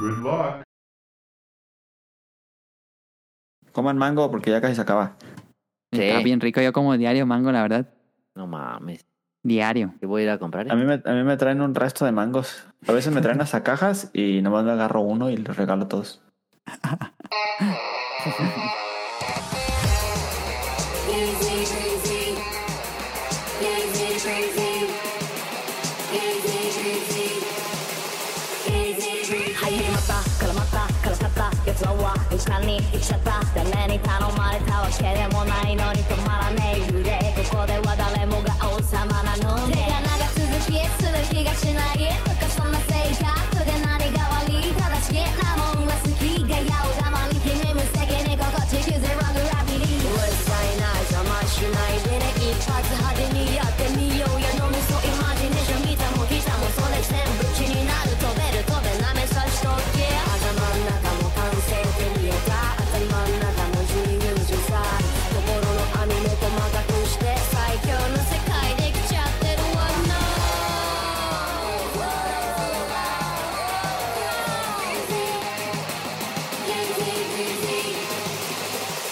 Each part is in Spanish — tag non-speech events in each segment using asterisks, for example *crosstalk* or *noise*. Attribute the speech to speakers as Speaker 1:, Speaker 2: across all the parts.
Speaker 1: Good luck.
Speaker 2: Coman mango porque ya casi se acaba.
Speaker 3: Sí.
Speaker 4: Está bien rico. Yo como diario mango, la verdad.
Speaker 3: No mames.
Speaker 4: Diario.
Speaker 3: ¿Qué voy a ir a comprar? eh?
Speaker 2: A mí, me, a mí me traen un resto de mangos. A veces me traen hasta cajas y nomás me agarro uno y los regalo a todos.
Speaker 5: Crazy, crazy. Crazy, crazy. Crazy, crazy. Crazy, crazy.
Speaker 6: 하이리마다 그라마다 그라카다 여자와 이찬이 이차다 내면이 단어만을 타워 쉐레모 나이 너니 또 말하네 유래 고고대와 달래모가 오사마나 노네
Speaker 5: 내가 나가 수줍이에 수줍이가 신나게 똑같은 세이가 그게 나리가 완리 다다시게 나 뭔가 스키가 야오다만 힘을 세게 내가 거치 슈즈를 하고 라비리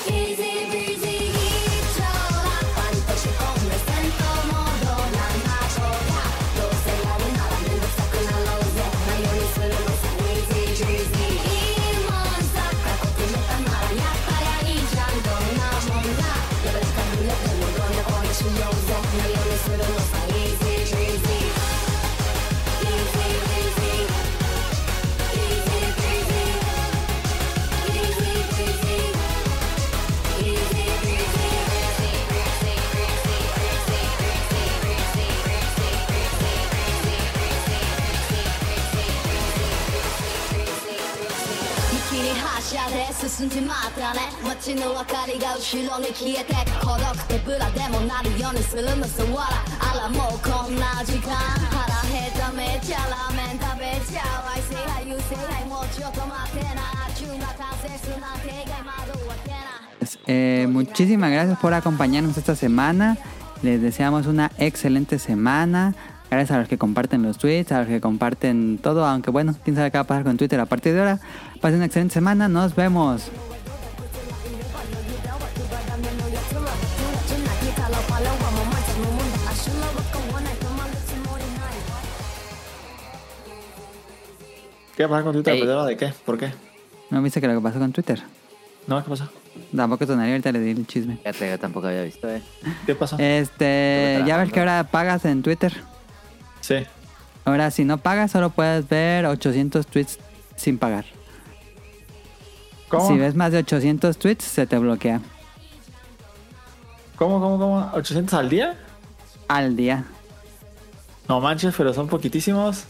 Speaker 5: Easy breezy, chola, cuánto chico me siento, modo la machola. No sé la luna, la menos saco una loza, mayor y suelo no sé, easy breezy. Y monza, caco, te meta mala, ya para y ya no una monda. Yo ves que a mí lo tengo, yo no voy a chillosa, mayor y suelo no sé, easy breezy. Easy breezy, easy breezy, easy breezy.
Speaker 6: 進んでまったね街の明かりが後ろに消えて孤独手ぶらでもなるようにするのさわらあらもうこんな時間腹減っためっちゃラーメン食べちゃう I say hi you say hi もうちょっと待ってな急な完成するなんて外窓を開けな
Speaker 4: Pues, eh, muchísimas gracias por acompañarnos esta semana. Les deseamos una excelente semana. Gracias a los que comparten los tweets, a los que comparten todo, aunque bueno, quién sabe qué va a pasar con Twitter a partir de ahora. Pasen una excelente semana, nos vemos.
Speaker 2: ¿Qué pasa con Twitter?
Speaker 3: Ey.
Speaker 2: Pedro? ¿De qué? ¿Por qué?
Speaker 4: ¿No viste que lo que pasó con Twitter?
Speaker 2: No, ¿qué pasa?
Speaker 4: Tampoco tonaría, ahorita le di el chisme.
Speaker 3: Fíjate, yo tampoco había visto, eh.
Speaker 2: ¿Qué pasa?
Speaker 4: Este,
Speaker 3: Estuve
Speaker 4: ya ves
Speaker 3: trabajando.
Speaker 4: que ahora pagas en Twitter.
Speaker 2: Sí.
Speaker 4: Ahora, si no pagas, solo puedes ver 800 tweets sin pagar.
Speaker 2: ¿Cómo?
Speaker 4: Si ves más de 800 tweets, se te bloquea
Speaker 2: ¿Cómo, cómo, cómo? ¿800 al día?
Speaker 4: al día.
Speaker 2: No manches, pero son poquitísimos.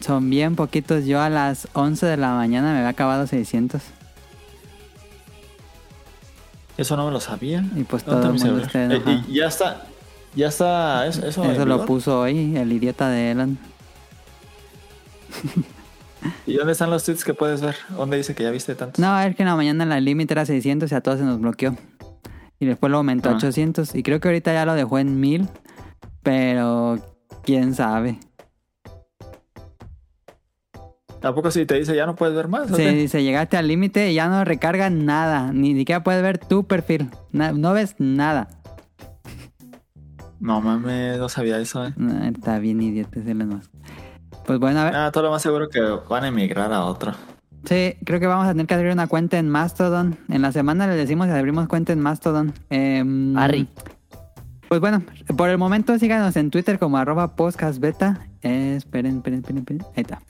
Speaker 4: Son bien poquitos. Yo a las 11 de la mañana me había acabado 600.
Speaker 2: Eso no me lo sabía.
Speaker 4: Y pues
Speaker 2: ¿Dónde
Speaker 4: todo
Speaker 2: está
Speaker 4: el
Speaker 2: mi
Speaker 4: mundo
Speaker 2: celular?
Speaker 4: está
Speaker 2: Eh,
Speaker 4: enojado.
Speaker 2: y ya está. Ya está. Eso, eso, en
Speaker 4: Eso lo
Speaker 2: vigor?
Speaker 4: puso hoy el idiota de Elon.
Speaker 2: ¿Y dónde están los tweets que puedes ver? ¿Dónde dice que ya viste tantos?
Speaker 4: No, es que en la mañana la límite era 600 y a todos se nos bloqueó. Y después lo aumentó a
Speaker 2: Ah.
Speaker 4: 800. Y creo que ahorita ya lo dejó en 1000. Pero quién sabe.
Speaker 2: Tampoco si te dice ya no puedes ver más. ¿o
Speaker 4: Se
Speaker 2: qué?
Speaker 4: dice, llegaste al límite y ya no recarga nada. Ni siquiera puedes ver tu perfil. Na- no ves nada.
Speaker 2: No mames, no sabía eso. Eh.
Speaker 4: No, Ah, está bien idiota ese Elon Musk. Pues bueno, a ver.
Speaker 2: Ah, todo lo más seguro que van a emigrar a otro.
Speaker 4: Sí, creo que vamos a tener que abrir una cuenta en Mastodon. En la semana le decimos si abrimos cuenta en Mastodon. Em,
Speaker 3: Arri.
Speaker 4: Pues bueno, por el momento síganos en Twitter como arroba podcastbeta. Eh, esperen, esperen, esperen, esperen. Ahí está.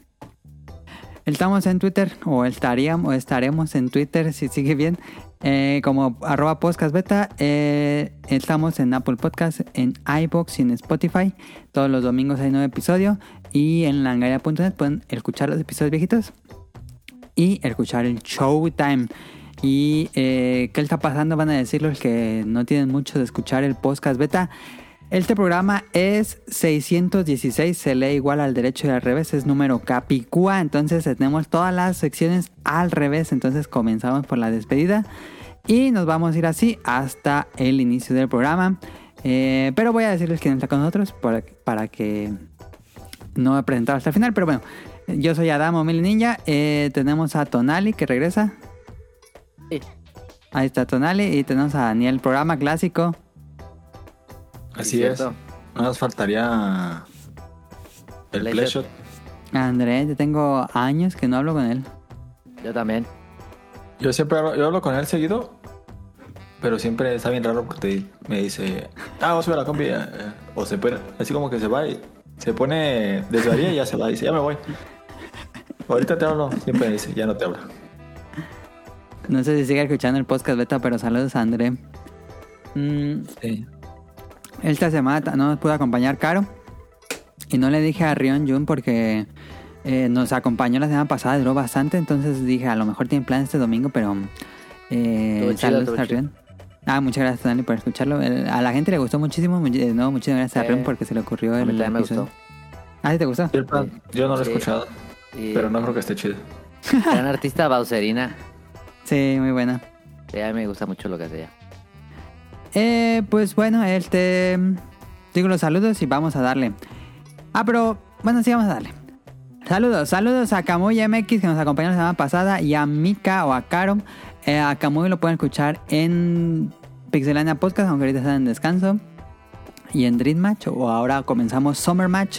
Speaker 4: Estamos en Twitter, o estaríamos, o estaremos en Twitter, si sigue bien, eh, como arroba podcastbeta. Eh, estamos en Apple Podcast, en iBox y en Spotify. Todos los domingos hay nuevo episodio. Y en langaria.net pueden escuchar los episodios viejitos y escuchar el Showtime. ¿Y eh, qué está pasando? Van a decir los que no tienen mucho de escuchar el podcast beta. Este programa es 616, se lee igual al derecho y al revés, es número capicúa, entonces tenemos todas las secciones al revés, entonces comenzamos por la despedida y nos vamos a ir así hasta el inicio del programa. Eh, pero voy a decirles quién está con nosotros para, para que no he presentado hasta el final, pero bueno. Yo soy Adamo Mil Ninja. Eh, tenemos a Tonali que regresa.
Speaker 3: Sí.
Speaker 4: Ahí está Tonali. Y tenemos a Daniel, programa clásico.
Speaker 2: Así es.
Speaker 3: ¿Cierto?
Speaker 2: Nada más faltaría el
Speaker 3: Play
Speaker 2: play
Speaker 3: shot.
Speaker 2: shot.
Speaker 4: Andrés, yo tengo años que no hablo con él.
Speaker 3: Yo también.
Speaker 2: Yo siempre hablo, yo hablo con él seguido, pero siempre está bien raro porque me dice, ah, vos sube la combi. eh, eh", O se pone, así como que se va y se pone desvaría y ya se va. Dice, ya me voy. Ahorita te hablo. Siempre dice, ya no te hablo.
Speaker 4: No sé si sigue escuchando el podcast beta, pero saludos a André. Mm,
Speaker 2: Sí.
Speaker 4: Esta semana ta- no nos pudo acompañar Caro. Y no le dije a Rion Jun porque eh, nos acompañó la semana pasada, duró bastante. Entonces dije, a lo mejor tiene plan este domingo, pero eh,
Speaker 3: Todo chido,
Speaker 4: saludos
Speaker 3: todo
Speaker 4: a
Speaker 3: chido.
Speaker 4: Rion. Ah, muchas gracias, Dani, por escucharlo. El- a la gente le gustó muchísimo. mu- eh, no, muchas gracias a
Speaker 3: Eh,
Speaker 4: Rion porque se le ocurrió
Speaker 3: a mí
Speaker 4: el.
Speaker 3: también me
Speaker 4: episodio.
Speaker 3: gustó.
Speaker 4: Ah, ¿sí te gustó?
Speaker 2: El plan, yo no lo he
Speaker 3: Sí.
Speaker 2: escuchado,
Speaker 3: Y
Speaker 2: pero no creo que esté chido.
Speaker 3: Gran artista bauserina.
Speaker 4: Sí, muy buena.
Speaker 3: Sí, a mí me gusta mucho lo que hace ella.
Speaker 4: Eh, pues bueno, este. Digo los saludos y vamos a darle. Ah, pero. Bueno, sí, vamos a darle. Saludos, saludos a Camuy MX que nos acompañó la semana pasada y a Mika o a Caro. Eh, a Camuy lo pueden escuchar en Pixelania Podcast, aunque ahorita están en descanso. Y en Dream Match, o ahora comenzamos Summer Match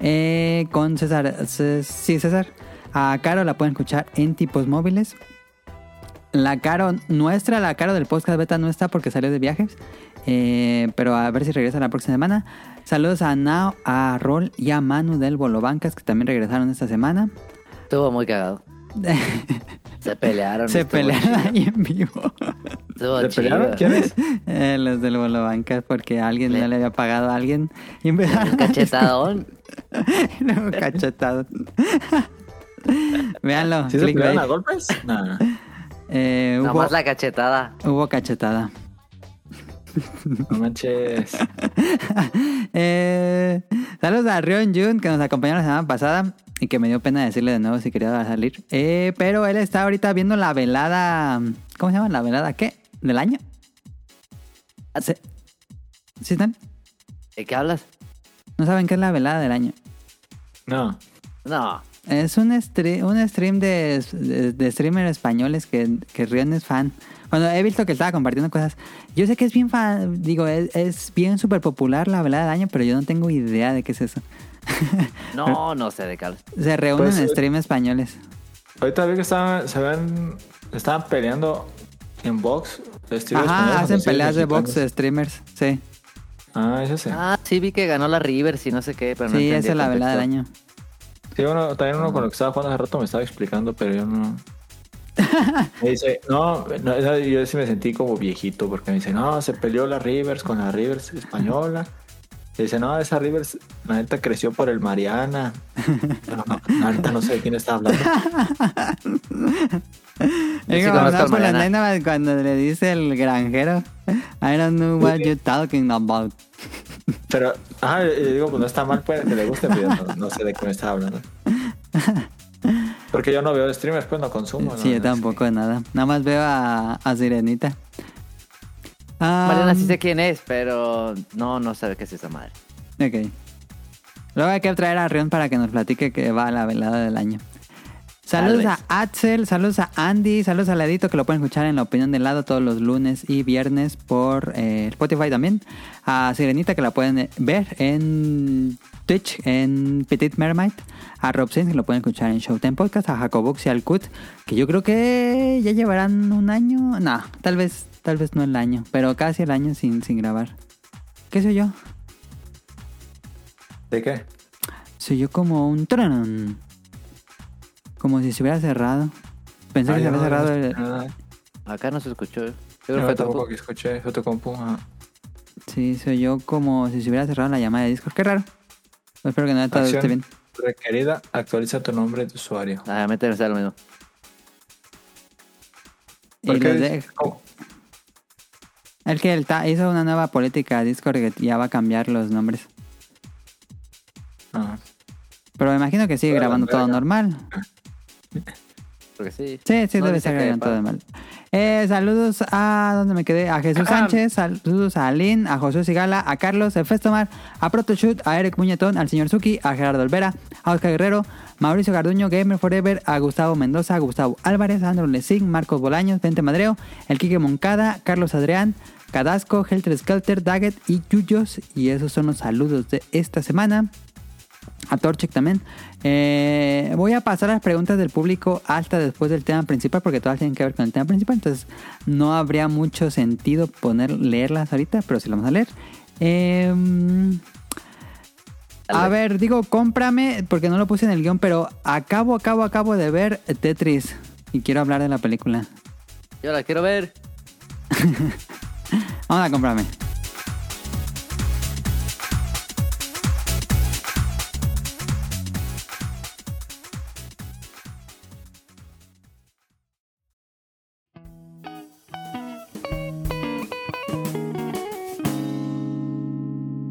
Speaker 4: eh, con César. C- sí, César. A Caro la pueden escuchar en tipos móviles. La Caro nuestra, la Caro del podcast beta no está porque salió de viajes. Eh, pero a ver si regresa la próxima semana. Saludos a Nao, a Rol y a Manu del Bolobancas que también regresaron esta semana. *laughs*
Speaker 3: Estuvo muy cagado. Se pelearon.
Speaker 4: Se
Speaker 3: estuvo
Speaker 4: pelearon
Speaker 3: chido.
Speaker 4: ahí en vivo.
Speaker 3: Estuvo
Speaker 2: ¿Se
Speaker 3: chido.
Speaker 2: pelearon? ¿Quién
Speaker 3: *laughs*
Speaker 2: es?
Speaker 4: Eh, los del Bolobancas porque alguien
Speaker 3: Le-
Speaker 4: no le había pagado a alguien y empezaron
Speaker 3: Un
Speaker 4: a
Speaker 3: cachetadón.
Speaker 4: discutir. *laughs* Luego cachetado. Véanlo,
Speaker 2: ¿Sí se
Speaker 4: clickbait.
Speaker 2: pelearon a golpes? No, no.
Speaker 4: Eh, hubo,
Speaker 3: Nomás la cachetada.
Speaker 4: hubo cachetada.
Speaker 2: No
Speaker 3: *laughs*
Speaker 2: manches.
Speaker 4: *laughs* Eh, saludos a Rion Jun que nos acompañó la semana pasada y que me dio pena decirle de nuevo si quería salir. Eh, pero él está ahorita viendo la velada. ¿Cómo se llama? ¿La velada qué? ¿Del año? Ah, se- ¿Sí están?
Speaker 3: ¿De qué hablas?
Speaker 4: ¿No saben qué es la velada del año?
Speaker 2: No.
Speaker 3: No.
Speaker 4: Es un, stre- un stream de, de, de streamer españoles que, que Rion es fan. Bueno, he visto que estaba compartiendo cosas. Yo sé que es bien fan, digo, es, es bien súper popular la velada del año, pero yo no tengo idea de qué es eso. *laughs*
Speaker 3: No, no sé de qué hablas.
Speaker 4: Se reúnen
Speaker 2: Pues,
Speaker 4: en
Speaker 2: eh,
Speaker 4: stream españoles.
Speaker 2: Ahorita vi que estaban, se ven, estaban peleando en box. estilo español
Speaker 4: Ajá,
Speaker 2: con
Speaker 4: hacen
Speaker 2: estilo
Speaker 4: peleas de
Speaker 2: mexicano.
Speaker 4: box streamers. Sí,
Speaker 2: Ah, eso sí.
Speaker 3: Ah, sí vi que ganó la River, sí, no sé qué, pero no
Speaker 4: sí, esa
Speaker 3: entendí
Speaker 4: es
Speaker 3: el
Speaker 4: la velada del
Speaker 3: contexto.
Speaker 4: año.
Speaker 2: Sí, uno, también uno con lo que estaba jugando hace rato me estaba explicando, pero yo
Speaker 4: *laughs*
Speaker 2: no. Me dice, no, no, yo sí me sentí como viejito porque me dice, no, se peleó la Rivers con la Rivers española. Y dice, no, esa Rivers, la neta creció por el
Speaker 4: *laughs*
Speaker 2: Mariana. Pero no, ahorita no sé de quién está hablando.
Speaker 3: Yo sí
Speaker 4: Digo,
Speaker 3: conozco
Speaker 4: ¿verdad?
Speaker 3: al
Speaker 4: Por la
Speaker 3: Mariana.
Speaker 4: nena, cuando le dice el granjero, I don't know what you're talking about.
Speaker 2: Pero, ajá, y digo, pues no está mal, puede que le guste, pero yo no, no sé de quién está hablando. Porque yo no veo streamers, pues no consumo. ¿no?
Speaker 4: sí, yo
Speaker 2: No sé.
Speaker 4: tampoco nada. Nada más veo a, a Sirenita. Ah,
Speaker 3: Mariana sí sé quién es, pero no, no sabe qué es esa madre.
Speaker 4: Ok. Luego hay que traer a Rion para que nos platique que va a la velada del año. Saludos
Speaker 3: Tal
Speaker 4: a
Speaker 3: vez.
Speaker 4: Axel, saludos a Andy, saludos a Ladito que lo pueden escuchar en la opinión del lado todos los lunes y viernes por eh, Spotify también. A Sirenita que la pueden eh, ver en Twitch, en Petit Mermaid. A Rob Sainz que lo pueden escuchar en Showtime Podcast. A Jacobox y al Cut que yo creo que ya llevarán un año. No, tal vez, tal vez no el año, pero casi el año sin, sin grabar. ¿Qué soy yo?
Speaker 2: ¿De qué?
Speaker 4: Se oyó como un tron. Como si se hubiera cerrado. Pensé
Speaker 2: Ah,
Speaker 4: que se
Speaker 2: yo
Speaker 4: había
Speaker 2: no-
Speaker 4: cerrado el-
Speaker 2: nada.
Speaker 3: Acá no se escuchó. ¿eh? Yo
Speaker 2: Yo
Speaker 3: creo que
Speaker 2: no,
Speaker 3: fue
Speaker 2: tampoco
Speaker 3: tampoco.
Speaker 2: que escuché, fue tu compu. ah.
Speaker 4: Sí, se oyó como si se hubiera cerrado la llamada de Discord. Qué raro. Espero que no haya estado
Speaker 2: Acción
Speaker 4: esté bien.
Speaker 2: requerida, actualiza tu nombre de usuario.
Speaker 3: Ah, me interesa lo mismo.
Speaker 4: Y
Speaker 2: ¿Por qué?
Speaker 4: los de-
Speaker 2: ¿Cómo?
Speaker 4: El que el ta- hizo una nueva política a Discord que ya va a cambiar los nombres.
Speaker 2: Ah,
Speaker 4: Pero me imagino que sigue
Speaker 2: Toda la
Speaker 4: grabando todo
Speaker 2: verga.
Speaker 4: normal.
Speaker 3: Porque sí.
Speaker 4: Sí, sí,
Speaker 3: No
Speaker 4: debe
Speaker 3: dice
Speaker 4: estar
Speaker 3: que
Speaker 4: grabando todo
Speaker 3: para.
Speaker 4: normal. Eh, saludos a... ¿Dónde me quedé? A Jesús Sánchez, saludos a Alin, a José Sigala, a Carlos, a Festomar, a Protoshoot, a Eric Muñetón, al señor Suki, a Gerardo Olvera, a Oscar Guerrero, Mauricio Garduño, Gamer Forever, a Gustavo Mendoza, a Gustavo Álvarez, a Andrew Lessing, Marcos Bolaños, Vente Madreo, el Quique Moncada, Carlos Adrián, Cadasco, Helter Skelter, Daggett y Yuyos. Y esos son los saludos de esta semana. A Torchic también. Eh, voy a pasar a las preguntas del público hasta después del tema principal, porque todas tienen que ver con el tema principal. Entonces, no habría mucho sentido poner, leerlas ahorita, pero sí las vamos a leer. Eh, a ver, digo, cómprame, porque no lo puse en el guión, pero acabo, acabo, acabo de ver Tetris. Y quiero hablar de la película.
Speaker 3: Yo la quiero ver.
Speaker 4: Vamos a cómprame.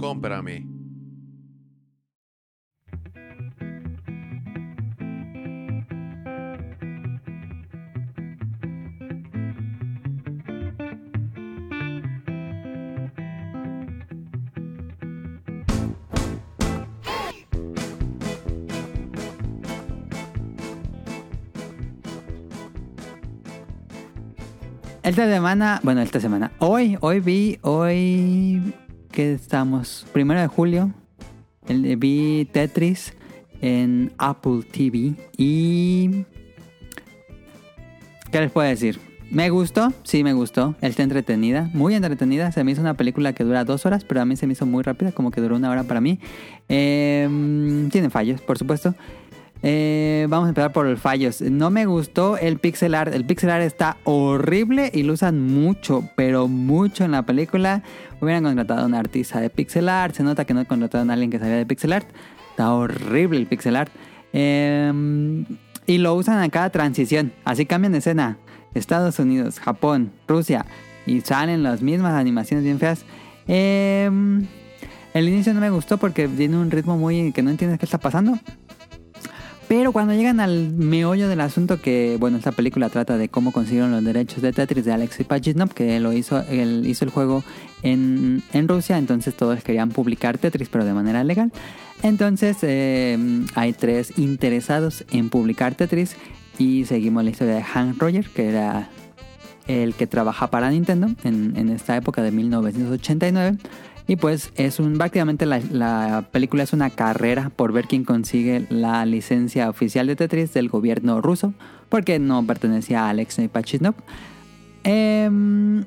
Speaker 7: Cómprame.
Speaker 4: Esta semana, bueno, esta semana. Hoy, hoy vi, hoy que estamos, primero de julio, el- vi Tetris en Apple TV y... ¿Qué les puedo decir? Me gustó, sí me gustó. Está entretenida, muy entretenida. Se me hizo una película que dura dos horas, pero a mí se me hizo muy rápida, como que duró una hora para mí. Eh, tiene fallos, por supuesto. Eh, vamos a empezar por los fallos. No me gustó el pixel art. El pixel art está horrible y lo usan mucho, pero mucho en la película. Hubieran contratado a un artista de pixel art. Se nota que no contrataron a alguien que sabía de pixel art. Está horrible el pixel art. Eh, y lo usan a cada transición. Así cambian de escena. Estados Unidos, Japón, Rusia. Y salen las mismas animaciones bien feas. Eh, el inicio no me gustó porque tiene un ritmo muy que no entiendes qué está pasando. Pero cuando llegan al meollo del asunto, que bueno, esta película trata de cómo consiguieron los derechos de Tetris de Alexei Pajitnov, que lo hizo, él hizo el juego en, en Rusia, entonces todos querían publicar Tetris, pero de manera legal. Entonces eh, hay tres interesados en publicar Tetris y seguimos la historia de Hank Roger, que era el que trabaja para Nintendo en, en esta época de 1989. Y pues es un, prácticamente la, la película es una carrera por ver quién consigue la licencia oficial de Tetris del gobierno ruso, porque no pertenecía a Alexei Pachinov. Em,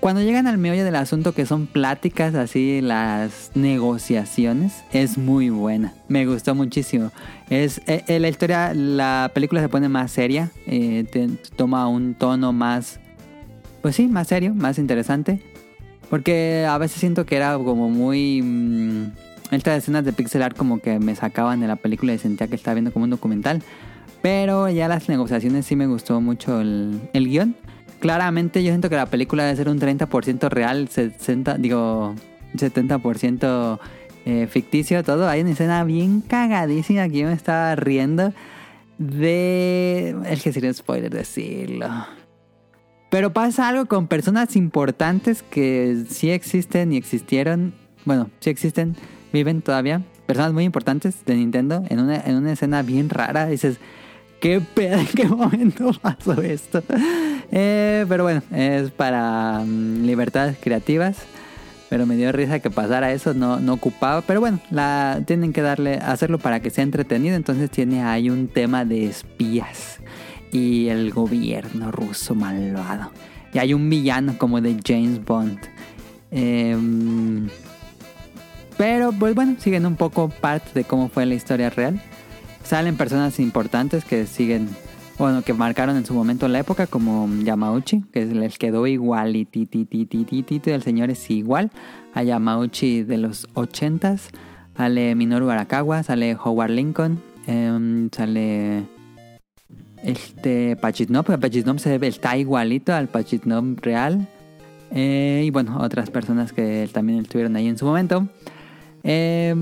Speaker 4: cuando llegan al meollo del asunto, que son pláticas así, las negociaciones, es muy buena. Me gustó muchísimo. Es eh, eh, la historia, la película se pone más seria, eh, te- toma un tono más, pues sí, más serio, más interesante. Porque a veces siento que era como muy... mm, estas escenas de pixel art como que me sacaban de la película y sentía que estaba viendo como un documental. Pero ya las negociaciones sí me gustó mucho el, el guión. Claramente yo siento que la película debe ser un 30% real, 60, digo, 70% eh, ficticio, todo. Hay una escena bien cagadísima que yo me estaba riendo de... Es que sería un spoiler decirlo. Pero pasa algo con personas importantes que sí existen y existieron. Bueno, sí existen, viven todavía. Personas muy importantes de Nintendo en una, en una escena bien rara. Dices, ¿qué pedo? ¿En qué momento *laughs* pasó esto? Eh, pero bueno, es para mm, libertades creativas. Pero me dio risa que pasara eso, no, no ocupaba. Pero bueno, la, tienen que darle, hacerlo para que sea entretenido. Entonces tiene ahí un tema de espías y el gobierno ruso malvado. Y hay un villano como de James Bond. Em, pero pues bueno, siguen un poco parte de cómo fue la historia real. Salen personas importantes que siguen, bueno, que marcaron en su momento la época, como Yamauchi, que les quedó igual y ti, ti, ti, ti, ti, ti, ti, el señor es igual a Yamauchi de los 80s. Sale Minoru Arakawa, sale Howard Lincoln, em, sale este Pachitnop, porque Pachitnop se ve- está igualito al Pachitnop real. Eh, y bueno, otras personas que también estuvieron ahí en su momento. Eh,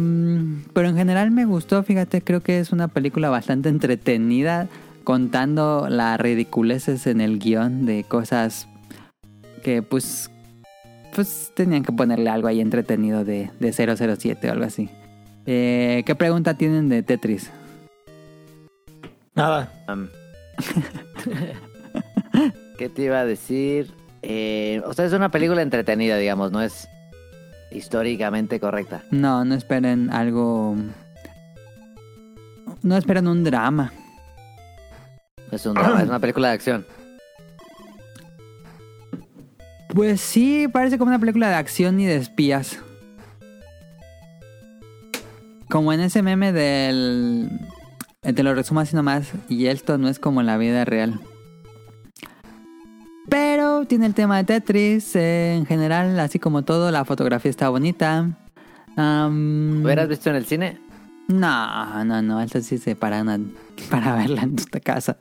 Speaker 4: pero en general me gustó, fíjate, creo que es una película bastante entretenida, contando las ridiculeces en el guión de cosas que pues, pues tenían que ponerle algo ahí entretenido de, de 007 o algo así. Eh, ¿Qué pregunta tienen de Tetris?
Speaker 2: Nada.
Speaker 3: Am. *laughs* ¿Qué te iba a decir? Eh, o sea, es una película entretenida, digamos, no es históricamente correcta.
Speaker 4: No, no esperen algo. No esperen un drama.
Speaker 3: No Es, un drama, es una película de acción.
Speaker 4: Pues sí, parece como una película de acción y de espías. Como en ese meme del. eh, Te lo resumo así nomás. Y esto no es como en la vida real. Pero tiene el tema de Tetris. eh, en general, así como todo, la fotografía está bonita. Am,
Speaker 3: ¿Hubieras visto en el cine?
Speaker 4: no, no, no, esto sí se paran a- *laughs* para verla en tu casa.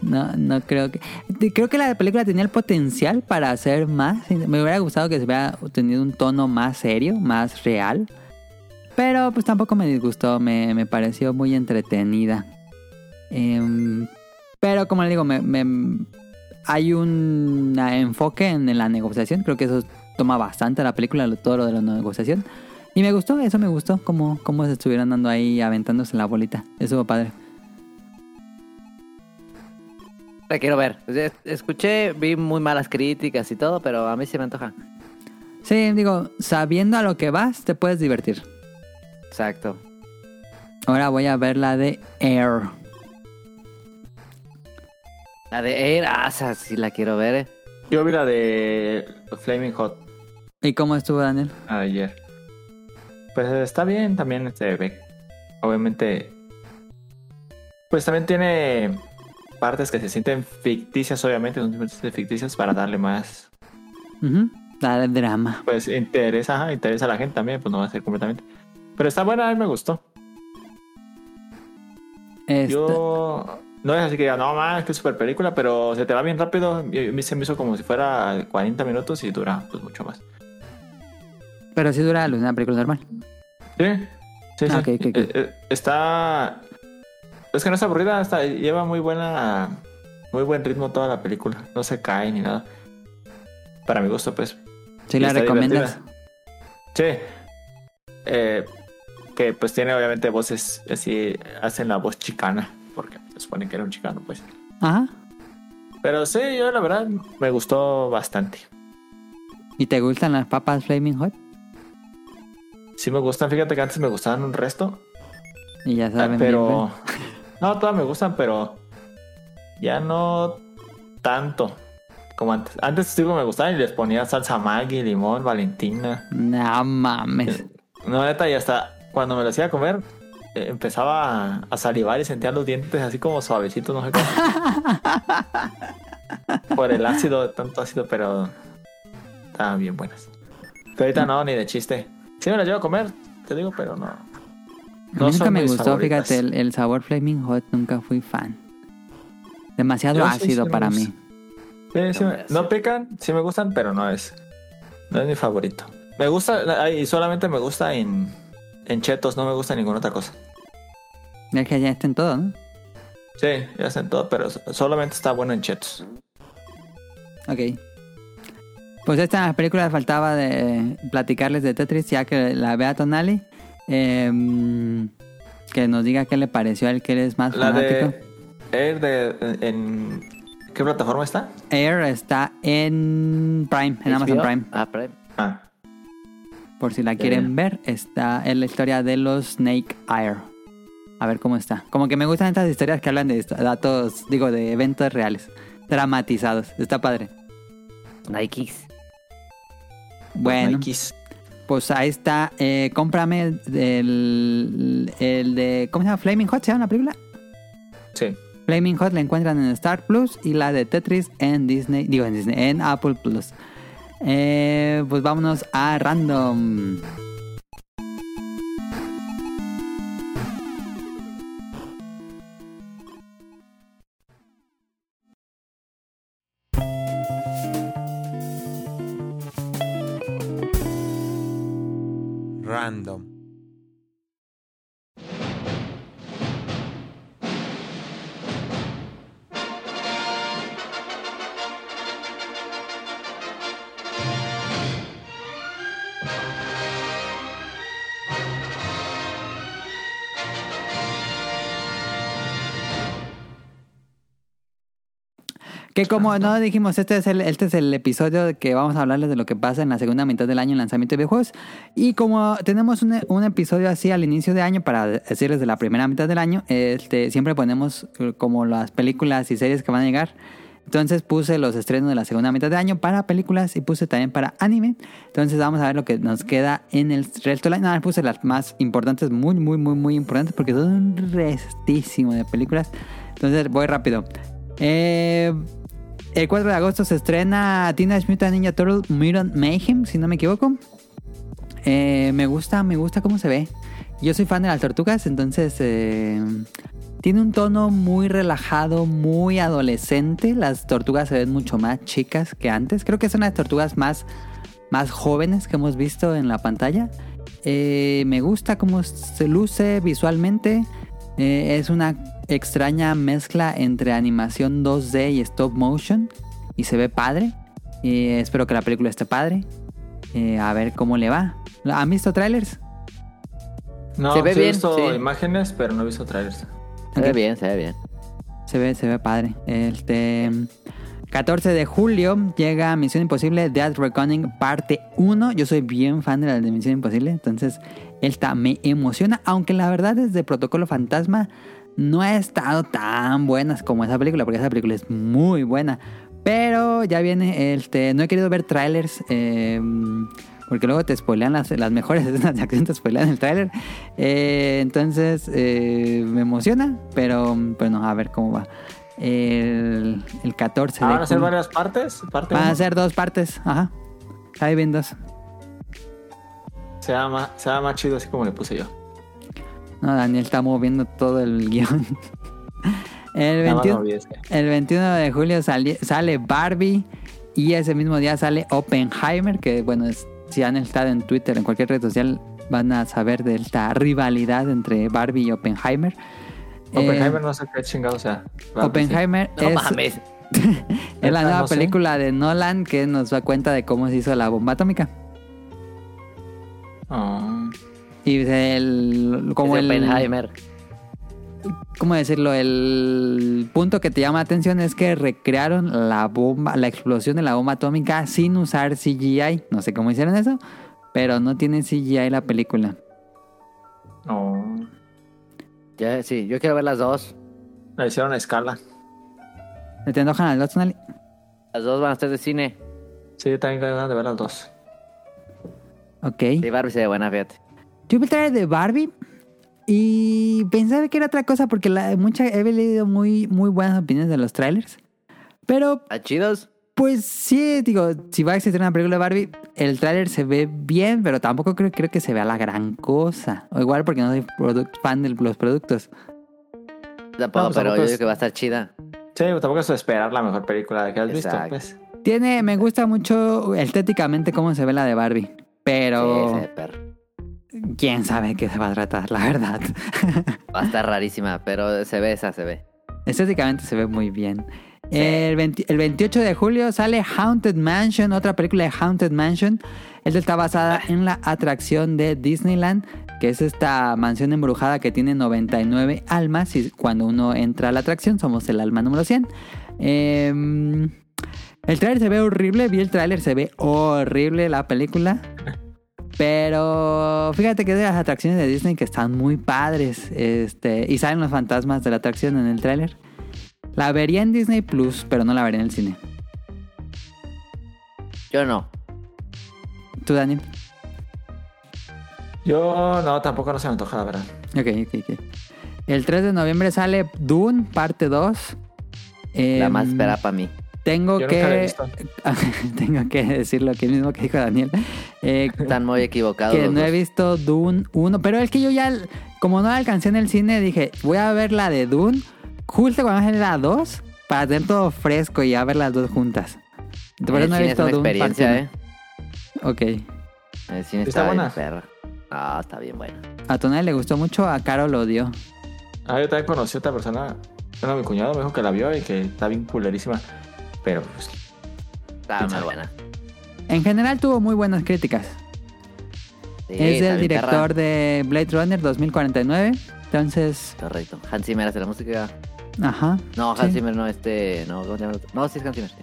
Speaker 4: No, no creo que... de- Creo que la película tenía el potencial para hacer más. Me hubiera gustado que se hubiera tenido un tono más serio, más real. Pero pues tampoco me disgustó, me, me pareció muy entretenida. Em, pero como le digo, me, me- hay un enfoque en la negociación. Creo que eso toma bastante la película, lo- todo lo de la negociación. Y me gustó, eso me gustó, como, como se estuvieran dando ahí aventándose la bolita. Eso padre.
Speaker 3: La quiero ver. Es- Escuché, vi muy malas críticas y todo, pero a mí se me antoja.
Speaker 4: Sí, digo, sabiendo a lo que vas, te puedes divertir.
Speaker 3: Exacto.
Speaker 4: Ahora voy a ver la de Air.
Speaker 3: La de Air, ah, esa sí la quiero ver, eh.
Speaker 2: Yo vi la de Flaming Hot
Speaker 4: ¿Y cómo estuvo, Daniel?
Speaker 2: ayer. Pues está bien, también este ve- Obviamente. Pues también tiene partes que se sienten ficticias, obviamente, son simplemente ficticias para darle más.
Speaker 4: Ujú, La de drama.
Speaker 2: Pues interesa, ajá, interesa a la gente también, pues no va a ser completamente. Pero está buena, a mí me gustó.
Speaker 4: Esta-
Speaker 2: Yo. No es así que diga, no más, que super película, pero se te va bien rápido. A mí se me hizo como si fuera 40 minutos y dura pues mucho más.
Speaker 4: Pero sí dura lo de una película normal.
Speaker 2: Sí, sí, sí.
Speaker 4: Ah, ok, ok, ok.
Speaker 2: Eh, eh, Está. Es que no está aburrida, está... lleva muy buena. Muy buen ritmo toda la película. No se cae ni nada. Para mi gusto, pues.
Speaker 4: ¿Sí
Speaker 2: Y
Speaker 4: la
Speaker 2: está
Speaker 4: recomiendas?
Speaker 2: Sí. Eh, que pues tiene obviamente voces así. Hacen la voz chicana. Porque se supone que era un chicano, pues.
Speaker 4: Ajá.
Speaker 2: Pero sí, yo la verdad me gustó bastante.
Speaker 4: ¿Y te gustan las papas Flaming Hot?
Speaker 2: Sí me gustan, fíjate que antes me gustaban un resto,
Speaker 4: Y ya saben. Ah, bien,
Speaker 2: Ah, pero
Speaker 4: bien.
Speaker 2: *laughs* no todas me gustan, pero ya no tanto como antes. Antes digo me gustaban y les ponía salsa Maggi, limón, Valentina.
Speaker 4: No mames.
Speaker 2: No neta y hasta cuando me lo hacía comer eh, empezaba a- a salivar y sentía los dientes así como suavecitos, no sé
Speaker 4: *laughs*
Speaker 2: cómo. Por el ácido, tanto ácido, pero estaban bien buenas. Pero ahorita no, ni de chiste. Sí me las llevo a comer, te digo, pero no.
Speaker 4: Mm. a
Speaker 2: no
Speaker 4: mí nunca
Speaker 2: son
Speaker 4: me
Speaker 2: mis
Speaker 4: gustó,
Speaker 2: favoritas.
Speaker 4: fíjate, el, el sabor Flaming Hot. Nunca fui fan. Demasiado
Speaker 2: Yo sí, sí
Speaker 4: ácido
Speaker 2: me
Speaker 4: para
Speaker 2: gusta.
Speaker 4: mí.
Speaker 2: Sí, sí
Speaker 3: No
Speaker 2: me-
Speaker 3: me hace.
Speaker 2: no pican, sí me gustan, pero no es. No es mi favorito. Me gusta, ay, y solamente me gusta en, en chetos, no me gusta ninguna otra cosa.
Speaker 4: Ya que ya está en todo, ¿no?
Speaker 2: Sí, ya hacen todo, pero so- solamente está bueno en chetos.
Speaker 4: Ok. Pues esta película faltaba de platicarles de Tetris, ya que la vea Tonali. Em, que nos diga qué le pareció a él, que eres más
Speaker 2: La
Speaker 4: fanático.
Speaker 2: de Air de en ¿qué plataforma está?
Speaker 4: Air está en Prime, en Amazon
Speaker 3: HBO.
Speaker 4: Prime.
Speaker 3: Ah, Prime.
Speaker 2: Ah,
Speaker 4: Por si la quieren ver, está en la historia de los Snake Air. A ver cómo está. Como que me gustan estas historias que hablan de est- datos, digo, de eventos reales, dramatizados. Está padre.
Speaker 3: Nikes.
Speaker 4: Bueno.
Speaker 2: Nikes.
Speaker 4: Pues ahí está. eh, cómprame el, el de. ¿Cómo se llama? Flaming Hot, ¿se llama la película?
Speaker 2: Sí.
Speaker 4: Flaming Hot la encuentran en Star Plus y la de Tetris en Disney. Digo, en Disney, en Apple Plus. Eh, pues vámonos a random.
Speaker 7: Random.
Speaker 4: Que como no dijimos, este es el, este es el episodio de que vamos a hablarles de lo que pasa en la segunda mitad del año en lanzamiento de videojuegos. Y como tenemos un, un episodio así al inicio de año para decirles de la primera mitad del año, este, siempre ponemos eh, como las películas y series que van a llegar. Entonces puse los estrenos de la segunda mitad de año para películas y puse también para anime. Entonces vamos a ver lo que nos queda en el resto del año. Nada, puse las más importantes, muy, muy, muy, muy importantes porque son un restísimo de películas. Entonces voy rápido. Eh, el 4 de agosto se estrena Teenage Mutant Ninja Turtle Mutant Mayhem, si no me equivoco. Eh, me gusta, me gusta cómo se ve. Yo soy fan de las tortugas, entonces eh, tiene un tono muy relajado, muy adolescente. Las tortugas se ven mucho más chicas que antes. Creo que son las tortugas más, más jóvenes que hemos visto en la pantalla. Eh, me gusta cómo se luce visualmente. Eh, es una extraña mezcla entre animación 2D y stop motion. Y se ve padre. Eh, espero que la película esté padre. Eh, a ver cómo le va. ¿Han visto trailers?
Speaker 2: No,
Speaker 3: Se ve
Speaker 2: sí he
Speaker 3: bien,
Speaker 2: visto
Speaker 3: sí.
Speaker 2: imágenes, pero no he visto trailers.
Speaker 3: Se ve
Speaker 4: Ok.
Speaker 3: bien, se ve bien.
Speaker 4: Se ve, se ve padre. Este 14 de julio llega Misión Imposible Dead Reckoning parte 1. Yo soy bien fan de la de Misión Imposible, entonces esta me emociona, aunque la verdad desde Protocolo Fantasma no ha estado tan buenas como esa película, porque esa película es muy buena. Pero ya viene, este, no he querido ver trailers, eh, porque luego te spoilean las, las mejores *laughs* escenas de acción, te spoilean el tráiler. Eh, entonces, eh, me emociona, pero bueno, a ver cómo va. El, el 14
Speaker 2: Ah,
Speaker 4: de
Speaker 2: ¿Van a ser
Speaker 4: junio.
Speaker 2: varias partes? Parte
Speaker 4: Van a
Speaker 2: uno.
Speaker 4: ser dos partes, ajá. Ahí ven dos.
Speaker 2: Se llama, se llama chido así como le puse yo.
Speaker 4: No, Daniel está moviendo todo el *laughs* guión. El
Speaker 2: Nada más
Speaker 4: 21,
Speaker 2: no vi ese.
Speaker 4: El 21 de julio sali- sale Barbie y ese mismo día sale Oppenheimer, que bueno, es- si han estado en Twitter, en cualquier red social, van a saber de esta rivalidad entre Barbie y Oppenheimer. Eh,
Speaker 2: Oppenheimer no sé qué chingado sea. Va, pues
Speaker 4: Oppenheimer
Speaker 3: No
Speaker 4: es,
Speaker 3: mames.
Speaker 4: es la
Speaker 2: Neta,
Speaker 4: nueva
Speaker 2: no sé.
Speaker 4: película de Nolan que nos da cuenta de cómo se hizo la bomba atómica.
Speaker 2: sí. Ah.
Speaker 4: Y el, como
Speaker 3: Es
Speaker 4: el,
Speaker 3: de Oppenheimer.
Speaker 4: ¿cómo decirlo? El punto que te llama la atención es que recrearon la bomba, la explosión de la bomba atómica sin usar CGI. No sé cómo hicieron eso, pero no tiene CGI la película.
Speaker 2: No.
Speaker 3: Ya, sí, yo quiero ver las dos.
Speaker 2: La hicieron a escala.
Speaker 4: ¿Se ¿Te enojan al Watson Ali?
Speaker 3: Las dos van a estar de cine.
Speaker 2: Sí, yo también tengo ganas de ver las dos.
Speaker 3: Sí,
Speaker 4: Ok.
Speaker 3: Barbie se ve buena, fíjate.
Speaker 4: Yo vi el trailer de Barbie y pensaba que era otra cosa porque la, mucha, he leído muy, muy buenas opiniones de los trailers. Pero
Speaker 3: ¿Están chidos?
Speaker 4: Pues sí, digo, si va a existir una película de Barbie, el tráiler se ve bien, pero tampoco creo, creo que se vea la gran cosa. O igual porque no soy produ- fan de los productos.
Speaker 2: pues,
Speaker 3: Tampoco, pero
Speaker 2: tampoco
Speaker 3: yo
Speaker 2: es-
Speaker 3: digo que va a estar chida.
Speaker 2: Sí, pero tampoco es esperar la mejor película de que has
Speaker 3: Exacto.
Speaker 2: visto, pues.
Speaker 4: Tiene, me gusta mucho estéticamente cómo se ve la de Barbie,
Speaker 3: Sí,
Speaker 4: pero
Speaker 3: ese perro.
Speaker 4: quién sabe de qué se va a tratar, la verdad.
Speaker 3: Va a estar rarísima, pero se ve esa, se ve.
Speaker 4: Estéticamente se ve muy bien.
Speaker 3: Sí.
Speaker 4: El, 20 el 28 de julio sale Haunted Mansion, otra película de Haunted Mansion. Esta está basada en la atracción de Disneyland, que es esta mansión embrujada que tiene 99 almas y cuando uno entra a la atracción somos el alma número 100. Eh, el tráiler se ve horrible, vi el tráiler, se ve horrible la película. Pero fíjate que es de las atracciones de Disney que están muy padres. Este, y salen los fantasmas de la atracción en el tráiler. La vería en Disney Plus, pero no la vería en el cine.
Speaker 3: Yo no.
Speaker 4: ¿Tú, Daniel?
Speaker 2: Yo no, tampoco no se me antoja, la verdad.
Speaker 4: Ok, ok, ok. El 3 de noviembre sale Dune, parte 2.
Speaker 3: La
Speaker 4: Em,
Speaker 3: más esperada para mí.
Speaker 4: Tengo
Speaker 2: Yo nunca la he
Speaker 4: que.
Speaker 2: visto.
Speaker 4: *laughs* tengo que decir lo que mismo que dijo Daniel. Eh,
Speaker 3: Están
Speaker 4: *laughs*
Speaker 3: muy equivocados.
Speaker 4: que
Speaker 3: los
Speaker 4: no he
Speaker 3: dos.
Speaker 4: visto Dune 1. Pero es que yo ya, como no la alcancé en el cine, dije, voy a ver la de Dune justo cuando sale la 2 para tener todo fresco y a ver las dos juntas. Por
Speaker 3: El
Speaker 4: eso no he
Speaker 3: cine
Speaker 4: visto
Speaker 3: es una
Speaker 4: Dune
Speaker 3: experiencia,
Speaker 4: parte
Speaker 3: ¿eh?
Speaker 4: uno. Ok.
Speaker 3: El cine
Speaker 2: ¿Está
Speaker 3: está, bien,
Speaker 2: buena?
Speaker 3: perro. Ah, está bien bueno.
Speaker 4: A Tonal le gustó mucho, a Caro lo odió.
Speaker 2: Ah, yo también conocí a otra persona. Bueno, mi cuñado me dijo que la vio y que está bien culerísima. Pero, pues,
Speaker 3: Está muy buena.
Speaker 4: En general tuvo muy buenas críticas.
Speaker 3: Sí,
Speaker 4: es
Speaker 3: está
Speaker 4: el
Speaker 3: bien perra.
Speaker 4: director de Blade Runner 2049. Entonces,
Speaker 3: Correcto. Hans Zimmer hace la música.
Speaker 4: Ajá.
Speaker 3: No, Hans
Speaker 4: Sí.
Speaker 3: Zimmer no, este. No, ¿cómo se llama el otro? No, sí es Hans Zimmer. sí.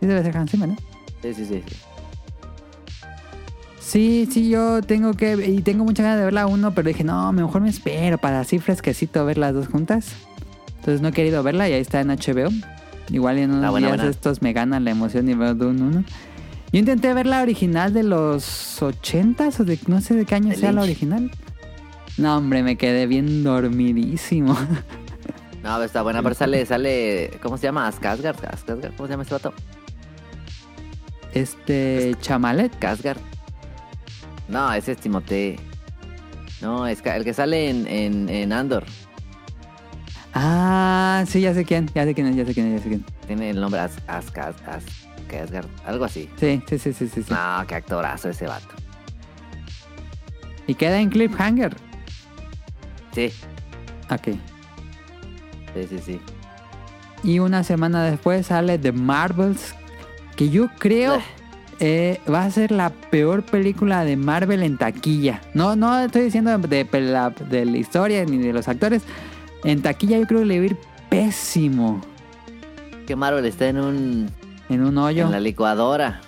Speaker 4: Sí, debe ser Hans Zimmer, ¿no?
Speaker 3: Sí, sí, sí. sí.
Speaker 4: Sí, sí, yo tengo que. Y tengo mucha ganas de ver la 1, pero dije, no, mejor me espero para así fresquecito ver las dos juntas. Entonces no he querido verla y ahí está en HBO. Igual en unos
Speaker 3: Ah, buena,
Speaker 4: días
Speaker 3: buena.
Speaker 4: estos me ganan la emoción y veo Dune 1. Yo intenté ver la original de los 80s o de no sé de qué año
Speaker 3: De
Speaker 4: sea la
Speaker 3: Lynch.
Speaker 4: original. No, hombre, me quedé bien dormidísimo. *laughs*
Speaker 3: No, pero está buena, pero sale, sale. ¿Cómo se llama? Asgasgard. Asgasgard. ¿Cómo se llama ese vato?
Speaker 4: Este chamalet.
Speaker 3: Asgard. No, ese es Timote. No, es ca- el que sale en, en, en Andor.
Speaker 4: Ah, sí, ya sé quién, ya sé quién es, ya sé quién es, ya sé quién.
Speaker 3: Tiene el nombre As, Asgard. As, Asgard. Algo así.
Speaker 4: Sí, sí, sí, sí, sí. sí.
Speaker 3: No, qué actorazo ese vato.
Speaker 4: Y queda en cliffhanger.
Speaker 3: Sí,
Speaker 4: Ok.
Speaker 3: sí, sí, sí.
Speaker 4: Y una semana después sale The Marvels, que yo creo
Speaker 3: Bleh.
Speaker 4: eh, va a ser la peor película de Marvel en taquilla. No, no estoy diciendo de, pe- la, de la historia ni de los actores. En taquilla yo creo que le va a ir pésimo
Speaker 3: Que Marvel está en un.
Speaker 4: en un hoyo.
Speaker 3: En la licuadora.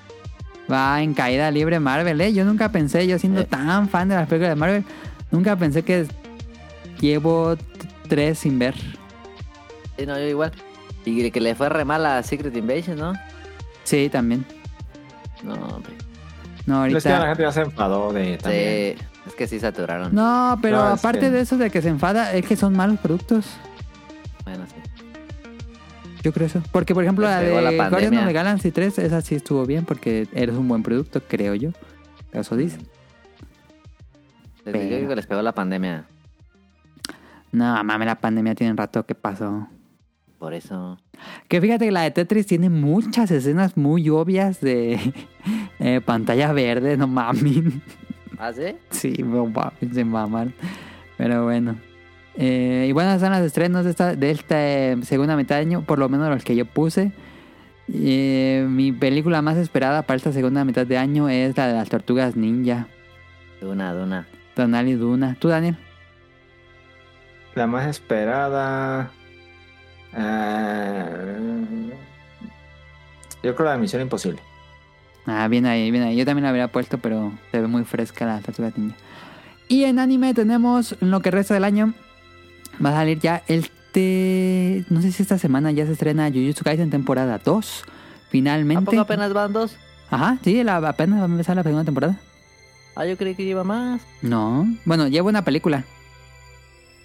Speaker 4: Va en caída libre Marvel, ¿eh? Yo nunca pensé, yo siendo
Speaker 3: Eh.
Speaker 4: tan fan de las películas de Marvel, nunca pensé que llevo t- tres sin ver.
Speaker 3: Sí, no, yo igual. Y que le fue re mal a Secret Invasion, ¿no?
Speaker 4: Sí, también.
Speaker 3: No, hombre.
Speaker 4: No,
Speaker 2: Pero
Speaker 4: ahorita...
Speaker 2: es que la gente ya se enfadó de también.
Speaker 3: Sí, es que sí saturaron.
Speaker 4: No, pero
Speaker 2: No, es
Speaker 4: aparte
Speaker 2: que-
Speaker 4: de eso de que se enfada, es que son malos productos.
Speaker 3: Bueno, sí.
Speaker 4: Yo creo eso. Porque, por ejemplo,
Speaker 3: Le
Speaker 4: la
Speaker 3: pegó la
Speaker 4: de Guardians
Speaker 3: pandemia.
Speaker 4: of the Galaxy 3, esa sí estuvo bien porque eres un buen producto, creo yo. Eso dice.
Speaker 3: Desde
Speaker 4: Pero-
Speaker 3: Yo creo que les pegó la pandemia.
Speaker 4: No, mames, la pandemia tiene rato que pasó.
Speaker 3: Por eso.
Speaker 4: Que fíjate que la de Tetris tiene muchas escenas muy obvias de *laughs* eh, pantalla verde, no mames.
Speaker 3: ¿Ah, sí?
Speaker 4: Sí, no mames, se mamaron. Pero bueno. Eh, y bueno, son los estrenos de esta, de esta eh, segunda mitad de año, por lo menos los que yo puse. Eh, mi película más esperada para esta segunda mitad de año es la de las tortugas ninja,
Speaker 3: Duna, Duna.
Speaker 4: Donal y Duna. ¿Tú, Daniel?
Speaker 2: La más esperada. eh, yo creo la de Misión Imposible.
Speaker 4: Ah, bien ahí, bien ahí. Yo también la hubiera puesto, pero se ve muy fresca la tortuga ninja. Y en anime tenemos en lo que resta del año. Va a salir ya el te... No sé si esta semana ya se estrena Jujutsu Kaisen temporada 2.
Speaker 3: ¿A
Speaker 4: Finalmente.
Speaker 3: poco apenas van dos?
Speaker 4: Ajá, sí, la, apenas va a empezar la segunda temporada.
Speaker 3: Ah, yo creí que lleva más.
Speaker 4: No. Bueno, lleva una película.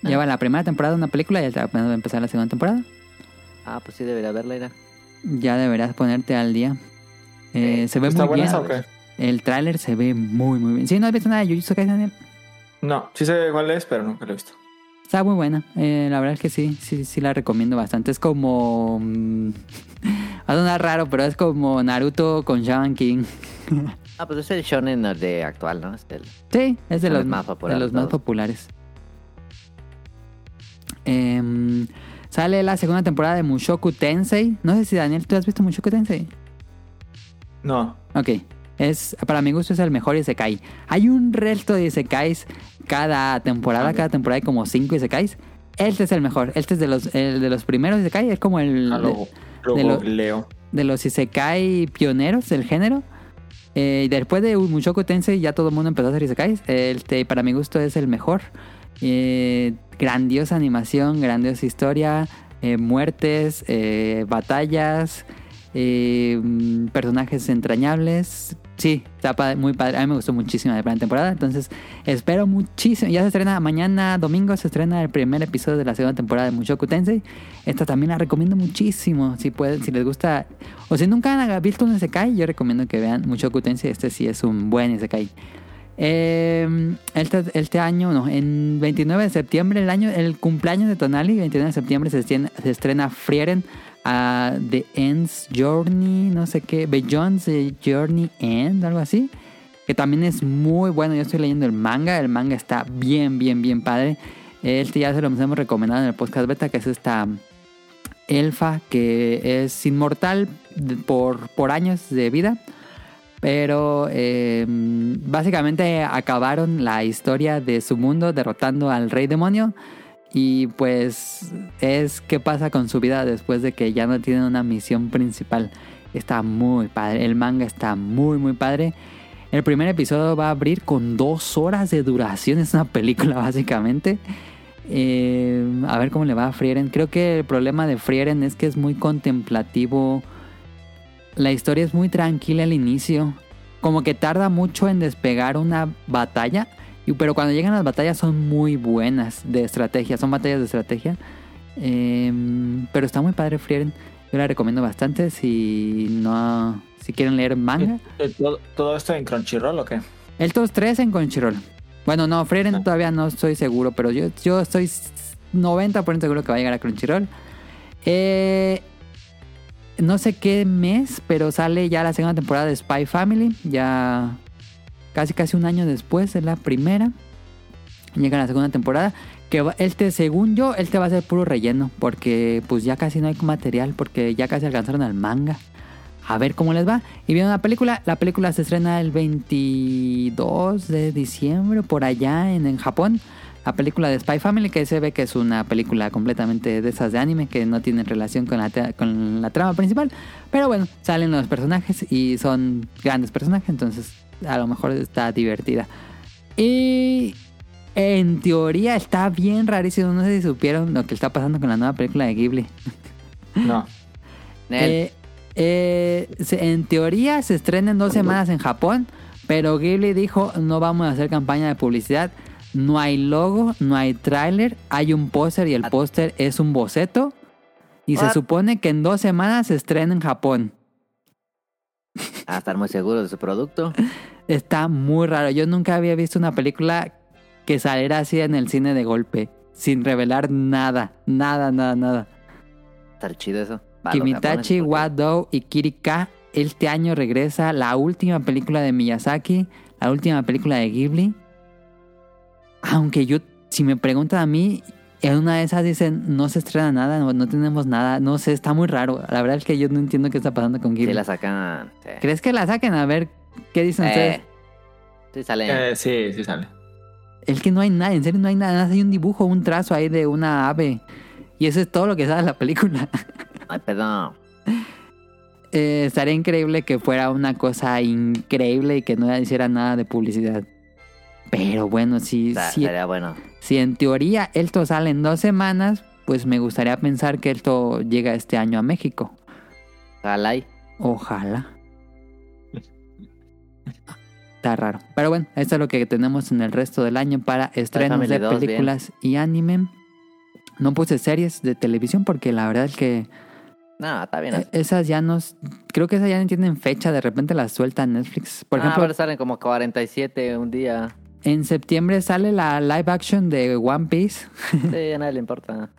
Speaker 3: Ah.
Speaker 4: Lleva la primera temporada una película y apenas va a empezar la segunda temporada.
Speaker 3: Ah, pues sí, debería verla, era.
Speaker 4: Ya deberás ponerte al día. Eh,
Speaker 3: Eh,
Speaker 4: se ve
Speaker 2: ¿Está
Speaker 4: muy
Speaker 2: buena
Speaker 4: bien.
Speaker 2: esa o qué?
Speaker 4: El tráiler se ve muy, muy bien. ¿Sí? ¿No has visto nada de Jujutsu Kaisen, Daniel?
Speaker 2: No, sí sé cuál es, pero nunca lo he visto.
Speaker 4: Está muy buena. Eh, la verdad es que sí, sí, sí la recomiendo bastante. Es como... mm, *laughs* Va a sonar raro, pero es como Naruto con Shaman King.
Speaker 3: Ah, pues es el shonen de actual, ¿no? Es el-
Speaker 4: Sí, es de
Speaker 3: Son
Speaker 4: los,
Speaker 3: los más
Speaker 4: de
Speaker 3: populares,
Speaker 4: los más
Speaker 3: todos.
Speaker 4: populares. Em, sale la segunda temporada de Mushoku Tensei. No sé si Daniel, ¿tú has visto Mushoku Tensei?
Speaker 2: No,
Speaker 4: Ok. Es, para mi gusto es el mejor Isekai. Hay un resto de Isekais cada temporada. Cada temporada hay como cinco Isekais. Este es el mejor. Este es de los, el de los primeros Isekai. Es como el...
Speaker 2: ah,
Speaker 4: de-
Speaker 2: lo, lo
Speaker 4: de lo-
Speaker 2: googleo.
Speaker 4: de los isekai pioneros del género. Eh, y después de Mushoku Tensei ya todo el mundo empezó a hacer isekais. Este, para mi gusto es el mejor. Eh, grandiosa animación, grandiosa historia, eh, muertes, eh, batallas, eh, mm, personajes entrañables. Sí, está pa- muy padre. A mí me gustó muchísimo la primera temporada. Entonces espero muchísimo. Ya se estrena mañana domingo, se estrena el primer episodio de la segunda temporada de Mushoku Tensei. Esta también la recomiendo muchísimo. Si pueden, si les gusta. O si nunca han visto un Isekai, yo recomiendo que vean mucho Cutense. Este sí es un buen Isekai. Eh, este, este año, no, en 29 de septiembre, el año, el cumpleaños de Tonali, 29 de septiembre se estrena, se estrena Frieren a The End's Journey, no sé qué, Beyond the Journey End, algo así. Que también es muy bueno. Yo estoy leyendo el manga. El manga está bien, bien, bien padre. Este ya se lo hemos recomendado en el podcast beta, que es esta elfa que es inmortal de- por, por años de vida. Pero eh, básicamente acabaron la historia de su mundo derrotando al rey demonio. Y pues es qué pasa con su vida después de que ya no tienen una misión principal. Está muy padre, el manga está muy muy padre. El primer episodio va a abrir con dos horas de duración, es una película *laughs* básicamente. Eh, a ver cómo le va a Frieren. Creo que el problema de Frieren es que es muy contemplativo. La historia es muy tranquila al inicio. Como que tarda mucho en despegar una batalla. y- Pero cuando llegan las batallas son muy buenas de estrategia. Son batallas de estrategia. Eh, pero está muy padre Frieren. Yo la recomiendo bastante si no. Si quieren leer manga.
Speaker 2: Eh, ¿Todo, todo esto en Crunchyroll o qué?
Speaker 4: El top 3 en Crunchyroll. Bueno, no, Frieren
Speaker 2: Ah.
Speaker 4: todavía no estoy seguro, pero yo, yo estoy 90% seguro que va a llegar a Crunchyroll. Eh, no sé qué mes, pero sale ya la segunda temporada de Spy Family. Ya casi casi un año después de la primera. Llega la segunda temporada. Que va- este, según yo, este va a ser puro relleno. Porque pues ya casi no hay material. Porque ya casi alcanzaron al manga. A ver cómo les va. Y viene una película. La película se estrena el 22 de diciembre. Por allá en, en Japón. La película de Spy Family. Que se ve que es una película completamente de esas de anime. Que no tienen relación con la, te- con la trama principal. Pero bueno, salen los personajes. Y son grandes personajes. Entonces a lo mejor está divertida. Y en teoría está bien rarísimo. No sé si supieron lo que está pasando con la nueva película de Ghibli.
Speaker 2: No.
Speaker 3: Nel,
Speaker 4: Eh, eh, se- en teoría se estrena en dos semanas en Japón, pero Ghibli dijo no vamos a hacer campaña de publicidad. No hay logo, no hay tráiler, hay un póster y el póster es un boceto. Y se
Speaker 3: What?
Speaker 4: supone que en dos semanas se estrena en Japón.
Speaker 3: a Ah, estar muy seguro de su producto.
Speaker 4: Está muy raro. Yo nunca había visto una película que saliera así en el cine de golpe, sin revelar nada, nada, nada, nada.
Speaker 3: Estar chido eso. Va, los
Speaker 4: Kimitachi,
Speaker 3: japoneses, porque-
Speaker 4: Wadou y Kirika. Este año regresa la última película de Miyazaki, la última película de Ghibli. Aunque yo, si me preguntan a mí, en una de esas dicen, no se estrena nada, no, no tenemos nada, no sé, está muy raro. La verdad es que yo no entiendo qué está pasando con
Speaker 3: Sí,
Speaker 4: Ghibli.
Speaker 3: la sacan. Sí,
Speaker 4: ¿Crees que la saquen? A ver, ¿qué dicen ustedes?
Speaker 3: Eh, sí
Speaker 2: *laughs*
Speaker 3: salen.
Speaker 2: Eh, sí, sí sale.
Speaker 4: Es que no hay nada, en serio no hay nada, nada más hay un dibujo, un trazo ahí de una ave. Y eso es todo lo que sabe la película.
Speaker 3: Ay, perdón.
Speaker 4: Eh, estaría increíble que fuera una cosa increíble y que no hiciera nada de publicidad. Pero bueno, si,
Speaker 3: Está-
Speaker 4: si,
Speaker 3: Estaría bueno.
Speaker 4: si en teoría esto sale en dos semanas, pues me gustaría pensar que esto llega este año a México.
Speaker 3: Ojalá y-
Speaker 4: Ojalá. Está raro. Pero bueno, esto es lo que tenemos en el resto del año para estrenos
Speaker 3: Family
Speaker 4: de
Speaker 3: 2, bien.
Speaker 4: películas y anime. No puse series de televisión porque la verdad es que...
Speaker 3: No, está bien.
Speaker 4: Eh, Esas ya nos. Creo que esas ya no tienen fecha, de repente las suelta Netflix. Por
Speaker 3: Ah,
Speaker 4: ejemplo,
Speaker 3: pero salen como 47 un día.
Speaker 4: en septiembre sale la live action de One Piece.
Speaker 3: Sí, a nadie le importa.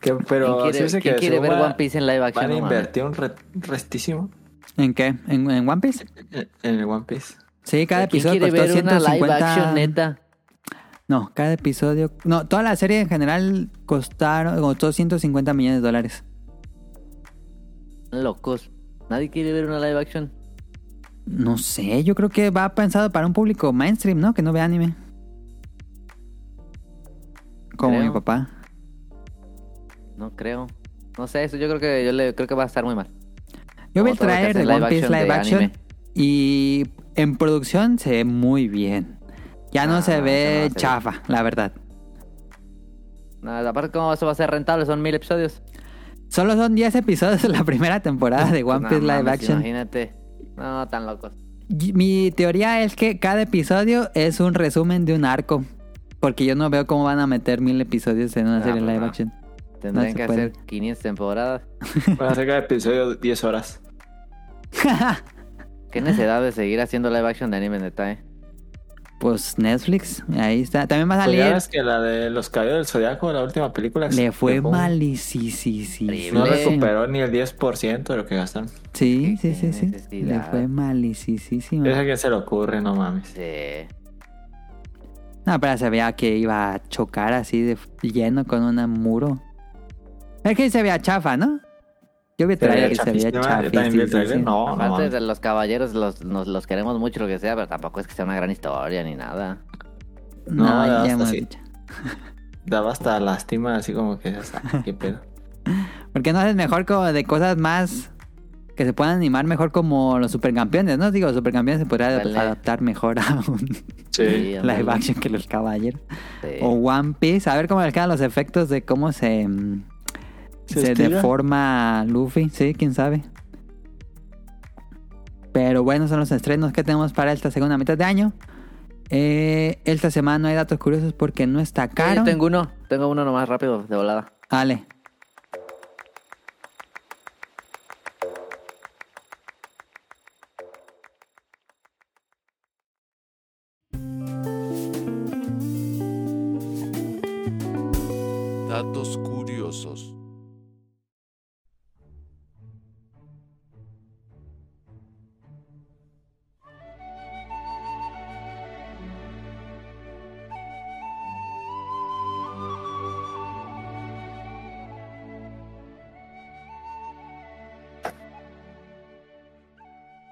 Speaker 2: Que- pero
Speaker 3: ¿Quién
Speaker 2: sí
Speaker 3: quiere,
Speaker 2: dice
Speaker 3: quién
Speaker 2: que
Speaker 3: quiere
Speaker 2: según
Speaker 3: ver
Speaker 2: va-
Speaker 3: One Piece en live action?
Speaker 2: Van a
Speaker 3: No mames.
Speaker 2: invertir un re- restísimo
Speaker 4: ¿En qué? ¿En, en One Piece?
Speaker 2: en en el One Piece.
Speaker 4: Sí, cada
Speaker 3: ¿Quién
Speaker 4: episodio
Speaker 3: quiere
Speaker 4: costó
Speaker 3: ver una
Speaker 4: 150.
Speaker 3: live action neta?
Speaker 4: No, cada episodio. No, toda la serie en general costaron, costó 150 millones de dólares.
Speaker 3: Locos. Nadie quiere ver una live action.
Speaker 4: No sé, yo creo que va pensado para un público mainstream, ¿no? Que no ve anime. Como
Speaker 3: Creo.
Speaker 4: mi papá.
Speaker 3: No creo. No sé, eso yo creo que yo le, creo que va a estar muy mal.
Speaker 4: Yo vi
Speaker 3: Como
Speaker 4: el
Speaker 3: todo lo que
Speaker 4: trailer de
Speaker 3: hacen
Speaker 4: One Piece
Speaker 3: de
Speaker 4: Live Action
Speaker 3: anime.
Speaker 4: y en producción se ve muy bien. Ya no
Speaker 3: Ah,
Speaker 4: se
Speaker 3: no,
Speaker 4: ve
Speaker 3: eso no se ve.
Speaker 4: chafa, la verdad.
Speaker 3: Nada, aparte cómo eso va a ser rentable, son mil episodios.
Speaker 4: Solo son 10 episodios de la *laughs* primera temporada de One
Speaker 3: No
Speaker 4: Piece Live
Speaker 3: mames,
Speaker 4: Action.
Speaker 3: Imagínate. No, tan locos.
Speaker 4: Y- Mi teoría es que cada episodio es un resumen de un arco. Porque yo no veo cómo van a meter mil episodios en una
Speaker 3: No,
Speaker 4: serie
Speaker 3: pues
Speaker 4: live
Speaker 3: no.
Speaker 4: action. *laughs*
Speaker 3: Tendrían
Speaker 4: se
Speaker 3: que
Speaker 4: puede.
Speaker 3: hacer 500 temporadas.
Speaker 2: *laughs* Van a hacer cada episodio 10 horas.
Speaker 3: Qué necesidad de seguir haciendo live action de anime neta, eh.
Speaker 4: pues Netflix, ahí está. También va a
Speaker 2: Pues ya
Speaker 4: salir.
Speaker 2: ves que la de los caballeros del Zodiaco, la última película.
Speaker 4: Le fue
Speaker 2: un-
Speaker 4: mal y sí, sí, sí. sí.
Speaker 2: No
Speaker 3: Sí.
Speaker 2: recuperó ni el 10% de lo que gastaron.
Speaker 4: Sí, sí,
Speaker 3: Qué-
Speaker 4: sí,
Speaker 3: qué
Speaker 4: sí. Le
Speaker 3: necesidad.
Speaker 4: fue malísimo.
Speaker 2: Es a quien se le ocurre, no mames.
Speaker 3: Sí.
Speaker 4: No, pero se veía que iba a chocar así de f- lleno con un muro. Es que se veía chafa, ¿no? Yo vi
Speaker 2: Se veía
Speaker 4: trailer y se veía
Speaker 2: chafísima, yo también vi el trailer,
Speaker 4: chafa.
Speaker 2: No, no
Speaker 3: Aparte
Speaker 2: mames.
Speaker 3: de los caballeros los, nos los queremos mucho lo que sea, pero tampoco es que sea una gran historia ni nada.
Speaker 2: No,
Speaker 4: No,
Speaker 2: ya
Speaker 4: ya
Speaker 2: está
Speaker 4: hemos
Speaker 2: así.
Speaker 4: dicho.
Speaker 2: Daba hasta lástima, así como que, hasta, qué
Speaker 3: *laughs*
Speaker 2: pedo.
Speaker 4: ¿Por qué no haces mejor como de cosas más que se puedan animar mejor como los supercampeones? No digo, los supercampeones se podría
Speaker 3: Ándale.
Speaker 4: adaptar mejor a un
Speaker 3: Sí, ándale.
Speaker 4: live action Oh, que los caballeros.
Speaker 3: Sí.
Speaker 4: O
Speaker 2: Eh,
Speaker 4: One Piece, a ver cómo les quedan los efectos de cómo se, mm,
Speaker 2: Se
Speaker 4: se,
Speaker 2: estira.
Speaker 4: deforma Luffy, sí, quién sabe. Pero bueno, son los estrenos que tenemos para esta segunda mitad de año. Eh, esta semana no hay datos curiosos porque no está
Speaker 3: Sí,
Speaker 4: caro.
Speaker 3: yo tengo uno, tengo uno nomás rápido, de volada.
Speaker 4: Ale,
Speaker 7: Datos curiosos.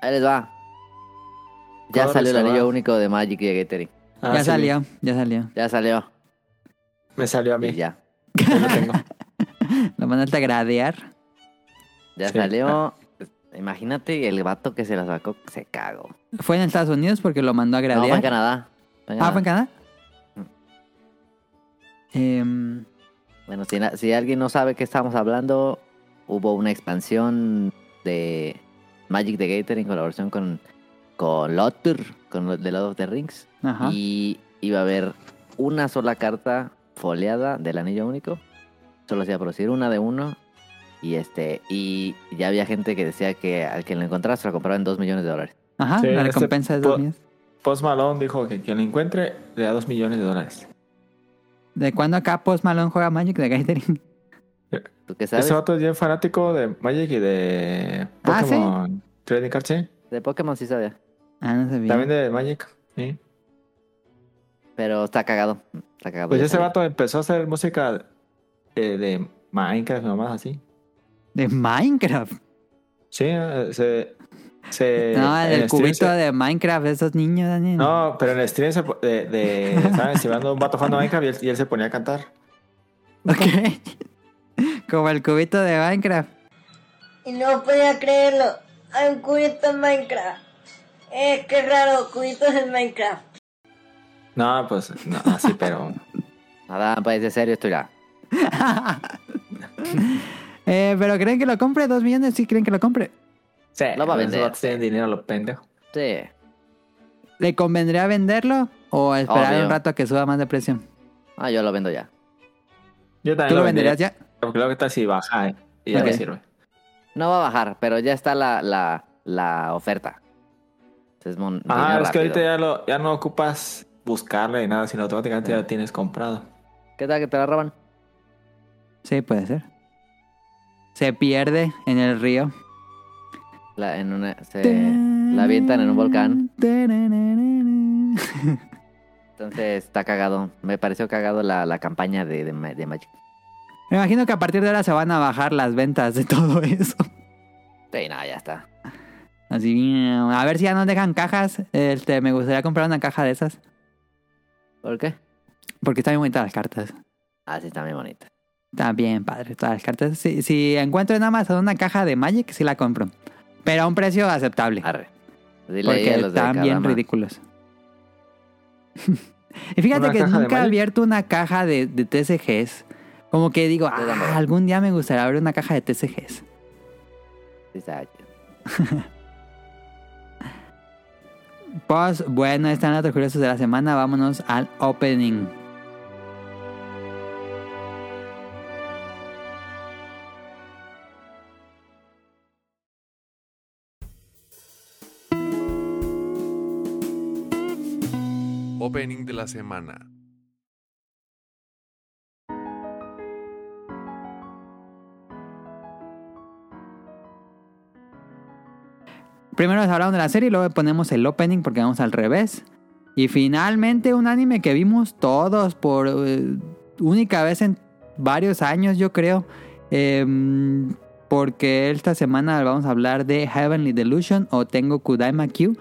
Speaker 3: Ahí les va. Ya
Speaker 2: Corre,
Speaker 3: salió el
Speaker 2: se
Speaker 3: anillo
Speaker 2: va.
Speaker 3: único de Magic y de Gathering.
Speaker 2: Ah,
Speaker 4: ya
Speaker 2: sí,
Speaker 4: salió, ya salió.
Speaker 3: Ya salió.
Speaker 2: Me salió a
Speaker 3: Y
Speaker 2: mí.
Speaker 3: *laughs* ya.
Speaker 2: Yo lo tengo.
Speaker 4: Lo mandaste a gradear.
Speaker 3: Ya
Speaker 2: Sí.
Speaker 3: salió. Imagínate el vato que se la sacó, se cagó.
Speaker 4: Fue en Estados Unidos porque lo mandó a
Speaker 3: No,
Speaker 4: gradear.
Speaker 3: fue en Canadá. Mm. Fue en
Speaker 4: Ah,
Speaker 3: Canadá.
Speaker 4: ¿fue en Canadá? Em,
Speaker 3: Bueno, si, na- si alguien no sabe qué estamos hablando, hubo una expansión de Magic the Gator en colaboración con, con Lotur, con los de Lord of the Rings.
Speaker 4: ajá.
Speaker 3: Y iba a haber una sola carta foliada del anillo único. Solo se iba a producir una de uno. Y este y ya había gente que decía que al que lo encontraba se lo compraba en 2 millones de dólares.
Speaker 4: Ajá,
Speaker 2: Sí,
Speaker 4: la
Speaker 2: este
Speaker 4: recompensa de
Speaker 2: po-
Speaker 4: dos millones.
Speaker 2: Post Malone dijo que quien lo encuentre le da 2 millones de dólares.
Speaker 4: ¿De cuándo acá Post Malone juega Magic the Gathering? *laughs*
Speaker 3: ¿Tú qué sabes?
Speaker 2: Ese vato es bien fanático de Magic y de
Speaker 4: Ah, ¿sí?
Speaker 2: Pokémon Trading Card, sí.
Speaker 3: De Pokémon sí sabía.
Speaker 4: Ah, no sabía.
Speaker 2: También de Magic. sí.
Speaker 3: Pero está cagado. Está cagado.
Speaker 2: Pues
Speaker 3: ya
Speaker 2: ese
Speaker 3: sabía.
Speaker 2: vato empezó a hacer música eh, de Minecraft nomás así.
Speaker 4: ¿De Minecraft?
Speaker 2: Sí, eh, se...
Speaker 3: Eh,
Speaker 2: se
Speaker 4: no, el,
Speaker 2: en
Speaker 4: del
Speaker 2: el stream
Speaker 4: cubito
Speaker 2: se-
Speaker 4: de Minecraft, esos niños, Daniel.
Speaker 2: No, pero en el stream se, po- de, de, estaban estimando un vato fan de Minecraft y él, y él se ponía a cantar.
Speaker 4: *laughs* Ok. Como el cubito de Minecraft.
Speaker 8: Y no podía creerlo. Hay un cubito en Minecraft. Es que raro, cubitos en Minecraft.
Speaker 2: No, pues no, así,
Speaker 4: *laughs*
Speaker 2: pero...
Speaker 3: Nada, pues de serio esto ya.
Speaker 4: Eh, pero creen que lo compre, dos millones, sí creen que lo compre.
Speaker 2: Sí,
Speaker 3: Lo va a
Speaker 2: esos
Speaker 3: vender,
Speaker 2: vatos tienen dinero, los pendejos.
Speaker 3: Sí.
Speaker 4: ¿Le convendría venderlo o esperar
Speaker 3: Obvio.
Speaker 4: un rato a que suba más de precio?
Speaker 3: Ah, yo lo vendo ya.
Speaker 2: Yo
Speaker 3: Ah,
Speaker 2: también
Speaker 4: ¿Tú lo venderías ya?
Speaker 2: Porque luego que está si baja eh, y ya
Speaker 4: Ok.
Speaker 2: me sirve.
Speaker 3: No va a bajar, pero ya está la, la, la oferta. Es mon-
Speaker 2: Ah,
Speaker 3: dinero
Speaker 2: es que ahorita
Speaker 3: rápido.
Speaker 2: ya, lo, ya no ocupas buscarle ni nada, sino automáticamente ya lo tienes comprado.
Speaker 3: ¿Qué tal que te la roban?
Speaker 4: Sí, puede ser. Se pierde en el río.
Speaker 3: La, en una, se, Eh, la avientan en un volcán. Entonces está cagado. Me pareció cagado la, la campaña de, de, Ma- de Magic.
Speaker 4: *laughs* Me imagino que a partir de ahora se van a bajar las ventas de todo eso.
Speaker 3: Sí, nada, ya está.
Speaker 4: Así, a ver si ya nos dejan cajas. Este, me gustaría comprar una caja de esas.
Speaker 3: ¿Por qué?
Speaker 4: Porque están bien bonitas las cartas.
Speaker 3: Ah, sí, está muy bonita.
Speaker 4: Están bien padre todas las cartas. Si, si encuentro en Amazon una caja de Magic, sí la compro. Pero a un precio aceptable.
Speaker 3: Arre. Dile ahí
Speaker 4: Porque
Speaker 3: a los de
Speaker 4: están bien
Speaker 3: Kadama.
Speaker 4: ridículos. *laughs* y fíjate
Speaker 2: ¿Una
Speaker 4: que
Speaker 2: caja de
Speaker 4: nunca he
Speaker 2: Magic?
Speaker 4: abierto una caja de, de TCGs. Como que digo,
Speaker 3: Yo tampoco.
Speaker 4: "Ah, algún día me gustaría abrir una caja de TCGs.
Speaker 3: Sí, está chido.
Speaker 4: Pues bueno, ahí están los datos curiosos de la semana. Vámonos al opening.
Speaker 7: Opening de la semana.
Speaker 4: Primero nos hablaron de la serie y luego ponemos el opening porque vamos al revés. Y finalmente un anime que vimos todos por eh, única vez en varios años, yo creo. Em, porque esta semana vamos a hablar de Heavenly Delusion o Tengo Kudaima Q.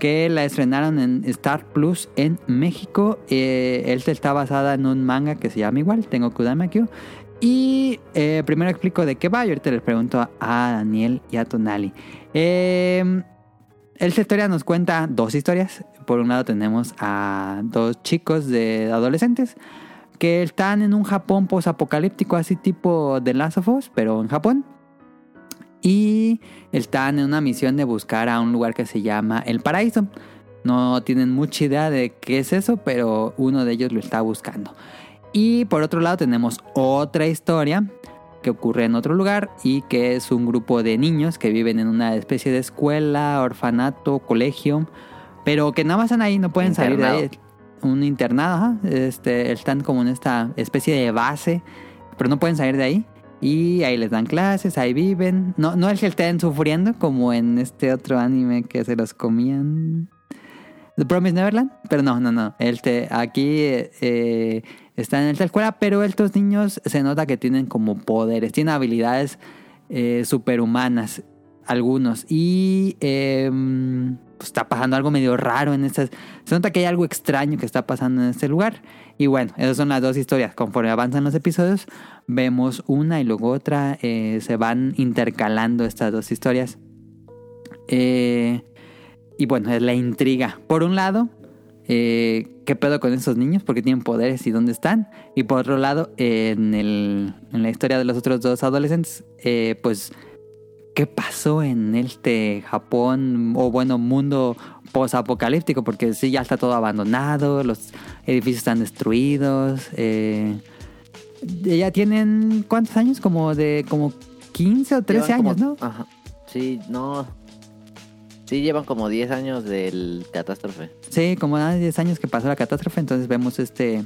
Speaker 4: que la estrenaron en Star Plus en México. Eh, esta está basada en un manga que se llama igual, Tengo Kudamakyo. Y eh, primero explico de qué va y ahorita les pregunto a, a Daniel y a Tonali. Eh, esta historia nos cuenta dos historias. Por un lado tenemos a dos chicos de adolescentes que están en un Japón posapocalíptico, así tipo The Last of Us, pero en Japón. Y están en una misión de buscar a un lugar que se llama El Paraíso. No tienen mucha idea de qué es eso, pero uno de ellos lo está buscando. Y por otro lado tenemos otra historia que ocurre en otro lugar y que es un grupo de niños que viven en una especie de escuela, orfanato, colegio, pero que nada más están ahí, no pueden salir de ahí. Un internado, ajá. Este, están como en esta especie de base, pero no pueden salir de ahí. Y ahí les dan clases, ahí viven. No, no es que estén sufriendo como en este otro anime que se los comían. The Promise Neverland, pero no, no, no. Este, aquí eh, eh, están en esta escuela, pero estos niños se nota que tienen como poderes, tienen habilidades eh, superhumanas, algunos. Y eh, pues, está pasando algo medio raro en estas. Se nota que hay algo extraño que está pasando en este lugar. Y bueno, esas son las dos historias. Conforme avanzan los episodios, vemos una y luego otra. eh, se van intercalando estas dos historias. Eh, y bueno, es la intriga. Por un lado, eh, ¿qué pedo con esos niños? Porque tienen poderes y dónde están. Y por otro lado, eh, en, el- en la historia de los otros dos adolescentes, eh, pues, ¿qué pasó en este Japón o bueno, mundo posapocalíptico? Porque sí, ya está todo abandonado, los edificios están destruidos. eh, ya tienen, ¿cuántos años? Como de como 15 o 13
Speaker 3: Llevan
Speaker 4: años, ¿no?
Speaker 3: como- Ajá. Sí, no. Sí, llevan como 10 años del catástrofe.
Speaker 4: Sí, como nada de 10 años que pasó la catástrofe, entonces vemos este,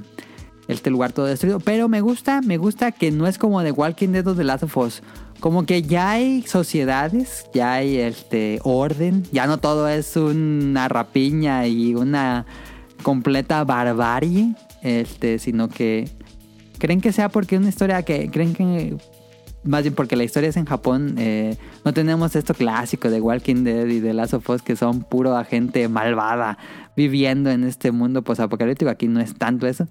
Speaker 4: este lugar todo destruido. Pero me gusta, me gusta que no es como de Walking Dead o The Last of Us. Como que ya hay sociedades, ya hay este orden, ya no todo es una rapiña y una completa barbarie, este, sino que creen que sea porque una historia que creen que más bien porque la historia es en Japón, eh, no tenemos esto clásico de Walking Dead y de Last of Us que son puro gente malvada viviendo en este mundo posapocalíptico. Aquí no es tanto eso.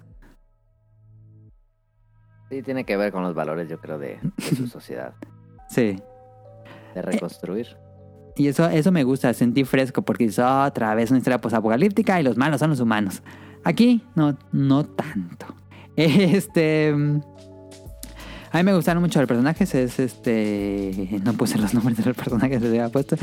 Speaker 3: Sí, tiene que ver con los valores, yo creo, de,
Speaker 4: *laughs*
Speaker 3: de su sociedad.
Speaker 4: Sí.
Speaker 3: De reconstruir.
Speaker 4: Y eso, eso me gusta, sentí fresco porque es otra vez una historia posapocalíptica y los malos son los humanos. Aquí no, no tanto. *laughs* Este. mm, A mí me gustaron mucho los personajes. Es este. No puse los nombres de los personajes que se había puesto.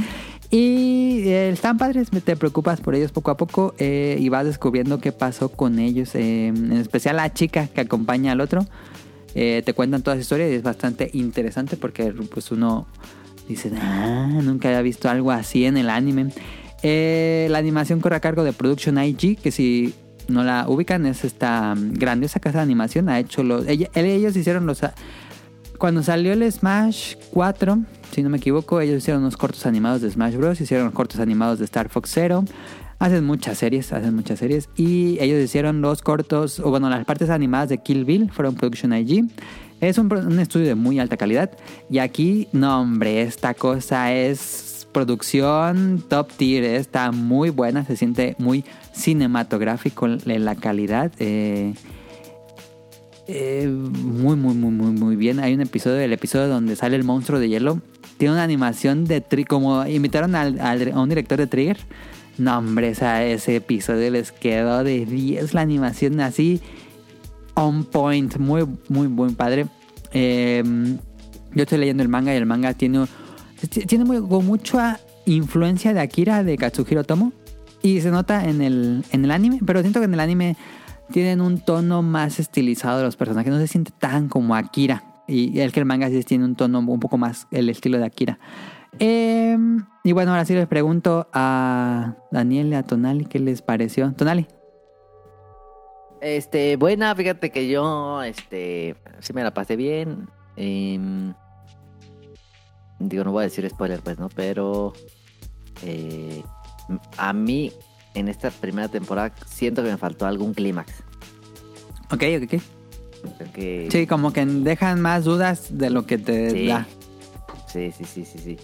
Speaker 4: Y eh, están padres, te preocupas por ellos poco a poco eh, y vas descubriendo qué pasó con ellos. eh, en especial la chica que acompaña al otro. Eh, te cuentan toda su historia y es bastante interesante porque pues uno dice, ah, nunca había visto algo así en el anime. Eh, la animación corre a cargo de Production IG, que si no la ubican es esta mm, grandiosa casa de animación. Ha hecho los, ella- ellos hicieron los... a- cuando salió el Smash 4, si no me equivoco, ellos hicieron unos cortos animados de Smash Bros. Hicieron los cortos animados de Star Fox Zero. Hacen muchas series, hacen muchas series. Y ellos hicieron los cortos, o bueno, las partes animadas de Kill Bill, fueron Production IG. Es un, pro- un estudio de muy alta calidad. Y aquí, no hombre, esta cosa es producción top tier. eh, Está muy buena, se siente muy cinematográfico la la calidad. Eh, eh, muy, muy, muy, muy, muy bien. Hay un episodio, el episodio donde sale el monstruo de hielo. Tiene una animación de tri como invitaron al, al- a un director de Trigger. No, hombre, esa- ese episodio les quedó de 10 la animación así on point. Muy, muy, muy padre. Eh, yo estoy leyendo el manga y el manga tiene, tiene muy- como mucha influencia de Akira, de Katsuhiro Tomo. Y se nota en el, en el anime, pero siento que en el anime tienen un tono más estilizado de los personajes. No se siente tan como Akira. Y el que el manga sí tiene un tono un poco más el estilo de Akira. Eh, y bueno, ahora sí les pregunto a Daniel y a Tonali qué les pareció. Tonali.
Speaker 3: Este, buena, fíjate que yo, este, sí me la pasé bien. em, digo, no voy a decir spoiler, pues, ¿no? Pero eh, a mí, en esta primera temporada, siento que me faltó algún clímax.
Speaker 4: Ok, ok, ok.
Speaker 3: Creo que-
Speaker 4: Sí, como que dejan más dudas de lo que te
Speaker 3: Sí.
Speaker 4: da.
Speaker 3: Sí, sí, sí, sí, sí.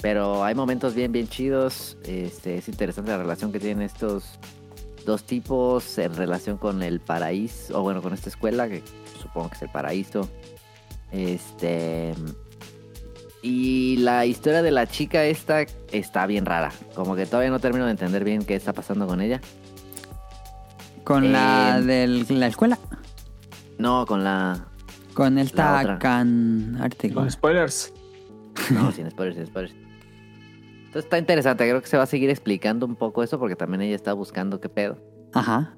Speaker 3: Pero hay momentos bien, bien chidos. Este, es interesante la relación que tienen estos dos tipos en relación con el paraíso, o bueno, con esta escuela, que supongo que es el paraíso. Este. Y la historia de la chica esta está bien rara. Como que todavía no termino de entender bien qué está pasando con ella.
Speaker 4: Con la
Speaker 3: Eh,
Speaker 4: de la escuela.
Speaker 3: No, con la.
Speaker 4: Con el
Speaker 3: la otra.
Speaker 4: Takan Article.
Speaker 2: Con spoilers.
Speaker 3: No, sin spoilers, sin spoilers. Entonces está interesante. Creo que se va a seguir explicando un poco eso porque también ella está buscando qué pedo.
Speaker 4: Ajá.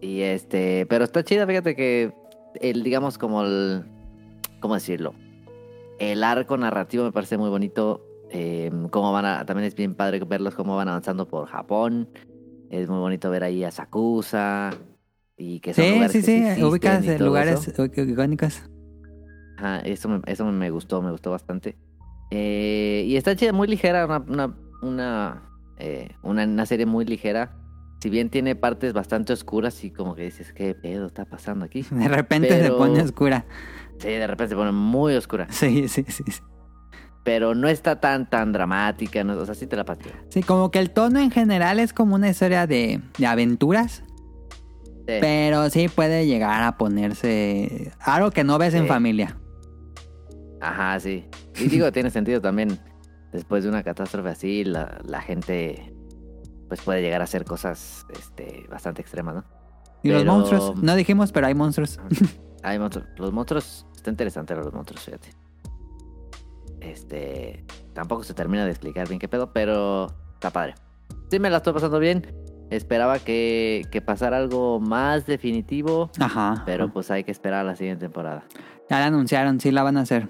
Speaker 3: Y este, pero está chida, fíjate que el, digamos, como el, ¿cómo decirlo? El arco narrativo me parece muy bonito. eh, cómo van a, también es bien padre verlos cómo van avanzando por Japón. Es muy bonito ver ahí a Sakusa y que son
Speaker 4: Sí,
Speaker 3: lugares
Speaker 4: sí,
Speaker 3: que
Speaker 4: sí.
Speaker 3: existen
Speaker 4: Ubicas
Speaker 3: y
Speaker 4: eh,
Speaker 3: todo
Speaker 4: lugares
Speaker 3: eso.
Speaker 4: ic- icónicos.
Speaker 3: Ajá, eso me, eso me gustó, me gustó bastante. Eh, y está chida, muy ligera, una, una, una, eh, una, una serie muy ligera. Si bien tiene partes bastante oscuras y como que dices, ¿qué pedo está pasando aquí?
Speaker 4: De repente se
Speaker 3: Pero-
Speaker 4: pone oscura. *laughs*
Speaker 3: Sí, de repente se pone muy oscura.
Speaker 4: Sí, sí, sí. sí.
Speaker 3: Pero no está tan, tan dramática, no- o sea, sí te la pasé.
Speaker 4: Sí, como que el tono en general es como una historia de, de aventuras. Pero sí puede llegar a ponerse algo que no ves en
Speaker 3: Sí.
Speaker 4: familia.
Speaker 3: Ajá, sí. Y digo, tiene sentido también. Después de una catástrofe así, la, la gente pues puede llegar a hacer cosas este, bastante extremas, ¿no?
Speaker 4: Y los
Speaker 3: Pero-
Speaker 4: monstruos, no dijimos, pero hay monstruos.
Speaker 3: Hay monstruos. Los monstruos, está interesante los monstruos, fíjate. Este, tampoco se termina de explicar bien qué pedo, pero está padre. Sí, me la estoy pasando bien. Esperaba que, que pasara algo más definitivo,
Speaker 4: Ajá.
Speaker 3: pero pues hay que esperar a la siguiente temporada.
Speaker 4: Ya la anunciaron, sí la van a hacer.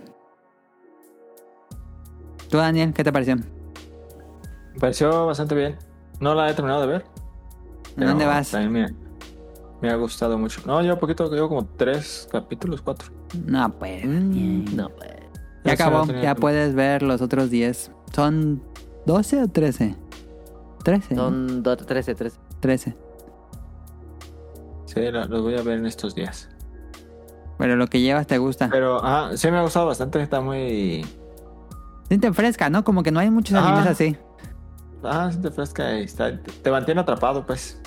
Speaker 4: Tú, Daniel, ¿qué te pareció?
Speaker 2: Me pareció bastante bien. No la he terminado de ver. pero
Speaker 4: dónde vas?
Speaker 2: También me, me ha gustado mucho. No, llevo poquito, llevo como tres capítulos, cuatro.
Speaker 4: No, pues. Daniel.
Speaker 3: No, pues,
Speaker 4: Ya
Speaker 2: Esa
Speaker 4: acabó,
Speaker 2: no tenía
Speaker 4: ya
Speaker 2: tiempo.
Speaker 4: puedes ver los otros 10. ¿Son 12 o 13? 13. ¿no?
Speaker 3: son do- 13, 13.
Speaker 4: 13.
Speaker 2: Sí, la- los voy a ver en estos días.
Speaker 4: Pero lo que llevas te gusta.
Speaker 2: Pero, ajá, sí me ha gustado bastante. Está muy.
Speaker 4: Sí te fresca, ¿no? Como que no hay muchos
Speaker 2: Ajá.
Speaker 4: animes así.
Speaker 2: Ah, se te fresca y está, te, te mantiene atrapado, pues.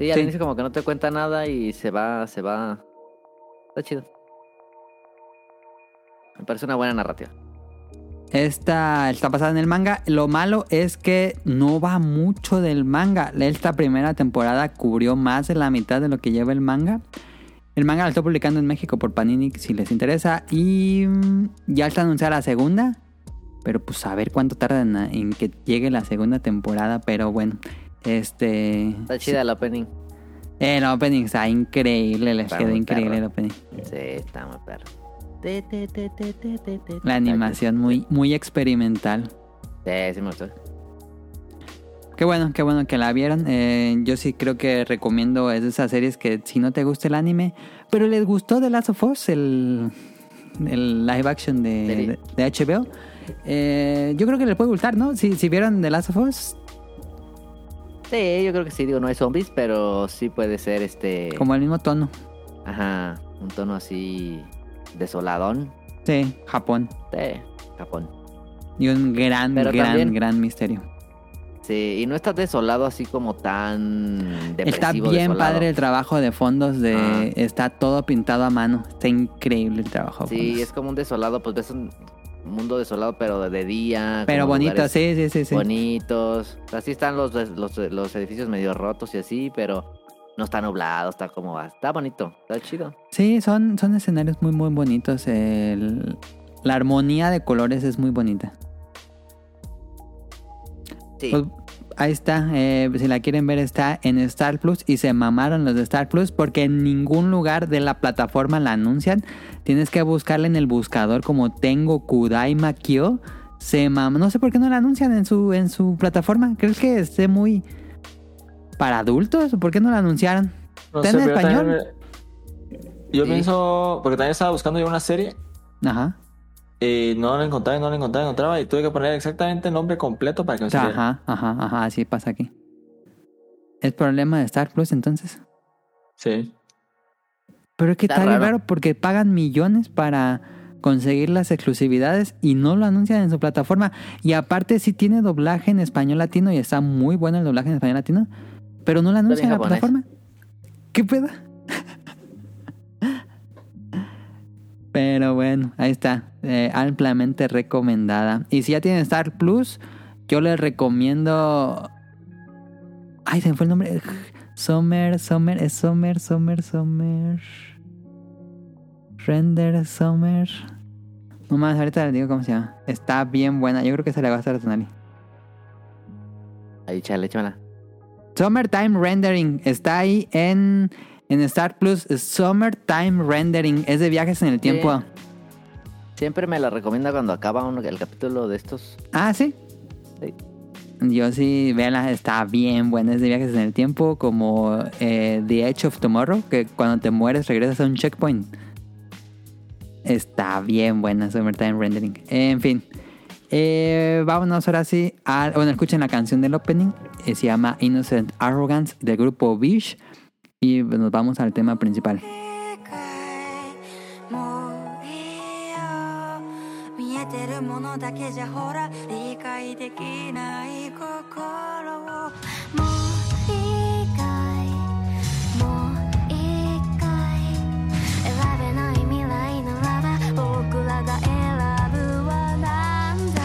Speaker 3: Sí, al
Speaker 4: Sí.
Speaker 3: inicio como que no te cuenta nada y se va, se va. Está chido. Me parece una buena narrativa.
Speaker 4: Esta está basada en el manga. Lo malo es que no va mucho del manga. Esta primera temporada cubrió más de la mitad de lo que lleva el manga. El manga lo estoy publicando en México por Panini si les interesa. Y mm, ya está anunciada la segunda. Pero pues a ver cuánto tardan en, en que llegue la segunda temporada. Pero bueno, este...
Speaker 3: Está chida el opening.
Speaker 4: El opening está increíble. Les
Speaker 3: Está
Speaker 4: quedó
Speaker 3: muy
Speaker 4: increíble
Speaker 3: perro.
Speaker 4: el opening.
Speaker 3: Sí, está muy perro. Te, te, te, te, te, te, te.
Speaker 4: La animación muy, muy experimental.
Speaker 3: Sí, sí me gustó.
Speaker 4: Qué bueno, qué bueno que la vieron. Eh, yo sí creo que recomiendo es de esas series que si no te gusta el anime, pero les gustó The Last of Us, el, el live action de, de HBO. eh, yo creo que les puede gustar, ¿no? Si, si vieron The Last of Us,
Speaker 3: Sí, yo creo que sí, digo, no hay zombies, pero sí puede ser este.
Speaker 4: como el mismo tono.
Speaker 3: Ajá, un tono así desoladón.
Speaker 4: Sí, Japón.
Speaker 3: Sí, Japón.
Speaker 4: Y un gran,
Speaker 3: Pero
Speaker 4: gran,
Speaker 3: también-
Speaker 4: gran misterio.
Speaker 3: Sí, y no está desolado así como tan depresivo.
Speaker 4: Está bien
Speaker 3: desolado.
Speaker 4: padre el trabajo de fondos, de
Speaker 3: Ah.
Speaker 4: está todo pintado a mano. Está increíble el trabajo. de
Speaker 3: Sí,
Speaker 4: fondos.
Speaker 3: es como un desolado, pues ves un mundo desolado, pero de- de día.
Speaker 4: Pero
Speaker 3: como
Speaker 4: bonito,
Speaker 3: lugares
Speaker 4: sí, sí, sí. sí.
Speaker 3: Bonitos. Así están los, los, los edificios medio rotos y así, pero no está nublado, está como. Está bonito, está chido.
Speaker 4: Sí, son, son escenarios muy, muy bonitos. El- la armonía de colores es muy bonita.
Speaker 3: Sí.
Speaker 4: Pues, ahí está. eh, si la quieren ver, está en Star Plus. Y se mamaron los de Star Plus porque en ningún lugar de la plataforma la anuncian. Tienes que buscarla en el buscador como Tengo Kudaima Kyo. Se mam no sé por qué no la anuncian en su, en su plataforma. ¿Crees que esté muy para adultos? ¿Por qué no la anunciaron?
Speaker 2: No
Speaker 4: ¿Está en
Speaker 2: pero
Speaker 4: español?
Speaker 2: también me- Yo
Speaker 3: Sí.
Speaker 2: pienso, porque también estaba buscando yo una serie
Speaker 4: Ajá.
Speaker 2: y no la encontraba, y no la encontraba, y no la encontraba y tuve que poner exactamente el nombre completo para que me saliera.
Speaker 4: Ajá, ajá, ajá, así pasa aquí. ¿Es problema de Star Plus entonces?
Speaker 2: Sí.
Speaker 4: Pero es que
Speaker 3: Está
Speaker 4: está bien
Speaker 3: raro.
Speaker 4: raro porque pagan millones para, conseguir las exclusividades y no lo anuncian en su plataforma. Y aparte sí tiene doblaje en español latino y está muy bueno el doblaje en español latino, pero no lo anuncian en la
Speaker 3: japonés.
Speaker 4: plataforma. ¿Qué pedo? Pero bueno, ahí está. eh, ampliamente recomendada. Y si ya tienen Star Plus, yo les recomiendo. Ay, se me fue el nombre. Summer, Summer, es Summer, Summer, Summer. Render, Summer. No más, ahorita les digo cómo se llama. Está bien buena. Yo creo que se la va a hacer a Tonali.
Speaker 3: Ahí, chale, échamela.
Speaker 4: Summertime Rendering está ahí en, en Star Plus. Summertime Rendering es de viajes en el tiempo.
Speaker 3: Siempre me la recomienda cuando acaba uno, el capítulo de estos.
Speaker 4: Ah, sí.
Speaker 3: Sí.
Speaker 4: Yo sí, véanla, está bien buena. Es de viajes en el tiempo, como eh, The Edge of Tomorrow, que cuando te mueres regresas a un checkpoint. Está bien buena Summertime Rendering. En fin, eh, vámonos ahora sí. A, bueno, escuchen la canción del opening. eh, se llama Innocent Arrogance del grupo Bish. Y nos vamos al tema principal.
Speaker 5: もういいよ見えてるものだけじゃほら理解できない心をもういいかいもういいかい選べない未来ならば僕らが選ぶはなんだ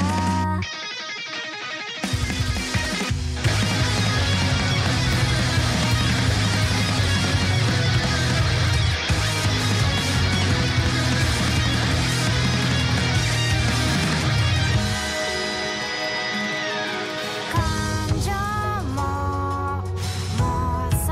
Speaker 5: 感情も妄想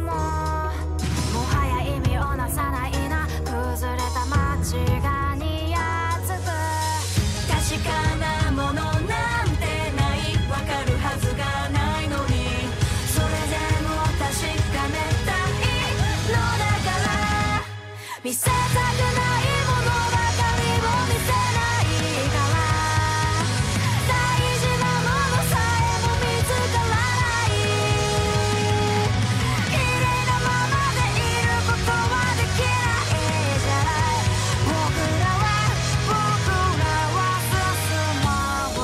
Speaker 5: ももはや意味をなさないな崩れた街が似合つく確かなものなんてないわかるはずがないのにそれでも確かめたいのだから見せたくないものばかりを見せないから大事なものさえも見つからない綺麗なままでいることはできないじゃない僕らは僕らは進もう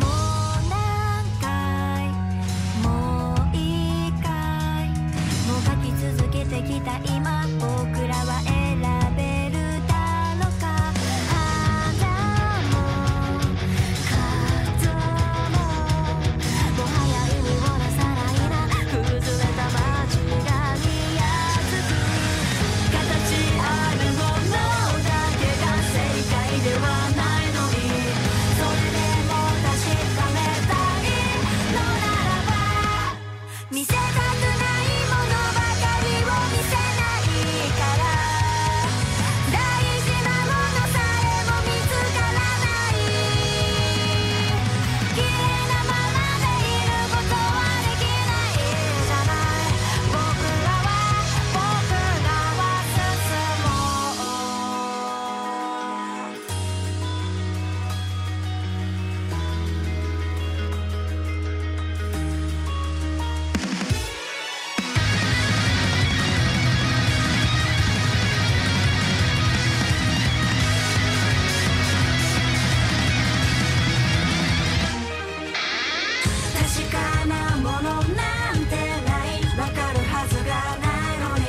Speaker 5: もう何回もういいかいもう書き続けてきた今僕らは選べるだろうか肌も数ももはや意味をなさないな崩れた街が似合う形あるものだけが正解ではないのにそれでも確かめたいのならば見せたくないものばかりを見せないから大事なものさえも見つからない綺麗なままでいることはできないじゃない僕らは僕らは進もう確かなものなんてないわかるはずがないのに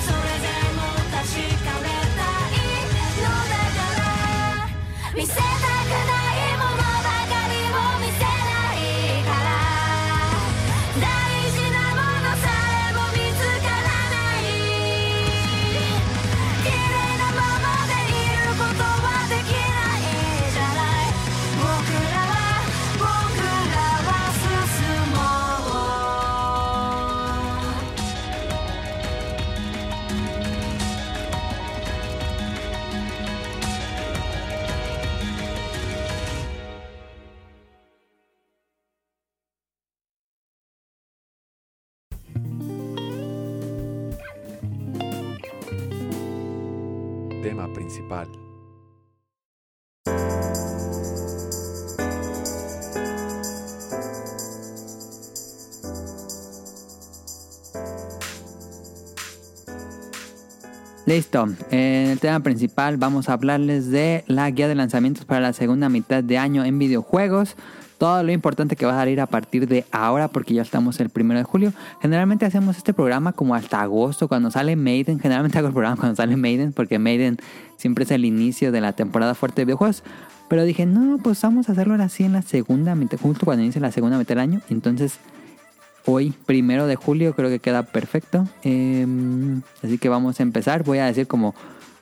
Speaker 5: それでも確かめたいのだから見せたくないものばかりを見せないから大事なものさえも見つからない綺麗なままでいることはできないじゃない僕らは僕らは進もう
Speaker 7: Tema principal.
Speaker 4: Listo, en el tema principal vamos a hablarles de la guía de lanzamientos para la segunda mitad de año en videojuegos. Todo lo importante que va a salir a partir de ahora, porque ya estamos el primero de julio. Generalmente hacemos este programa como hasta agosto, cuando sale Maiden. *laughs* Generalmente hago el programa cuando sale Maiden, porque Maiden siempre es el inicio de la temporada fuerte de videojuegos. Pero dije, no, pues vamos a hacerlo así en la segunda mitad, justo cuando inicie la segunda mitad del año. Entonces, hoy, primero de julio, creo que queda perfecto. Eh, así que vamos a empezar. Voy a decir como,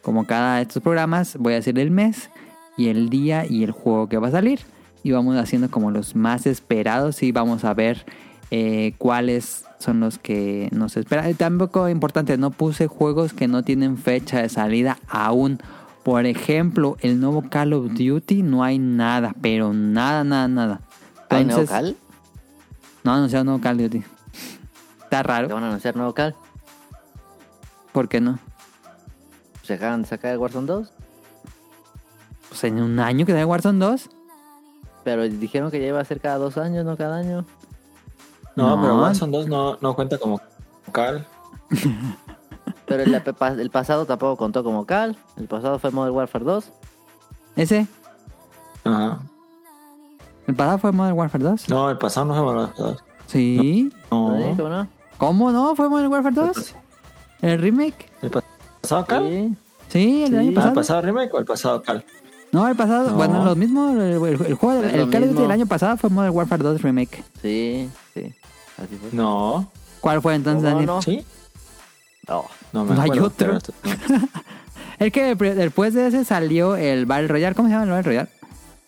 Speaker 4: como cada de estos programas, voy a decir el mes y el día y el juego que va a salir. Y vamos haciendo como los más esperados y vamos a ver eh, cuáles son los que nos esperan. Eh, Tampoco importante, no puse juegos que no tienen fecha de salida aún. Por ejemplo, el nuevo Call of Duty no hay nada, pero nada, nada, nada.
Speaker 3: ¿Hay nuevo
Speaker 4: Entonces-
Speaker 3: cal?
Speaker 4: no han anunciado nuevo Call of Duty. Está
Speaker 3: ¿Te
Speaker 4: raro.
Speaker 3: van a anunciar nuevo cal?
Speaker 4: ¿Por qué no?
Speaker 3: ¿Se acaban de sacar el Warzone 2?
Speaker 4: Pues en un año que sale Warzone 2.
Speaker 3: Pero dijeron que ya iba a ser cada dos años, no cada año.
Speaker 2: No,
Speaker 4: No.
Speaker 2: pero Watson 2 no, no cuenta como cal.
Speaker 3: Pero el, *laughs* la- pa- el pasado tampoco contó como cal. El pasado fue Modern Warfare 2.
Speaker 4: ¿Ese?
Speaker 2: Ajá.
Speaker 4: ¿El pasado fue Modern Warfare 2?
Speaker 2: No, el pasado no fue Modern Warfare 2.
Speaker 4: Sí.
Speaker 3: ¿Sí?
Speaker 2: No.
Speaker 3: ¿Cómo no?
Speaker 4: ¿Cómo no? ¿Fue Modern Warfare 2? ¿El remake?
Speaker 2: ¿El pa- pasado cal?
Speaker 3: Sí.
Speaker 4: Sí, el
Speaker 3: Sí.
Speaker 4: año
Speaker 2: ¿El pasado?
Speaker 4: pasado.
Speaker 2: remake o el pasado cal?
Speaker 4: No, el pasado.
Speaker 2: No.
Speaker 4: Bueno, lo mismo. El, el- el juego del-
Speaker 3: Es lo
Speaker 4: el Call of Duty
Speaker 3: mismo.
Speaker 4: del año pasado fue Modern Warfare 2 Remake.
Speaker 3: Sí, sí. Así fue.
Speaker 2: No.
Speaker 4: ¿Cuál fue entonces,
Speaker 3: ¿Cómo
Speaker 4: Daniel?
Speaker 3: no?
Speaker 2: ¿Sí?
Speaker 3: No.
Speaker 2: No me
Speaker 4: No hay
Speaker 2: acuerdo,
Speaker 4: otro.
Speaker 2: pero esto- no.
Speaker 4: El que pre- después de ese salió el Battle Royale. ¿Cómo se llama el Battle Royale?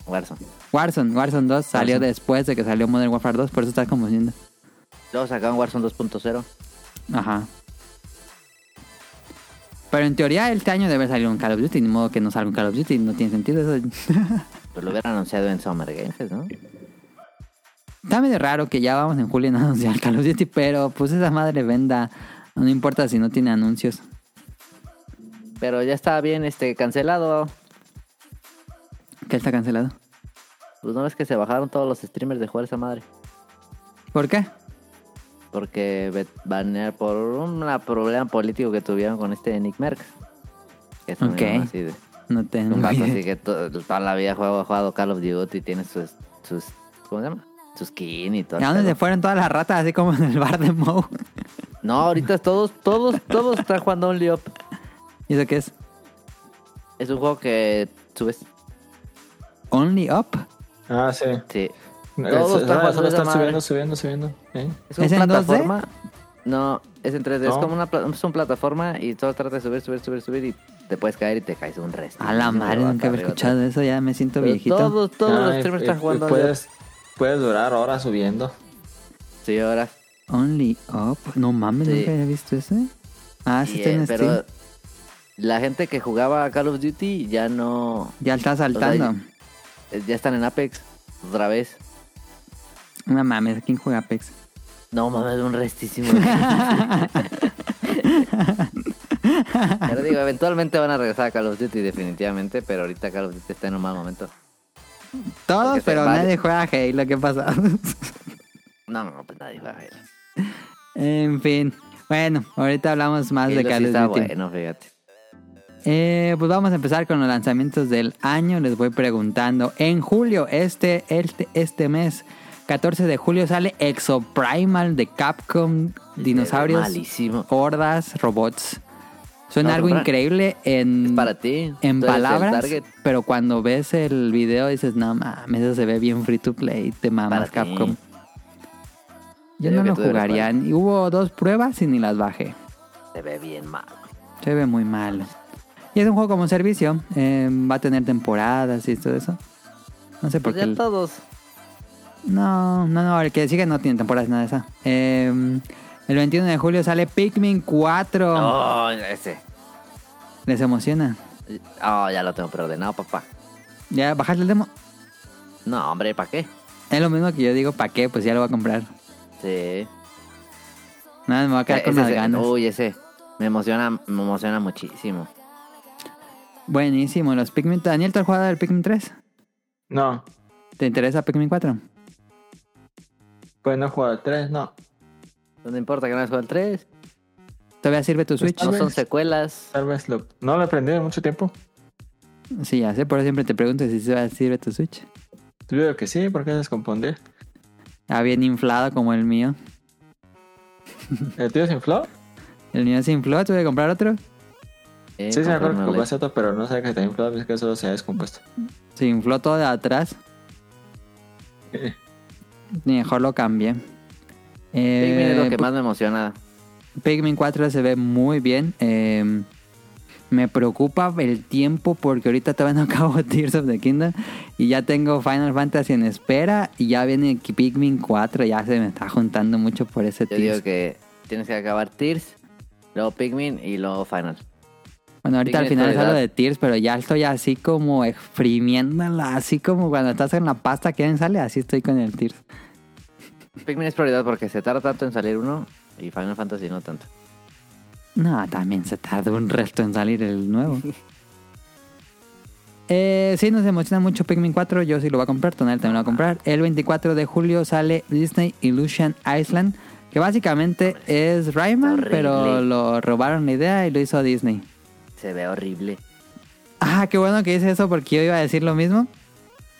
Speaker 3: Warzone.
Speaker 4: Warzone. Warzone 2 salió después de que salió Modern Warfare 2, por eso estás confundiendo.
Speaker 3: Luego sacaron Warzone 2.0.
Speaker 4: Ajá. Pero en teoría este año debe salir un Call of Duty, ni modo que no salga un Call of Duty, no tiene sentido eso. *laughs*
Speaker 3: Pero lo hubieran anunciado en Summer Games, Fest, ¿no?
Speaker 4: Está medio raro que ya vamos en julio y no *laughs* anunciar el Call of Duty, pero pues esa madre venda, no importa si no tiene anuncios.
Speaker 3: Pero ya está bien este cancelado.
Speaker 4: Que está cancelado.
Speaker 3: Pues no es que se bajaron todos los streamers de jugar esa madre.
Speaker 4: ¿Por qué?
Speaker 3: Porque ve- banear por un problema político que tuvieron con este Nick Merck. Que es un
Speaker 4: Ok.
Speaker 3: mismo así de-
Speaker 4: No tengo
Speaker 3: un vato
Speaker 4: idea.
Speaker 3: *laughs* así que to- toda la vida juega- ha jugado Call of Duty y tiene sus, sus. ¿Cómo se llama? Sus skin y todo.
Speaker 4: ¿A
Speaker 3: el
Speaker 4: dónde
Speaker 3: pedo.
Speaker 4: se fueron todas las ratas? Así como en el bar de Moe.
Speaker 3: No, ahorita todos, todos, todos están jugando Only Up.
Speaker 4: ¿Y eso qué es?
Speaker 3: Es un juego que subes.
Speaker 4: Only Up.
Speaker 2: Ah, sí.
Speaker 3: Sí.
Speaker 2: Todos
Speaker 3: Todos están jugando
Speaker 2: solo
Speaker 3: esa
Speaker 2: están
Speaker 3: madre.
Speaker 2: subiendo, subiendo, subiendo. ¿eh?
Speaker 3: Es una
Speaker 4: ¿Es en 2D?
Speaker 3: plataforma. No, es en 3D. Es
Speaker 2: No.
Speaker 3: como una, pla- es una plataforma y todo trata de subir, subir, subir, subir y te puedes caer y te caes un resto.
Speaker 4: A la madre, nunca había escuchado eso, ya me siento viejito.
Speaker 3: Todos, todos los
Speaker 2: Ah,
Speaker 3: streamers
Speaker 2: y-
Speaker 3: están
Speaker 2: y
Speaker 3: jugando.
Speaker 2: Puedes, puedes durar horas subiendo.
Speaker 3: Sí, ahora.
Speaker 4: Only Up. No mames,
Speaker 3: Sí.
Speaker 4: nunca había visto ese. Ah, sí,
Speaker 3: Y,
Speaker 4: está
Speaker 3: eh,
Speaker 4: en Steam.
Speaker 3: pero la gente que jugaba a Call of Duty ya no.
Speaker 4: Ya está saltando.
Speaker 3: eh, Ya están en Apex otra vez.
Speaker 4: No mames, ¿quién juega
Speaker 3: *laughs*
Speaker 4: Apex? *laughs*
Speaker 3: No mames, un restísimo. *laughs* Pero digo, eventualmente van a regresar a Call of Duty, definitivamente. Pero ahorita Call of Duty está en un mal momento.
Speaker 4: Todos,
Speaker 3: Porque se
Speaker 4: pero
Speaker 3: vale.
Speaker 4: nadie juega Halo, ¿qué pasa? *laughs*
Speaker 3: No, no, pues nadie va a ver.
Speaker 4: en fin. Bueno, ahorita hablamos más de
Speaker 3: Halo sí
Speaker 4: Call of
Speaker 3: está
Speaker 4: Duty.
Speaker 3: bueno, fíjate.
Speaker 4: Eh, pues vamos a empezar con los lanzamientos del año. Les voy preguntando. En julio, este, este, este mes, 14 de julio, sale Exoprimal de Capcom, dinosaurios,
Speaker 3: malísimo.
Speaker 4: hordas, robots. Suena
Speaker 3: No,
Speaker 4: algo
Speaker 3: pero-
Speaker 4: increíble en,
Speaker 3: Es para ti.
Speaker 4: en
Speaker 3: Tú eres el
Speaker 4: palabras,
Speaker 3: target.
Speaker 4: pero cuando ves el video dices, no mames, eso se ve bien free to play, te mamas
Speaker 3: Para ti.
Speaker 4: Capcom. Yo
Speaker 3: Creo
Speaker 4: no
Speaker 3: que
Speaker 4: lo
Speaker 3: tú eres
Speaker 4: jugaría. Y hubo dos pruebas y ni las bajé.
Speaker 3: Se ve bien mal. Pues
Speaker 4: Se ve muy mal. Y es un juego como servicio. eh, va a tener temporadas y todo eso. No sé por
Speaker 3: Pues
Speaker 4: qué.
Speaker 3: ya
Speaker 4: el-
Speaker 3: todos.
Speaker 4: No, no, no. El que sigue no tiene temporadas ni nada de esa. Eh, el 21 de julio sale Pikmin 4.
Speaker 3: Oh, ese.
Speaker 4: ¿Les emociona?
Speaker 3: Oh, ya lo tengo preordenado, papá.
Speaker 4: ¿Ya bajaste el demo?
Speaker 3: No, hombre, ¿para qué?
Speaker 4: Es lo mismo que yo digo, ¿para qué? Pues ya lo voy a comprar.
Speaker 3: Sí.
Speaker 4: Nada, me voy a
Speaker 3: *laughs*
Speaker 4: quedar con
Speaker 3: Ese-
Speaker 4: las
Speaker 3: ese-
Speaker 4: ganas.
Speaker 3: Uy, ese. Me emociona, me emociona muchísimo.
Speaker 4: Buenísimo, los Pikmin. Daniel, ¿tú has jugado el Pikmin 3?
Speaker 2: No,
Speaker 4: ¿Te interesa Pikmin 4?
Speaker 2: pues no he jugado el 3, no.
Speaker 3: No importa que no hayas jugado el 3.
Speaker 4: ¿Todavía sirve tu Switch?
Speaker 3: Pues No son secuelas.
Speaker 2: Tal vez lo- no lo aprendí en mucho tiempo.
Speaker 4: Sí, ya sé, por eso siempre te pregunto si todavía sirve tu Switch.
Speaker 2: Yo digo que sí, porque se descompondría.
Speaker 4: Ah, bien inflado como el mío.
Speaker 2: ¿El tío se infló?
Speaker 4: El mío se infló, tuve que comprar otro.
Speaker 3: Eh,
Speaker 2: sí, se me acuerdo que
Speaker 3: cómpramelo.
Speaker 2: compraste otro, pero no sé que te infló, es que solo se ha descompuesto.
Speaker 4: Se infló todo de atrás. Mejor lo cambié.
Speaker 3: Pikmin es lo
Speaker 4: Eh,
Speaker 3: que más me emociona.
Speaker 4: Pikmin 4 se ve muy bien. eh, me preocupa el tiempo porque ahorita todavía no *laughs* acabo Tears of the Kingdom. Y ya tengo Final Fantasy en espera. Y ya viene aquí Pikmin 4. Ya se me está juntando mucho por ese
Speaker 3: Yo
Speaker 4: Tears.
Speaker 3: digo que tienes que acabar Tears, luego Pikmin y luego Final.
Speaker 4: Bueno, ahorita al
Speaker 3: Pikmin
Speaker 4: final es algo
Speaker 3: Soledad.
Speaker 4: de Tears. Pero ya estoy así como exprimiéndola. Así como cuando estás en la pasta que alguien sale. Así estoy con el Tears.
Speaker 3: Pikmin es prioridad porque se tarda tanto en salir uno y Final Fantasy no tanto.
Speaker 4: No, también se tardó un resto en salir el nuevo. eh, sí, nos emociona mucho Pikmin 4. Yo sí lo voy a comprar. Tonel también lo va a comprar. El 24 de julio sale Disney Illusion Island. Que básicamente es Rayman,
Speaker 3: horrible.
Speaker 4: pero lo robaron la idea y lo hizo Disney.
Speaker 3: Se ve horrible.
Speaker 4: Ah, qué bueno que hice eso porque yo iba a decir lo mismo.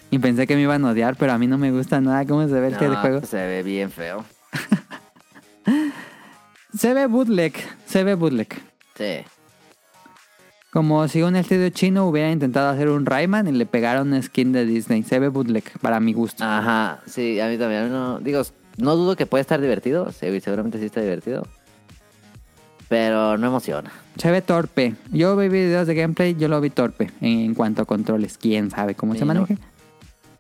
Speaker 4: Y pensé que me iban a odiar, pero a mí no me gusta nada cómo se ve este
Speaker 3: No,
Speaker 4: juego.
Speaker 3: Se ve bien feo.
Speaker 4: Se ve bootleg, se ve bootleg.
Speaker 3: Sí.
Speaker 4: Como si un estudio chino hubiera intentado hacer un Rayman y le pegaron un skin de Disney. Se ve bootleg, para mi gusto.
Speaker 3: Ajá, sí, a mí también. a mí no, digo, no dudo que puede estar divertido. sí, seguramente sí está divertido. Pero no emociona.
Speaker 4: Se ve torpe. Yo vi videos de gameplay, yo lo vi torpe. En cuanto a controles, quién sabe cómo
Speaker 3: Sí,
Speaker 4: se
Speaker 3: no.
Speaker 4: maneja.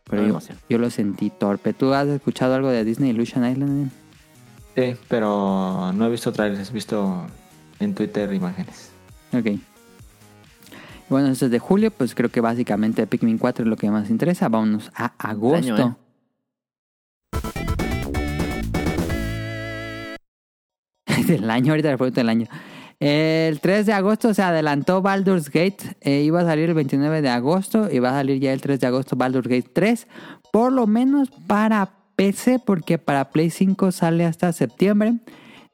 Speaker 4: Pero
Speaker 3: no
Speaker 4: yo,
Speaker 3: emociona.
Speaker 4: yo lo sentí torpe. ¿Tú has escuchado algo de Disney Illusion Island?
Speaker 2: Sí, pero no he visto trailers, he visto en Twitter imágenes.
Speaker 4: Ok. Bueno, eso es de julio, pues creo que básicamente Pikmin 4 es lo que más interesa. Vámonos a agosto. *laughs*
Speaker 3: Año, ¿eh?
Speaker 4: del año, ahorita le pregunto el año. El 3 de agosto se adelantó Baldur's Gate. eh, iba a salir el 29 de agosto y va a salir ya el 3 de agosto Baldur's Gate 3. Por lo menos para PC, porque para Play 5 sale hasta septiembre.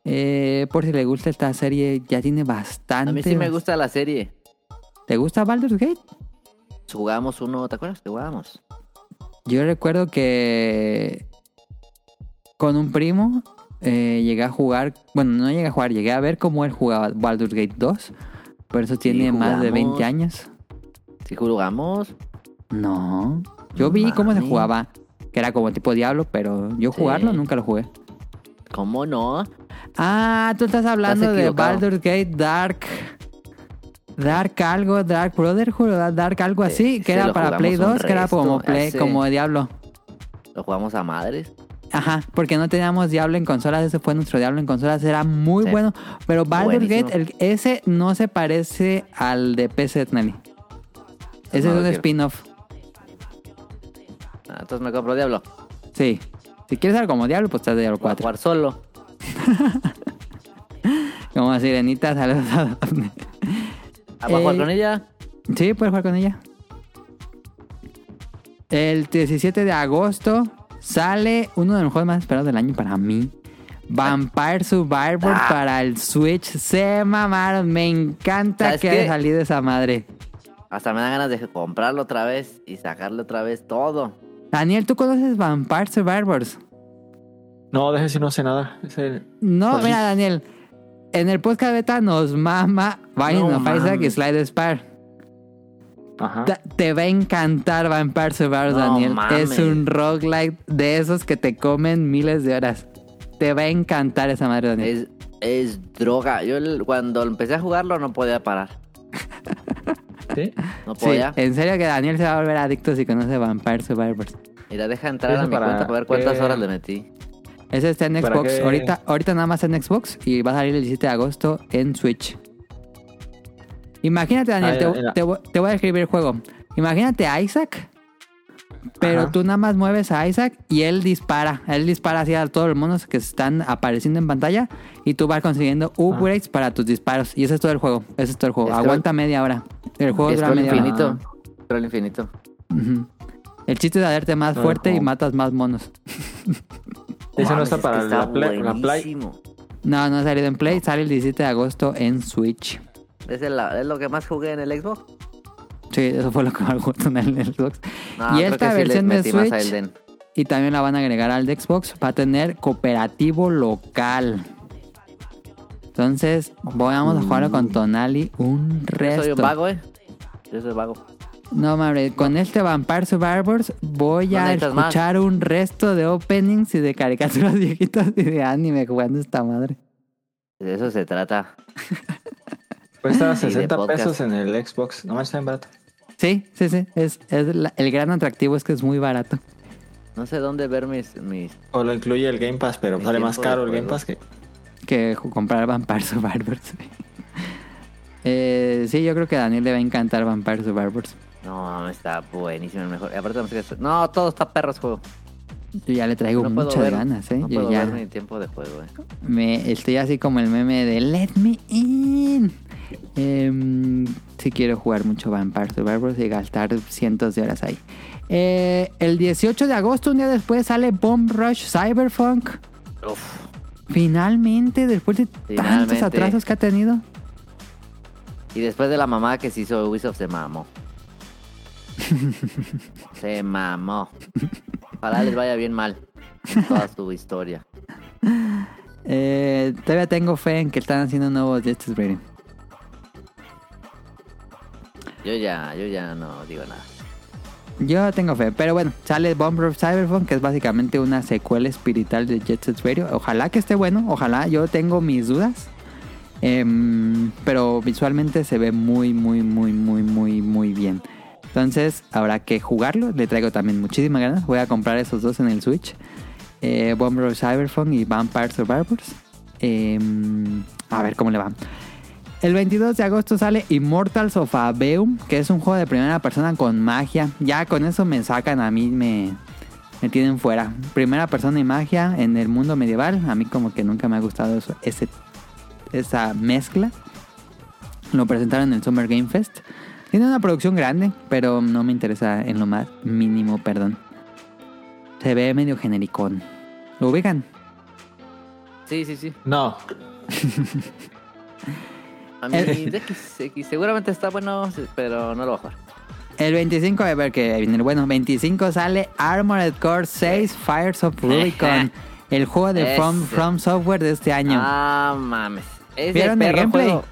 Speaker 4: Eh, por si le gusta esta serie, ya tiene bastante.
Speaker 3: A mí sí me gusta la serie.
Speaker 4: ¿Te gusta Baldur's Gate?
Speaker 3: Jugamos uno, ¿te acuerdas? que Jugábamos.
Speaker 4: Yo recuerdo que con un primo eh, llegué a jugar, bueno, no llegué a jugar, llegué a ver cómo él jugaba Baldur's Gate 2. Por eso tiene más de
Speaker 3: jugamos.
Speaker 4: 20 años.
Speaker 3: Sí, jugamos.
Speaker 4: No. Yo vi cómo se
Speaker 3: Mami.
Speaker 4: jugaba, que era como tipo Diablo, pero yo
Speaker 3: Sí.
Speaker 4: jugarlo nunca lo jugué.
Speaker 3: ¿Cómo no?
Speaker 4: Ah, tú estás hablando de
Speaker 3: equivocado.
Speaker 4: Baldur's Gate Dark. Dark algo, Dark Brotherhood, o Dark algo así,
Speaker 3: Sí,
Speaker 4: que
Speaker 3: sí,
Speaker 4: era
Speaker 3: lo
Speaker 4: para Play
Speaker 3: jugamos un
Speaker 4: 2, que era como,
Speaker 3: resto,
Speaker 4: Play,
Speaker 3: hace-
Speaker 4: como Diablo.
Speaker 3: Lo jugamos a madres.
Speaker 4: Ajá, porque no teníamos Diablo en consolas, ese fue nuestro Diablo en consolas, era muy
Speaker 3: Sí.
Speaker 4: bueno. Pero Baldur's
Speaker 3: Buenísimo.
Speaker 4: Gate, el- ese no se parece al de PC, Nelly. Ese
Speaker 3: No
Speaker 4: es
Speaker 3: lo
Speaker 4: un
Speaker 3: quiero.
Speaker 4: spin-off.
Speaker 3: Ah, entonces me compro Diablo.
Speaker 4: Sí. Si quieres algo como Diablo, pues estás de Diablo
Speaker 3: Voy a
Speaker 4: 4.
Speaker 3: jugar solo.
Speaker 4: Como Sirenita, saludos a Daphne.
Speaker 3: Ah, ¿Voy a jugar
Speaker 4: Eh,
Speaker 3: con ella?
Speaker 4: Sí, puedes jugar con ella. El 17 de agosto sale uno de los juegos más esperados del año para mí. Vampire Survivor
Speaker 2: Ah.
Speaker 4: para el Switch. Se mamaron. Me encanta
Speaker 3: ¿Sabes
Speaker 4: que
Speaker 3: qué?
Speaker 4: haya salido esa madre.
Speaker 3: Hasta me dan ganas de comprarlo otra vez y sacarle otra vez todo.
Speaker 4: Daniel, ¿tú conoces Vampire Survivors?
Speaker 2: No, deje si no sé nada. Es el-
Speaker 4: No,
Speaker 2: Pues sí.
Speaker 4: mira, Daniel. En el podcast beta nos mama Binding
Speaker 2: No
Speaker 4: of Isaac y
Speaker 2: mames.
Speaker 4: Slide Spire.
Speaker 2: Ajá.
Speaker 4: Ta- Te va a encantar Vampire Survivors,
Speaker 3: No
Speaker 4: Daniel.
Speaker 3: mames.
Speaker 4: Es un roguelike de esos que te comen miles de horas. Te va a encantar esa madre, Daniel.
Speaker 3: Es, es droga. Yo el- cuando empecé a jugarlo no podía parar.
Speaker 2: ¿Sí?
Speaker 3: No
Speaker 4: Sí, eh.
Speaker 3: podía.
Speaker 4: en serio que Daniel se va a volver adicto si conoce Vampire Survivors.
Speaker 3: Mira, deja entrar
Speaker 2: Eso
Speaker 3: a mi
Speaker 2: para
Speaker 3: cuenta para ver cuántas
Speaker 2: qué-
Speaker 3: horas le metí.
Speaker 4: Ese está este en
Speaker 2: ¿Para
Speaker 4: Xbox.
Speaker 2: qué?
Speaker 4: Ahorita, ahorita nada más en Xbox y va a salir el 17 de agosto en Switch. Imagínate, Daniel,
Speaker 2: Ah,
Speaker 4: te-
Speaker 2: ya, mira.
Speaker 4: te, voy- te voy a describir el juego. Imagínate a Isaac, pero
Speaker 2: Ajá.
Speaker 4: tú nada más mueves a Isaac y él dispara. Él dispara hacia todos los monos que están apareciendo en pantalla y tú vas
Speaker 2: Ah.
Speaker 4: consiguiendo upgrades para tus disparos. Y ese es todo el juego. Ese es todo el juego.
Speaker 3: Scroll-
Speaker 4: Aguanta media hora. El juego dura
Speaker 3: Scroll
Speaker 4: media hora.
Speaker 3: infinito. Scroll infinito.
Speaker 4: Ujú. El chiste es hacerte más
Speaker 2: Todo el
Speaker 4: fuerte y
Speaker 2: juego.
Speaker 4: matas más monos.
Speaker 2: Ese no
Speaker 3: Mames,
Speaker 2: está
Speaker 3: es
Speaker 2: para
Speaker 3: que
Speaker 2: la Play- la Play.
Speaker 3: buenísimo.
Speaker 4: No, no ha salido en Play, sale el 17 de agosto en Switch.
Speaker 3: Es, el- es lo que más jugué en el Xbox.
Speaker 4: Sí, eso fue lo que me gustó en el Xbox.
Speaker 3: No,
Speaker 4: y
Speaker 3: creo
Speaker 4: esta
Speaker 3: que sí le
Speaker 4: versión de
Speaker 3: metí más a
Speaker 4: Switch,
Speaker 3: Elden.
Speaker 4: y también la van a agregar al de Xbox, va a tener cooperativo local. Entonces, vamos a jugarlo con Tonali un
Speaker 3: Mm. Yo
Speaker 4: resto.
Speaker 3: soy un vago, eh. Yo soy vago.
Speaker 4: No mames, con este Vampire Survivors voy
Speaker 3: No
Speaker 4: a
Speaker 3: necesitas más.
Speaker 4: escuchar un resto de openings y de caricaturas *laughs* viejitas y de anime jugando esta madre.
Speaker 3: De eso se trata.
Speaker 4: *laughs*
Speaker 2: Cuesta
Speaker 3: de
Speaker 2: 60
Speaker 3: podcast.
Speaker 2: Pues pesos en el Xbox. No más está en barato.
Speaker 4: Sí, sí, sí. Es, es la- el gran atractivo es que es muy barato.
Speaker 3: No sé dónde ver mis, mis
Speaker 2: O lo incluye el Game Pass, pero
Speaker 3: Mi
Speaker 2: sale más
Speaker 3: tiempo de
Speaker 2: caro el
Speaker 3: juego.
Speaker 2: Game Pass que.
Speaker 4: que ju- comprar Vampire Survivors. *laughs* eh, sí, yo creo que a Daniel le va a encantar Vampire Survivors.
Speaker 3: No, está buenísimo el mejor. Aparte no sé qué es- No, todo está perros juego.
Speaker 4: Yo ya le traigo
Speaker 3: no puedo
Speaker 4: muchas
Speaker 3: ver-
Speaker 4: ganas, ¿eh?
Speaker 3: No
Speaker 4: yo
Speaker 3: puedo
Speaker 4: ya
Speaker 3: ver mi tiempo de juego, eh.
Speaker 4: me estoy así como el meme de Let Me In. Em, si quiero jugar mucho Vampire Survivors y gastar cientos de horas ahí. Eh, el 18 de agosto, un día después, sale Bomb Rush Cyberpunk.
Speaker 3: Uf,
Speaker 4: Finalmente, después de tantos
Speaker 3: Finalmente.
Speaker 4: atrasos que ha tenido.
Speaker 3: Y después de la mamá que se hizo Ubisoft
Speaker 4: *laughs*
Speaker 3: se mamó. se mamó. Ojalá les vaya bien mal. en Toda su historia.
Speaker 4: Eh, todavía tengo fe en que están haciendo nuevos Death Stranding.
Speaker 3: Yo ya, yo ya no digo nada.
Speaker 4: Yo tengo fe, pero bueno, sale Bomb Rush Cyberpunk, que es básicamente una secuela espiritual de Jet Set Radio. Ojalá que esté bueno, ojalá, yo tengo mis dudas. Em, pero visualmente se ve muy, muy, muy, muy, muy, muy bien. Entonces, habrá que jugarlo. Le traigo también muchísimas ganas. Voy a comprar esos dos en el Switch. Eh, Bomb Rush Cyberpunk y Vampire Survivors. Em, a ver cómo le va. El 22 de agosto sale Immortals of Aveum, que es un juego de primera persona con magia. Ya con eso me sacan a mí, me, me tienen fuera. Primera persona y magia en el mundo medieval. A mí como que nunca me ha gustado eso, ese, esa mezcla. Lo presentaron en el Summer Game Fest. Tiene una producción grande, pero no me interesa en lo más mínimo, perdón. Se ve medio genericón. ¿Lo ubican?
Speaker 3: Sí, sí, sí.
Speaker 2: No,
Speaker 3: A mí
Speaker 4: Eh.
Speaker 3: DXX seguramente está bueno, sí, pero no lo voy a jugar.
Speaker 4: El 25, a ver que viene el bueno. 25 sale Armored Core 6 Fires of Rubicon. El juego de From,
Speaker 3: Ese.
Speaker 4: From Software de este año.
Speaker 3: Ah, mames. Ese
Speaker 4: ¿Vieron el
Speaker 3: perro
Speaker 4: gameplay?
Speaker 3: juego-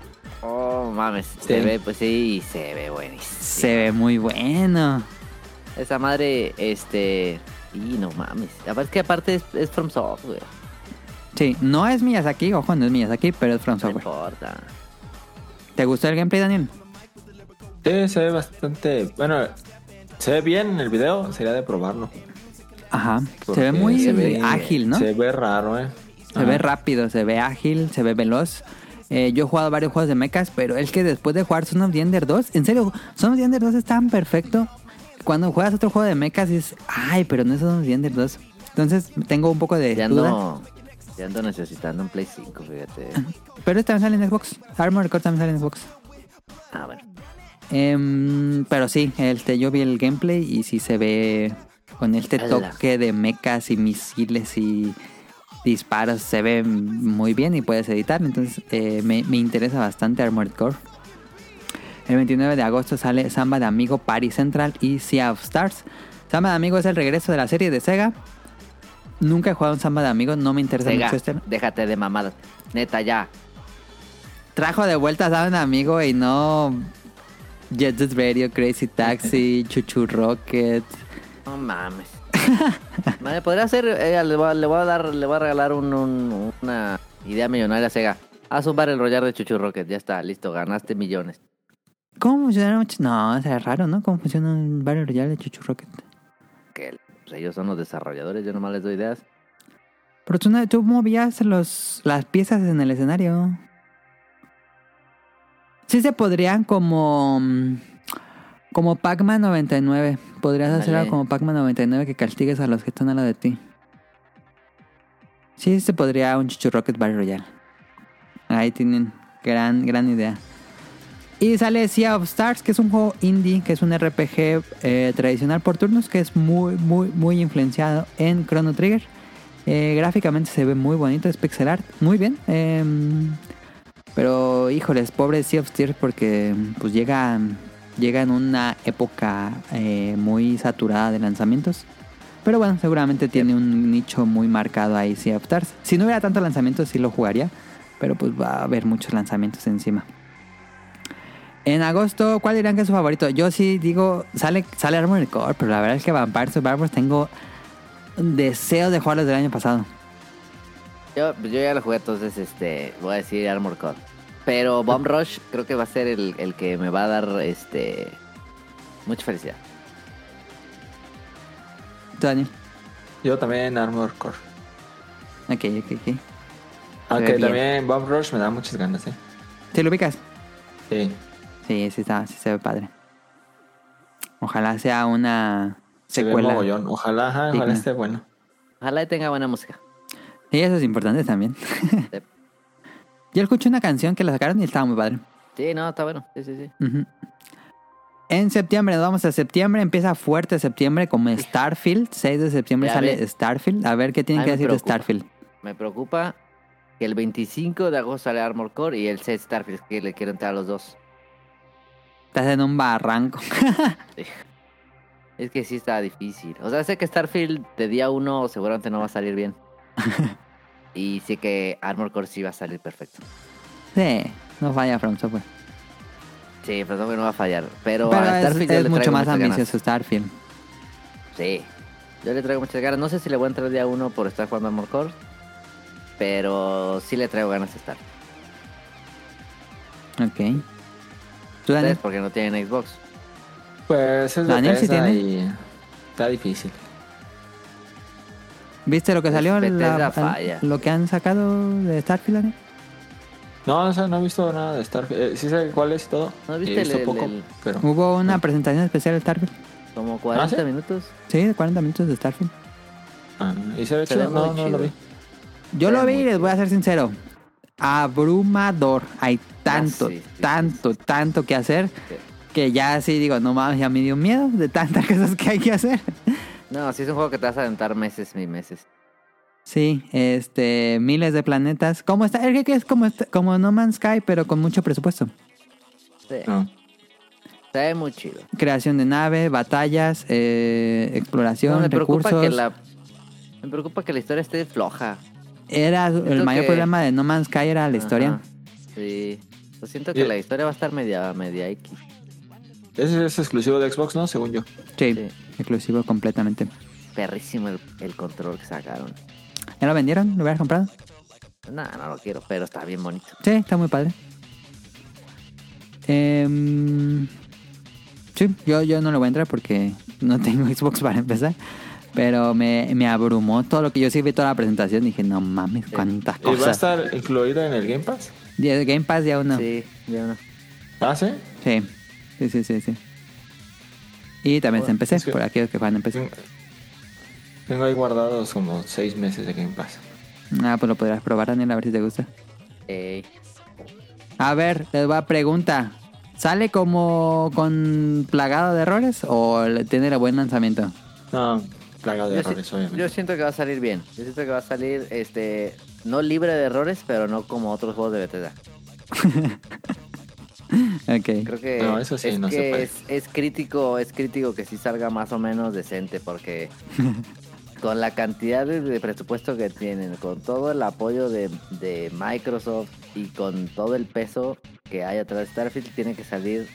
Speaker 3: Oh, mames. Se
Speaker 2: Sí.
Speaker 3: ve, pues sí, se ve buenísimo.
Speaker 4: Se ve muy bueno.
Speaker 3: Esa madre, este. Y no mames. Aparte es que aparte es, es From Software.
Speaker 4: Sí, no es Miyazaki, ojo, no es Miyazaki, pero es From
Speaker 3: No
Speaker 4: Software.
Speaker 3: importa.
Speaker 4: ¿Te gustó el gameplay, Daniel?
Speaker 2: sí, se ve bastante. Bueno, se ve bien en el video, sería de probarlo.
Speaker 4: Ajá. Se
Speaker 2: porque
Speaker 4: ve muy ágil, ¿no?
Speaker 2: Se ve raro, ¿eh?
Speaker 4: Se ve
Speaker 2: Ajá.
Speaker 4: rápido, se ve ágil, se ve veloz. Eh, yo he jugado varios juegos de mechas, pero es que después de jugar Son of the Ender 2, en serio, Son of the Ender 2 es tan perfecto. Cuando juegas otro juego de mechas dices, ay, pero no es Son of the Ender 2. Entonces tengo un poco de
Speaker 3: Ya
Speaker 4: duda.
Speaker 3: ando, ya ando necesitando un Play 5, fíjate.
Speaker 4: Pero este también sale en Xbox. Armored Core también sale en Xbox.
Speaker 3: Ah, bueno.
Speaker 4: Em, pero sí, este, yo vi el gameplay y sí se ve con este
Speaker 3: Ala.
Speaker 4: toque de mechas y misiles y disparos, se ve muy bien y puedes editarlo. Entonces eh, me, me interesa bastante Armored Core. El 29 de agosto sale Samba de Amigo, Paris Central y Sea of Stars. Samba de Amigo es el regreso de la serie de Sega. Nunca he jugado un Samba de Amigo, no me interesa
Speaker 3: Sega,
Speaker 4: mucho este.
Speaker 3: déjate de mamadas. Neta, ya.
Speaker 4: Trajo de vuelta a Saben Amigo y no. Jet Set Radio, Crazy Taxi, Chuchu Rocket. *laughs*
Speaker 3: No mames. Madre, podría hacer. eh, le, voy a, le voy a dar, le voy a regalar un- un- una idea millonaria a Sega. Haz un el rollar de Chuchu Rocket. Ya está, listo, ganaste millones.
Speaker 4: ¿Cómo funciona? un ch- No, o sea, es raro, ¿no? ¿Cómo funciona un Battle Royale de Chuchu Rocket?
Speaker 3: Que pues, ellos son los desarrolladores, yo nomás les doy ideas.
Speaker 4: Pero tú, no- tú movías los, las piezas en el escenario. Sí se podrían como... mm, Como Pac-Man 99. Podrías hacer
Speaker 3: Ándale.
Speaker 4: algo como Pac-Man 99 que castigues a los que están al lado de ti. Sí se podría un Chuchu Rocket Battle Royale. Ahí tienen. Gran, gran idea. Y sale Sea of Stars, que es un juego indie, que es un RPG eh, tradicional por turnos, que es muy, muy, muy influenciado en Chrono Trigger. Eh, gráficamente se ve muy bonito, es pixel art, muy bien. eh, pero híjoles, pobre Sea of Thieves porque pues llega, llega en una época eh, muy saturada de lanzamientos. Pero bueno, seguramente tiene un nicho muy marcado ahí Sea of Thieves. Si no hubiera tantos lanzamientos sí lo jugaría, pero pues va a haber muchos lanzamientos encima. En agosto, ¿cuál dirán que es su favorito? Yo sí digo, sale, sale Armored Core, pero la verdad es que Vampire Survivors tengo deseo de jugarlos del año pasado.
Speaker 3: Yo, pues, yo ya lo jugué, entonces este, voy a decir Armor Core. Pero Bomb Rush creo que va a ser el, el que me va a dar este mucha felicidad.
Speaker 4: ¿Tú, Daniel?
Speaker 2: Yo también Armor Core.
Speaker 4: Ok, ok, ok. Ah,
Speaker 2: Aunque
Speaker 3: bien.
Speaker 2: también Bob Rush me da muchas ganas, ¿eh?
Speaker 4: ¿Te lo ubicas?
Speaker 2: Sí.
Speaker 4: Sí, sí, está, sí se ve padre. Ojalá sea una
Speaker 2: Se ve
Speaker 4: secuela.
Speaker 2: mogollón. Ojalá, ajá,
Speaker 4: Digna.
Speaker 2: ojalá esté bueno.
Speaker 3: Ojalá y tenga buena música.
Speaker 4: Y eso es importante también.
Speaker 3: Yep.
Speaker 4: *laughs* Yo escuché una canción que la sacaron y estaba muy padre.
Speaker 3: Sí, no, está bueno. Sí, sí, sí.
Speaker 4: Ujú. En septiembre, nos vamos a septiembre. Empieza fuerte septiembre como Starfield. 6 de septiembre
Speaker 3: Ya
Speaker 4: sale
Speaker 3: ves.
Speaker 4: Starfield. A ver qué tienen
Speaker 3: Ay,
Speaker 4: que
Speaker 3: me
Speaker 4: decir de
Speaker 3: preocupa.
Speaker 4: Starfield.
Speaker 3: Me preocupa que el 25 de agosto sale Armor Core y el 6 Starfield que le quiero entrar a los dos.
Speaker 4: Estás en un barranco. *laughs*
Speaker 3: Es que sí está difícil. O sea, sé que Starfield de día uno seguramente no va a salir bien. y sé que Armor Core sí va a salir perfecto.
Speaker 4: sí, no falla From Software.
Speaker 3: Sí, pero no va a fallar. Pero,
Speaker 4: Pero
Speaker 3: a
Speaker 4: es,
Speaker 3: Starfield yo
Speaker 4: es
Speaker 3: le
Speaker 4: mucho
Speaker 3: traigo
Speaker 4: más
Speaker 3: muchas ganas.
Speaker 4: ambicioso Starfield.
Speaker 3: Sí. Yo le traigo muchas ganas. No sé si le voy a entrar día uno por estar jugando Armor Core. Pero sí le traigo ganas de estar.
Speaker 4: Ok. ¿Tú, Daniel?
Speaker 3: Ustedes porque no tienen Xbox.
Speaker 2: Pues es
Speaker 4: Daniel, ¿sí
Speaker 2: Bethesda
Speaker 4: tiene?
Speaker 2: y está difícil.
Speaker 4: ¿Viste lo que salió?
Speaker 3: Bethesda
Speaker 4: La-
Speaker 3: falla.
Speaker 4: lo que han sacado de Starfield, Daniel?
Speaker 2: No, o sea, no he visto nada de Starfield. Eh, sí sé cuál es y todo.
Speaker 3: ¿No
Speaker 2: He
Speaker 3: viste
Speaker 2: visto
Speaker 3: el- el-
Speaker 2: poco,
Speaker 3: el-
Speaker 2: pero...
Speaker 4: Hubo una presentación especial de Starfield.
Speaker 3: Como 40
Speaker 2: ¿Ah, sí?
Speaker 3: minutos.
Speaker 4: Sí, de 40 minutos de Starfield.
Speaker 2: Ah, ¿Y se ve
Speaker 3: Se
Speaker 2: chido?
Speaker 3: ve muy
Speaker 2: No, no lo
Speaker 3: chido.
Speaker 2: vi.
Speaker 4: Yo
Speaker 3: Era
Speaker 4: lo vi
Speaker 3: muy
Speaker 4: y les
Speaker 3: cool.
Speaker 4: voy a ser sincero. Abrumador. Hay tanto,
Speaker 3: Ah, sí, sí, sí,
Speaker 4: tanto, tanto que hacer
Speaker 3: Sí.
Speaker 4: que ya sí digo, no mames, ya me dio miedo de tantas *laughs* cosas que hay que hacer.
Speaker 3: No, sí es un juego que te vas a aventar meses y meses.
Speaker 4: Sí, este, miles de planetas. Como está, es que es como, esta- como No Man's Sky, pero con mucho presupuesto.
Speaker 3: Sí.
Speaker 2: No.
Speaker 3: Se ve muy chido.
Speaker 4: Creación de nave, batallas, eh, exploración,
Speaker 3: No, me preocupa
Speaker 4: recursos.
Speaker 3: que la. Me preocupa que la historia esté floja.
Speaker 4: Era el
Speaker 3: Siento
Speaker 4: mayor
Speaker 3: que-
Speaker 4: problema de No Man's Sky era la historia.
Speaker 3: Ajá. Sí. Yo siento
Speaker 2: Yo-
Speaker 3: que la historia va a estar media, media X.
Speaker 2: Ese es exclusivo de Xbox, ¿no? Según yo.
Speaker 4: Sí,
Speaker 3: Sí.
Speaker 4: exclusivo completamente.
Speaker 3: Perrísimo el, el control que sacaron.
Speaker 4: ¿Ya lo vendieron? ¿Lo hubieras comprado?
Speaker 3: No, no lo quiero, pero está bien bonito.
Speaker 4: Sí, está muy padre. Em, sí, yo, yo no lo voy a entrar porque no tengo *laughs* Xbox para empezar. Pero me, me abrumó todo lo que yo sí vi toda la presentación. Dije, no mames, cuántas
Speaker 2: ¿Y va a
Speaker 4: cosas.
Speaker 2: estar incluido en el Game Pass?
Speaker 4: Y el Game Pass ya uno. Sí,
Speaker 3: Sí, ya no.
Speaker 2: Ah, ¿sí?
Speaker 4: sí, sí, sí. sí, Y también se
Speaker 2: Bueno,
Speaker 4: empecé,
Speaker 2: es que-
Speaker 4: por aquellos que juegan en PC.
Speaker 2: Tengo- Tengo ahí guardados como seis meses de Game Pass.
Speaker 4: Ah, pues lo podrás probar, Daniel, a ver si te gusta.
Speaker 3: Ey.
Speaker 4: A ver, les voy a preguntar. ¿Sale como con plagado de errores o le- tiene el buen lanzamiento?
Speaker 2: No, plaga de
Speaker 3: Yo,
Speaker 2: errores,
Speaker 3: si-
Speaker 2: obviamente.
Speaker 3: yo siento que va a salir bien. Yo siento que va a salir, este, no libre de errores, pero no como otros juegos de Bethesda.
Speaker 4: Ok.
Speaker 3: Creo que
Speaker 2: No, eso sí,
Speaker 3: es
Speaker 2: no se
Speaker 3: que
Speaker 2: puede.
Speaker 3: es, es crítico, es crítico que sí salga más o menos
Speaker 2: *laughs*
Speaker 3: decente, porque con la cantidad de, de presupuesto que tienen, con todo el apoyo de, de Microsoft y con todo el peso que hay atrás de Starfield, tiene que salir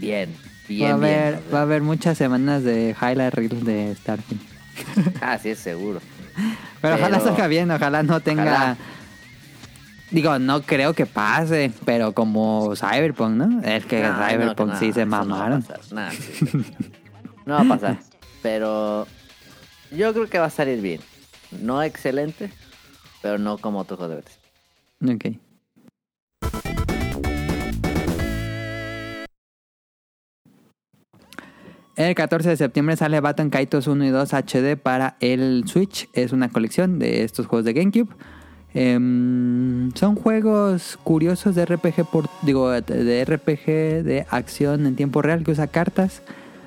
Speaker 3: bien, bien,
Speaker 4: va a haber,
Speaker 3: bien.
Speaker 4: va a haber muchas semanas de highlight reels de Starfield.
Speaker 3: Ah, sí, es seguro.
Speaker 4: Pero, ojalá
Speaker 3: Pero-
Speaker 4: salga bien, ojalá no tenga.
Speaker 3: Ojalá.
Speaker 4: Digo, no creo que pase, pero como Cyberpunk, ¿no? Es que
Speaker 3: No, no,
Speaker 4: Cyberpunk
Speaker 3: no,
Speaker 4: sí se
Speaker 3: eso no va a
Speaker 4: mamaron.
Speaker 3: pasar, No, sí, no va a pasar. Pero yo creo que va a salir bien. No excelente, pero no como otros juegos de Bethesda.
Speaker 4: ok. El 14 de septiembre sale Baton Kaitos 1 y 2 HD para el Switch. Es una colección de estos juegos de GameCube. Em, son juegos curiosos de RPG, por, digo, de RPG de acción en tiempo real que usa cartas.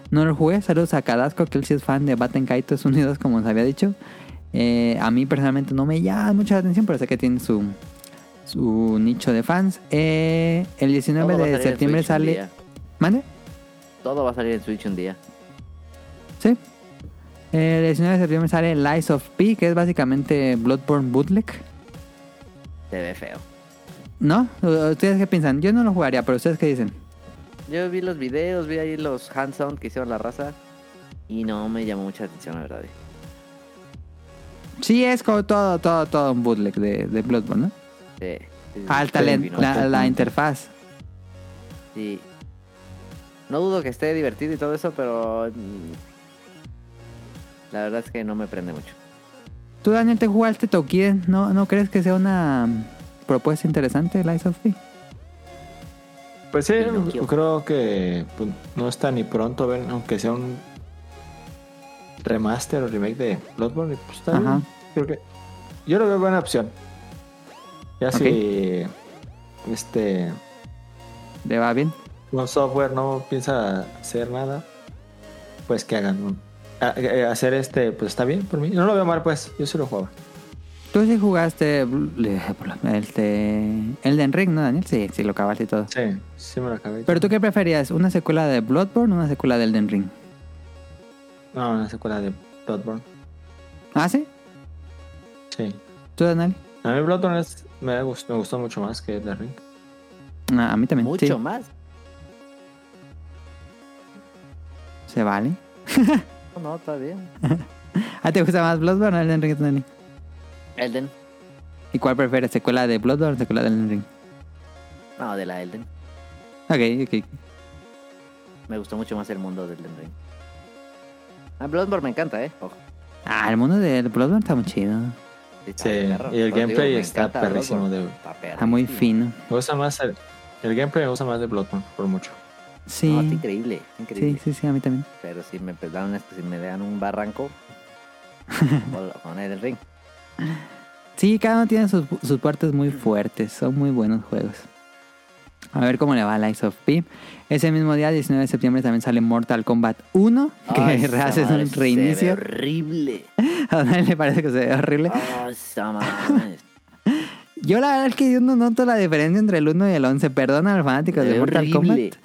Speaker 4: No lo jugué. Saludos a Cadasco, que él sí es fan de Baton Kaitos 1 y 2, como os había dicho. Eh, a mí personalmente no me llama mucho la atención, pero sé que tiene su, su nicho de fans. Eh, el 19
Speaker 3: Todo
Speaker 4: de
Speaker 3: va a salir en
Speaker 4: septiembre
Speaker 3: Switch un
Speaker 4: sale...
Speaker 3: día.
Speaker 4: ¿Mande?
Speaker 3: Todo va a salir en Switch un día.
Speaker 4: Sí. Eh, El 19 de septiembre sale Lies of P, que es básicamente Bloodborne Bootleg.
Speaker 3: Se ve feo.
Speaker 4: ¿No? ¿Ustedes qué piensan? Yo no lo jugaría, pero ¿ustedes qué dicen?
Speaker 3: Yo vi los videos, vi ahí los hands-on que hicieron la raza. Y no me llamó mucha atención, la verdad.
Speaker 4: Sí, es como todo, todo, todo un bootleg de, de Bloodborne, ¿no?
Speaker 3: Sí, sí, sí,
Speaker 4: Alta
Speaker 3: sí,
Speaker 4: len-
Speaker 3: vino.
Speaker 4: la, la interfaz.
Speaker 3: Sí. No dudo que esté divertido y todo eso, pero. mm, La verdad es que no me prende mucho.
Speaker 4: Tú, Daniel, te jugaste Tokiden. ¿No, ¿No crees que sea una mm, propuesta interesante, Lies of P?
Speaker 2: Pues sí,
Speaker 3: Pinocchio.
Speaker 2: creo que pues, no está ni pronto ver, aunque sea un remaster o remake de Bloodborne, pues está bien.
Speaker 4: Ajá.
Speaker 2: Creo que yo lo veo buena opción. Ya
Speaker 4: Ok.
Speaker 2: si este
Speaker 4: ¿Le va bien?
Speaker 2: un software no piensa hacer nada, pues que hagan un- a- eh, hacer este, pues está bien por mí. No lo veo mal, pues yo sí lo jugaba.
Speaker 4: Tú sí jugaste bl- le- este, Elden Ring, ¿no, Daniel? Sí, sí, lo acabaste y todo.
Speaker 2: Sí, sí me lo acabé.
Speaker 4: ¿Pero tú qué preferías? ¿Una secuela de Bloodborne o una secuela de Elden Ring?
Speaker 2: No, una secuela de Bloodborne.
Speaker 4: ¿Ah, sí?
Speaker 2: Sí.
Speaker 4: ¿Tú, Daniel?
Speaker 2: A mí Bloodborne es- me, gustó, me gustó mucho más que The Ring.
Speaker 4: Ah, a mí también.
Speaker 3: Mucho
Speaker 4: sí.
Speaker 3: más.
Speaker 4: ¿Se vale?
Speaker 3: No, no, está bien.
Speaker 4: ¿Ah, te gusta más Bloodborne o Elden Ring, Daniel?
Speaker 3: Elden.
Speaker 4: ¿Y cuál prefieres? ¿Secuela de Bloodborne o secuela de Elden Ring?
Speaker 3: No, de la Elden.
Speaker 4: Ok, ok.
Speaker 3: Me gustó mucho más el mundo del Elden Ring. A Bloodborne me encanta, ¿eh? Ojo.
Speaker 4: Ah, el mundo de Bloodborne está muy chido.
Speaker 3: está
Speaker 2: Sí,
Speaker 3: perro.
Speaker 2: y el
Speaker 3: Pero digo,
Speaker 2: gameplay
Speaker 3: me
Speaker 2: está
Speaker 3: encanta
Speaker 2: perrísimo
Speaker 3: Bloodborne.
Speaker 2: de-
Speaker 3: Está
Speaker 4: Está muy
Speaker 3: perrísimo.
Speaker 4: fino.
Speaker 2: Me gusta más el, el gameplay, me gusta más de Bloodborne, por mucho.
Speaker 4: Sí.
Speaker 3: No, está increíble. está
Speaker 4: sí,
Speaker 3: increíble.
Speaker 4: sí, sí, a mí también.
Speaker 3: Pero si me dan, si me dan un barranco con- con Elden Ring.
Speaker 4: Sí, cada uno tiene sus, sus partes
Speaker 3: Mm.
Speaker 4: muy fuertes. Son muy buenos juegos. A ver cómo le va a Lies of P. Ese mismo día, 19 de septiembre, también sale Mortal Kombat 1. *laughs* Que *laughs*
Speaker 3: Ay, esa
Speaker 4: hace
Speaker 3: madre
Speaker 4: un
Speaker 3: se ve
Speaker 4: reinicio.
Speaker 3: Horrible.
Speaker 4: *laughs* A Daniel le parece que se ve horrible.
Speaker 3: Ah,
Speaker 4: *laughs*
Speaker 3: esa madre.
Speaker 4: Yo la verdad es que yo no noto la diferencia entre el 1 y el 11. Perdona a los fanáticos
Speaker 3: Se ve
Speaker 4: de Mortal
Speaker 3: horrible.
Speaker 4: Kombat.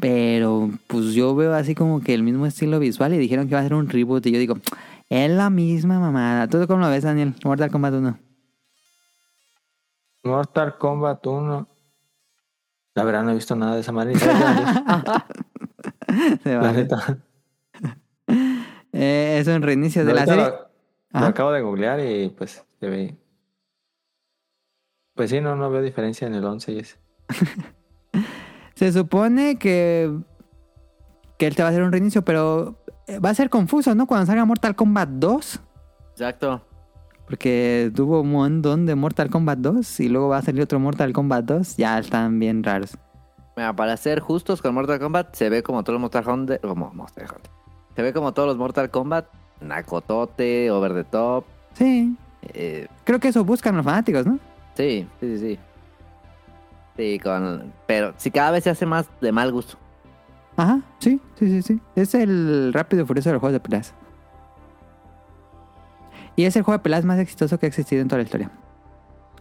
Speaker 4: Pero pues yo veo así como que el mismo estilo visual y dijeron que iba a ser un reboot. Y yo digo, es la misma mamada. ¿Tú cómo lo ves, Daniel? Mortal Kombat 1.
Speaker 2: Mortal Kombat 1. La verdad, no he visto nada de esa manera. La
Speaker 4: *laughs* Se *laughs* vale.
Speaker 2: neta.
Speaker 4: Eh, es un reinicio de la
Speaker 2: Ahorita
Speaker 4: serie.
Speaker 2: lo- Lo,
Speaker 4: Ajá.
Speaker 2: acabo de googlear y pues se ve. Pues sí, no, no veo diferencia en el 11 y ese.
Speaker 4: Se supone que, que él te va a hacer un reinicio, pero eh, va a ser confuso, ¿no? Cuando salga Mortal Kombat 2.
Speaker 3: Exacto.
Speaker 4: Porque tuvo un montón de Mortal Kombat 2 y luego va a salir otro Mortal Kombat 2. Ya están bien raros.
Speaker 3: Mira, para ser justos con Mortal Kombat, se ve como todos los Mortal Hunter. Como Monster Hunter. Se ve como todos los Mortal Kombat. Nacotote, over the top.
Speaker 4: Sí.
Speaker 3: eh,
Speaker 4: Creo que eso buscan los fanáticos, ¿no?
Speaker 3: sí, sí, sí, sí. Sí, con. Pero si cada vez se hace más de mal gusto.
Speaker 4: Ajá, sí, sí, sí, sí. Es el rápido y furioso de los juegos de peleas. Y es el juego de peleas más exitoso que ha existido en toda la historia.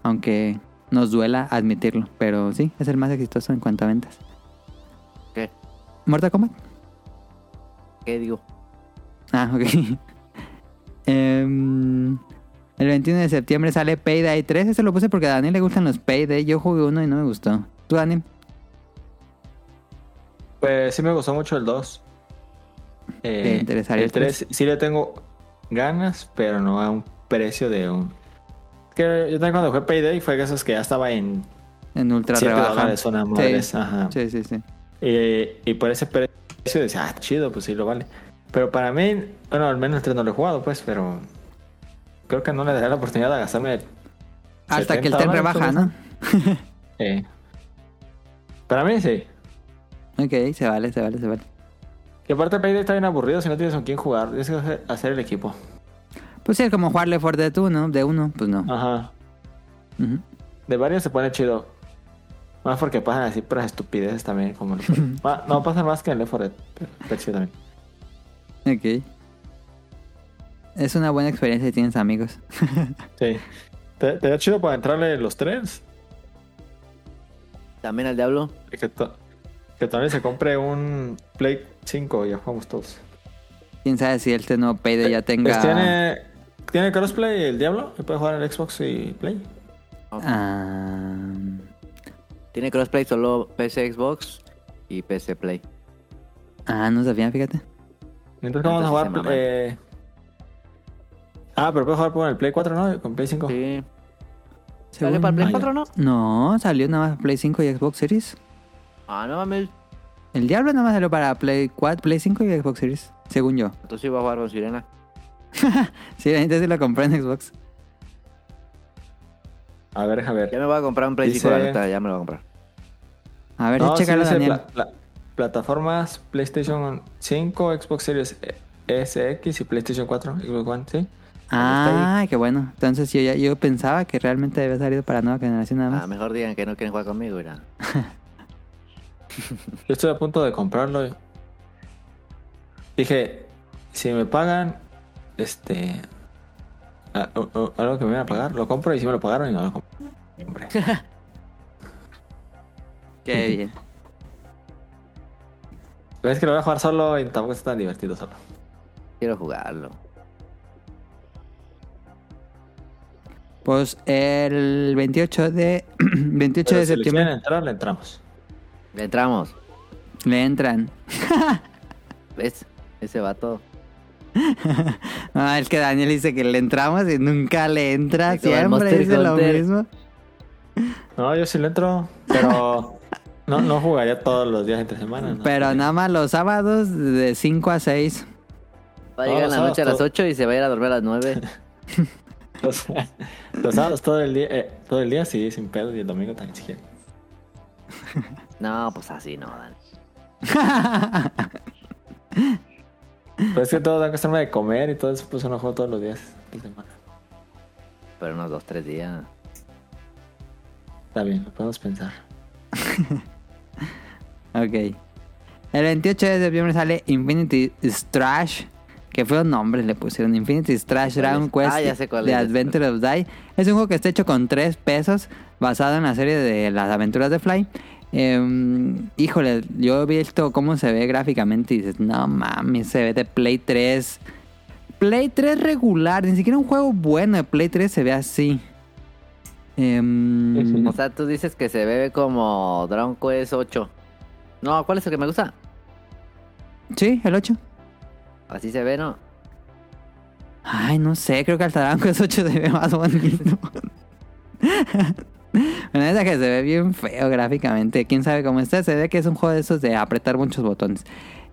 Speaker 4: Aunque nos duela admitirlo, pero sí, es el más exitoso en cuanto a ventas.
Speaker 3: ¿Qué?
Speaker 4: ¿Mortal Kombat?
Speaker 3: ¿Qué digo?
Speaker 4: Ah, ok. *laughs* Em, el 21 de septiembre sale Payday 3. Eso lo puse porque a Daniel le gustan los Payday. Yo jugué uno y no me gustó. ¿Tú, Daniel?
Speaker 2: Pues sí me gustó mucho el 2.
Speaker 4: Te interesaría
Speaker 2: el
Speaker 4: el tres.
Speaker 2: 3 sí le tengo ganas, pero no a un precio de un... Es Que yo también cuando jugué Payday fue que esos que ya estaba en
Speaker 4: En ultra
Speaker 2: 7
Speaker 4: rebaja.
Speaker 2: dólares una
Speaker 4: Sí.
Speaker 2: madres, ajá.
Speaker 4: Sí, sí, sí.
Speaker 2: Eh, y por ese precio decía, ah, chido, pues sí lo vale. Pero para mí, bueno, al menos el 3 no lo he jugado, pues, pero creo que no le daré la oportunidad de gastarme.
Speaker 4: Hasta que el
Speaker 2: 70
Speaker 4: tren
Speaker 2: dólares,
Speaker 4: rebaja,
Speaker 2: tal
Speaker 4: ¿no?
Speaker 2: vez. eh, Para mí sí.
Speaker 4: Ok, se vale, se vale, se vale.
Speaker 2: Que aparte Payday está bien aburrido si no tienes con quién jugar. Tienes que hacer- hacer el equipo.
Speaker 4: Pues sí, es como jugarle for de tú, ¿no? De uno, pues no.
Speaker 2: Ajá.
Speaker 4: Ujú.
Speaker 2: De varios se pone chido. Más porque pasan así puras estupideces también. como el Left 4 Dead.
Speaker 4: *laughs*
Speaker 2: Ah, No, pasan más que en el Left 4 Dead, pero Está chido también.
Speaker 4: Ok. es una buena experiencia si tienes amigos.
Speaker 2: Sí. ¿Te, te da chido para entrarle los trenes?
Speaker 3: También al diablo.
Speaker 2: Que, to- que también se compre un Play 5 y ya jugamos todos.
Speaker 4: Quién sabe si este nuevo Payday ya tenga.
Speaker 2: Pues tiene, ¿Tiene crossplay el Diablo? ¿Y puede jugar en el Xbox y Play?
Speaker 4: Ah,
Speaker 3: Tiene crossplay solo PC Xbox y PC Play.
Speaker 4: ah, no sabía, fíjate.
Speaker 2: Entonces, ¿cómo vamos a
Speaker 3: Entonces,
Speaker 2: jugar?
Speaker 3: se
Speaker 2: Eh, Ah, pero puede jugar con el Play 4, ¿no? Con Play 5.
Speaker 3: Sí. ¿Sale
Speaker 4: Según-
Speaker 3: para el Play
Speaker 2: Ah, ya.
Speaker 3: 4 o no?
Speaker 4: No, salió nada más Play 5 y Xbox Series.
Speaker 3: Ah, no mames.
Speaker 4: El Diablo nada más salió para Play 4, Play 5 y Xbox Series, según yo.
Speaker 3: Entonces iba a jugar con Sirena.
Speaker 4: Sí, la gente sí lo compró en Xbox.
Speaker 2: A ver, a
Speaker 3: Ya
Speaker 2: ver.
Speaker 3: me voy a comprar un Play 5
Speaker 2: Dice-
Speaker 3: la neta, ya me lo voy a comprar.
Speaker 4: A ver,
Speaker 2: No, sí
Speaker 4: chécalo,
Speaker 2: dice
Speaker 4: Daniel.
Speaker 2: pla- pla- plataformas PlayStation 5, Xbox Series SX y PlayStation 4, Xbox One, ¿sí?
Speaker 4: Ah, qué bueno. Entonces yo ya- yo pensaba que realmente había salido para nueva generación nada más.
Speaker 3: Ah, mejor digan que no quieren jugar conmigo, mira.
Speaker 2: Yo estoy a punto de comprarlo. Dije, si me pagan, este. a- o- o- algo que me van a pagar, lo compro y si me lo pagaron y no lo compré.
Speaker 4: Qué bien.
Speaker 2: Pero es que lo voy a jugar solo y tampoco es tan divertido solo.
Speaker 3: Quiero jugarlo.
Speaker 4: Pues el 28 de *clears throat* 28
Speaker 2: Pero
Speaker 4: de
Speaker 2: si le
Speaker 4: septiembre
Speaker 2: quieren entrar, le entramos.
Speaker 3: Le entramos.
Speaker 4: le entran.
Speaker 3: ¿Ves? Ese vato.
Speaker 4: Ah, es que Daniel dice que le entramos y nunca le entra.
Speaker 3: Es como el
Speaker 4: Siempre
Speaker 3: Monster
Speaker 4: dice lo
Speaker 3: Hunter.
Speaker 4: mismo.
Speaker 2: No, yo sí le entro, pero no, no jugaría todos los días entre semana. ¿no?
Speaker 4: Pero nada más los sábados de 5 a 6.
Speaker 3: Va a
Speaker 2: Todos
Speaker 3: llegar en
Speaker 2: los
Speaker 3: la noche
Speaker 2: sábados,
Speaker 3: a las
Speaker 2: todo-
Speaker 3: 8 y se va a ir a dormir a las 9.
Speaker 2: *laughs* *laughs* Los, los sábados todo el día, eh, todo el día sí, sin pedo, y el domingo también si quieren.
Speaker 3: No, pues así no, Dani.
Speaker 2: Pero es que todo dan que hacerme de comer y todo eso, pues uno juega todos los días entre semana.
Speaker 3: Pero unos 2, 3 días.
Speaker 2: Está bien, lo podemos pensar.
Speaker 4: Ok. El 28 de septiembre sale Infinity Strash. Que fue un nombre, le pusieron Infinity Strash
Speaker 3: ¿Cuál es?
Speaker 4: Dragon Quest
Speaker 3: Ah, ya sé cuál
Speaker 4: de
Speaker 3: es.
Speaker 4: Adventure of Die. Es un juego que está hecho con 3 pesos, basado en la serie de las aventuras de Fly. Em, híjole, yo he visto cómo se ve gráficamente y dices, no mames, se ve de Play 3. Play 3 regular, ni siquiera un juego bueno de Play 3 se ve así. Em,
Speaker 3: O sea, tú dices que se ve como Dragon Quest 8. No, ¿cuál es el que me gusta?
Speaker 4: sí, el 8.
Speaker 3: Así se ve, ¿no?
Speaker 4: Ay, no sé, creo que el Dragon Quest 8 se ve más bonito. Bueno, esa que se ve bien feo gráficamente. Quién sabe cómo está. Se ve que es un juego de esos de apretar muchos botones.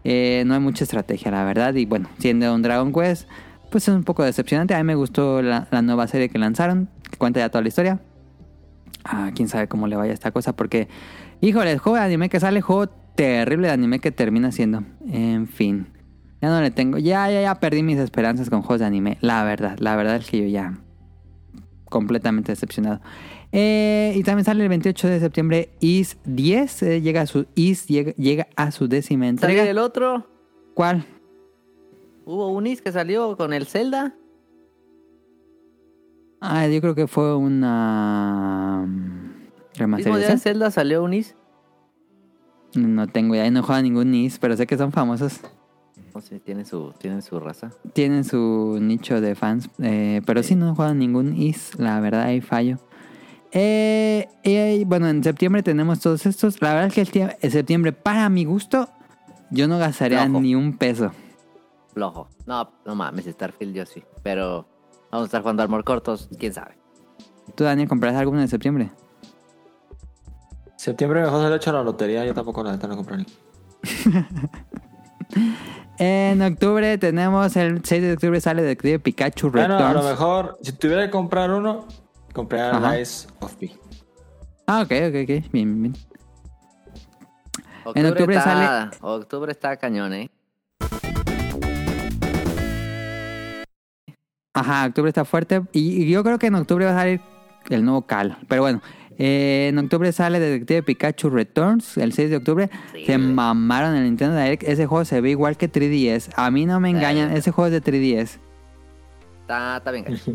Speaker 4: Eh, no hay mucha estrategia, la verdad. Y bueno, siendo un Dragon Quest, pues es un poco decepcionante. A mí me gustó la, la nueva serie que lanzaron, que cuenta ya toda la historia. Ah, quién sabe cómo le vaya a esta cosa, porque, híjole, el juego de anime que sale, juego terrible de anime que termina siendo. En fin, ya no le tengo. Ya, ya, ya perdí mis esperanzas con juegos de anime. La verdad, la verdad es que yo ya. Completamente decepcionado. Eh, y también sale el 28 de septiembre Is 10. eh, llega a su Is llega, llega a su décima
Speaker 3: ¿Salió
Speaker 4: entrega.
Speaker 3: el otro?
Speaker 4: ¿Cuál?
Speaker 3: Hubo un Is que salió con el Zelda.
Speaker 4: Ah, yo creo que fue una mm,
Speaker 2: ¿Ah,
Speaker 3: mismo día de
Speaker 4: remasterización.
Speaker 3: Zelda salió un Is.
Speaker 4: No tengo idea, no he jugado a ningún NIS, pero sé que son famosos.
Speaker 3: Entonces tienen su, tienen su raza.
Speaker 4: Tienen su nicho de fans, eh, pero sí no he jugado a ningún is, la verdad hay fallo. Eh, eh, bueno, en septiembre tenemos todos estos. La verdad es que el tie- en septiembre, para mi gusto, yo no gastaría
Speaker 3: Ojo.
Speaker 4: ni un peso.
Speaker 3: Flojo. No, no mames, Starfield yo sí. Pero vamos a estar jugando Armor Cortos, quién sabe.
Speaker 4: ¿Tú, Daniel, compras alguno en septiembre?
Speaker 2: Septiembre mejor se le echa la lotería, yo tampoco la neta no compré ni.
Speaker 4: En octubre tenemos el 6 de octubre sale Detective Pikachu
Speaker 2: Bueno, Ah, a lo
Speaker 4: Returns.
Speaker 2: mejor, si tuviera que comprar uno,
Speaker 4: Ajá.
Speaker 2: compraría Lies of P.
Speaker 4: Ah, ok, ok, ok. Bien, bien.
Speaker 3: Octubre
Speaker 4: octubre
Speaker 3: está, Octubre está cañón, ¿eh?
Speaker 4: Ajá, octubre está fuerte. Y, y yo creo que en octubre va a salir el nuevo Cal. Pero bueno, eh, en octubre sale Detective Pikachu Returns, el 6 de octubre.
Speaker 3: Sí.
Speaker 4: Se mamaron el Nintendo Direct. Ese juego se ve igual que 3DS. A mí no me engañan,
Speaker 3: Ah.
Speaker 4: ese juego es de 3DS.
Speaker 3: Está, está bien, gacho.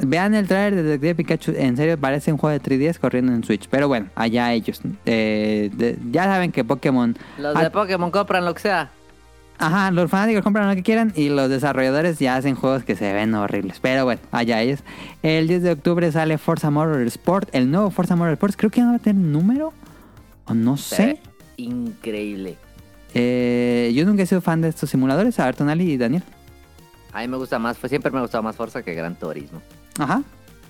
Speaker 4: Vean el trailer de Detective Pikachu. En serio, parece un juego de 3DS corriendo en Switch. Pero bueno, allá ellos. Eh, de- ya saben que Pokémon.
Speaker 3: Los
Speaker 4: Ah.
Speaker 3: de Pokémon compran lo que sea.
Speaker 4: Ajá, los fanáticos compran lo que quieran y los desarrolladores ya hacen juegos que se ven horribles. Pero bueno, allá ellos. El 10 de octubre sale Forza Motorsport. El nuevo Forza Motorsport. Creo que ya no va a tener número. O no
Speaker 3: Se
Speaker 4: sé.
Speaker 3: ve Increíble.
Speaker 4: Eh, yo nunca he sido fan de estos simuladores. A ver, Tonali y Daniel.
Speaker 3: A mí me gusta más, fue siempre me ha gustado más Forza que Gran Turismo.
Speaker 4: Ajá.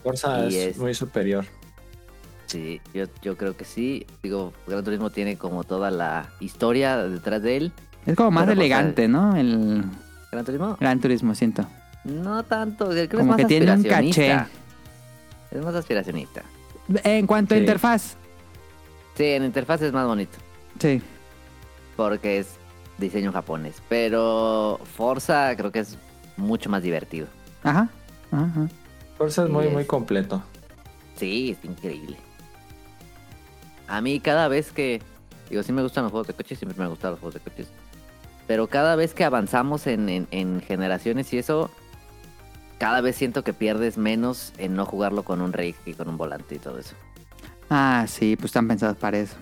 Speaker 2: Forza
Speaker 3: Y
Speaker 2: es,
Speaker 3: es-
Speaker 2: muy superior.
Speaker 3: Sí, yo, yo creo que sí. Digo, Gran Turismo tiene como toda la historia detrás de él.
Speaker 4: Es como más
Speaker 3: Pero, pues,
Speaker 4: elegante, ¿no? El
Speaker 3: Gran Turismo,
Speaker 4: Gran Turismo, siento.
Speaker 3: no tanto, creo que es
Speaker 4: Como
Speaker 3: más
Speaker 4: que tiene un
Speaker 3: aspiracionista.
Speaker 4: caché.
Speaker 3: Es más aspiracionista.
Speaker 4: En cuanto a
Speaker 2: Sí.
Speaker 4: interfaz.
Speaker 3: Sí, en interfaz es más bonito.
Speaker 4: Sí.
Speaker 3: porque es diseño japonés. Pero Forza creo que es mucho más divertido.
Speaker 4: Ajá. Ajá.
Speaker 2: Forza es
Speaker 3: Y
Speaker 2: muy,
Speaker 3: es-
Speaker 2: muy completo.
Speaker 3: Sí, es increíble. A mí cada vez que... Digo, sí me gustan los juegos de coches, siempre me han gustado los juegos de coches. Pero cada vez que avanzamos en, en- en generaciones y eso, cada vez siento que pierdes menos en no jugarlo con un rig y con un volante y todo eso.
Speaker 4: Ah, sí, pues están pensados para eso.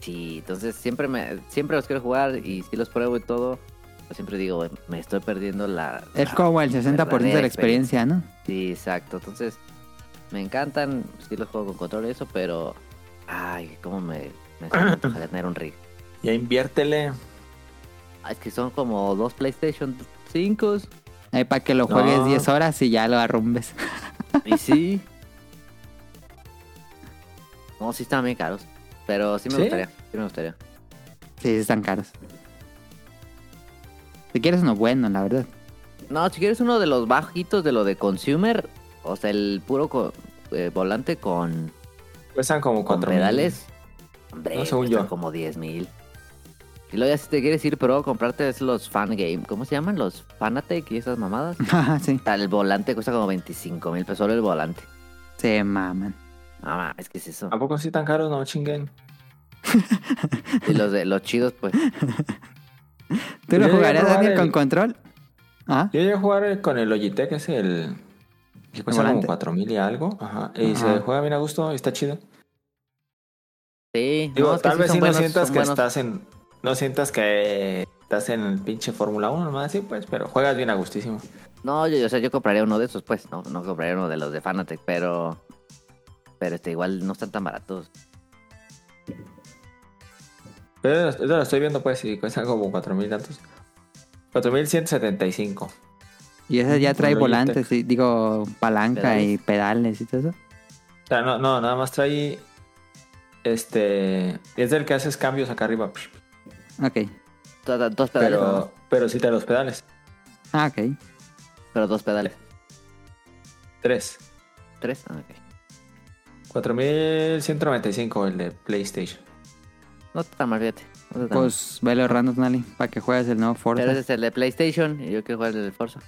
Speaker 3: Sí, entonces siempre me siempre los quiero jugar y si los pruebo y todo, pues siempre digo, me estoy perdiendo la...
Speaker 4: Es
Speaker 3: la-
Speaker 4: como el
Speaker 2: Ah,
Speaker 4: 60% de la
Speaker 3: verdadera
Speaker 4: experiencia, ¿no?
Speaker 3: Sí, exacto. Entonces, me encantan. Sí, los juego con control y eso, pero. Ay, cómo me. Me antoja tener un rig.
Speaker 2: Ya inviértele.
Speaker 3: Ah, Es que son como dos PlayStation 5
Speaker 4: Ahí para que lo juegues
Speaker 2: No.
Speaker 4: 10 horas y ya lo arrumbes.
Speaker 3: y sí. No, sí están bien caros. Pero sí me
Speaker 2: ¿Sí?
Speaker 3: gustaría. Sí me gustaría.
Speaker 4: Sí, sí están caros. Si quieres uno bueno, la verdad. *laughs*
Speaker 3: No, si quieres uno de los bajitos de lo de consumer, o sea, el puro co- eh, volante con,
Speaker 2: Cuestan como
Speaker 3: con
Speaker 2: cuatro mil.
Speaker 3: pedales. Hombre,
Speaker 2: No, según
Speaker 3: cuestan
Speaker 2: yo.
Speaker 3: como 10 mil. Y luego ya si te quieres ir pero comprarte es los fan game. ¿Cómo se llaman? Los Fanatec y esas
Speaker 2: *laughs*
Speaker 3: mamadas.
Speaker 4: Ajá, sí.
Speaker 3: Hasta El volante cuesta como 25 mil pesos solo el volante.
Speaker 4: Se maman.
Speaker 3: No mames, ¿qué es eso?
Speaker 2: ¿A poco sí tan caros? No, chinguen.
Speaker 3: Y los, de, los chidos, pues.
Speaker 4: ¿Tú
Speaker 2: Yo llegué
Speaker 4: lo
Speaker 2: a
Speaker 4: jugarías,
Speaker 2: probar
Speaker 4: Daniel,
Speaker 2: el-
Speaker 4: con control? Ah,
Speaker 2: Yo llegué a jugar eh, con el Logitech, es el... Que cuesta
Speaker 4: volante.
Speaker 2: como cuatro mil y algo. Ajá. Y
Speaker 4: Ajá.
Speaker 2: se juega bien a gusto y está chido.
Speaker 3: Sí,
Speaker 2: Digo,
Speaker 3: no, es que
Speaker 2: tal
Speaker 3: sí
Speaker 2: vez
Speaker 3: son
Speaker 2: sí
Speaker 3: buenos,
Speaker 2: no sientas
Speaker 3: son
Speaker 2: que
Speaker 3: buenos.
Speaker 2: estás en... No sientas que estás en el pinche Fórmula 1, nomás así, pues. Pero juegas bien a gustísimo.
Speaker 3: No, yo, yo- o sea, yo compraría uno de esos, pues. No, no compraría uno de los de Fanatec, pero. Pero este, igual no están tan baratos.
Speaker 2: Pero eso lo estoy viendo, pues, y cuestan como cuatro mil tantos. 4.175.
Speaker 4: y ese ya trae
Speaker 2: Con
Speaker 4: volantes, y, digo, palanca
Speaker 3: Pedales.
Speaker 4: y pedales y todo eso.
Speaker 2: O sea, no, no, nada más trae. Este. Es del que haces cambios acá arriba. pues,
Speaker 4: Ok.
Speaker 3: Do- do- Dos pedales, nada más,
Speaker 2: Pero, pero sí te los pedales.
Speaker 4: Ah, ok.
Speaker 3: pero dos pedales.
Speaker 2: eh. Tres.
Speaker 3: Tres. Ah, ok.
Speaker 2: 4.195 el de PlayStation.
Speaker 3: No está tan mal, fíjate. No está tan mal.
Speaker 4: Pues velo ahorrando, Tonali, para que juegues el nuevo Forza.
Speaker 3: Pero ese es el de PlayStation y yo quiero jugar el de Forza.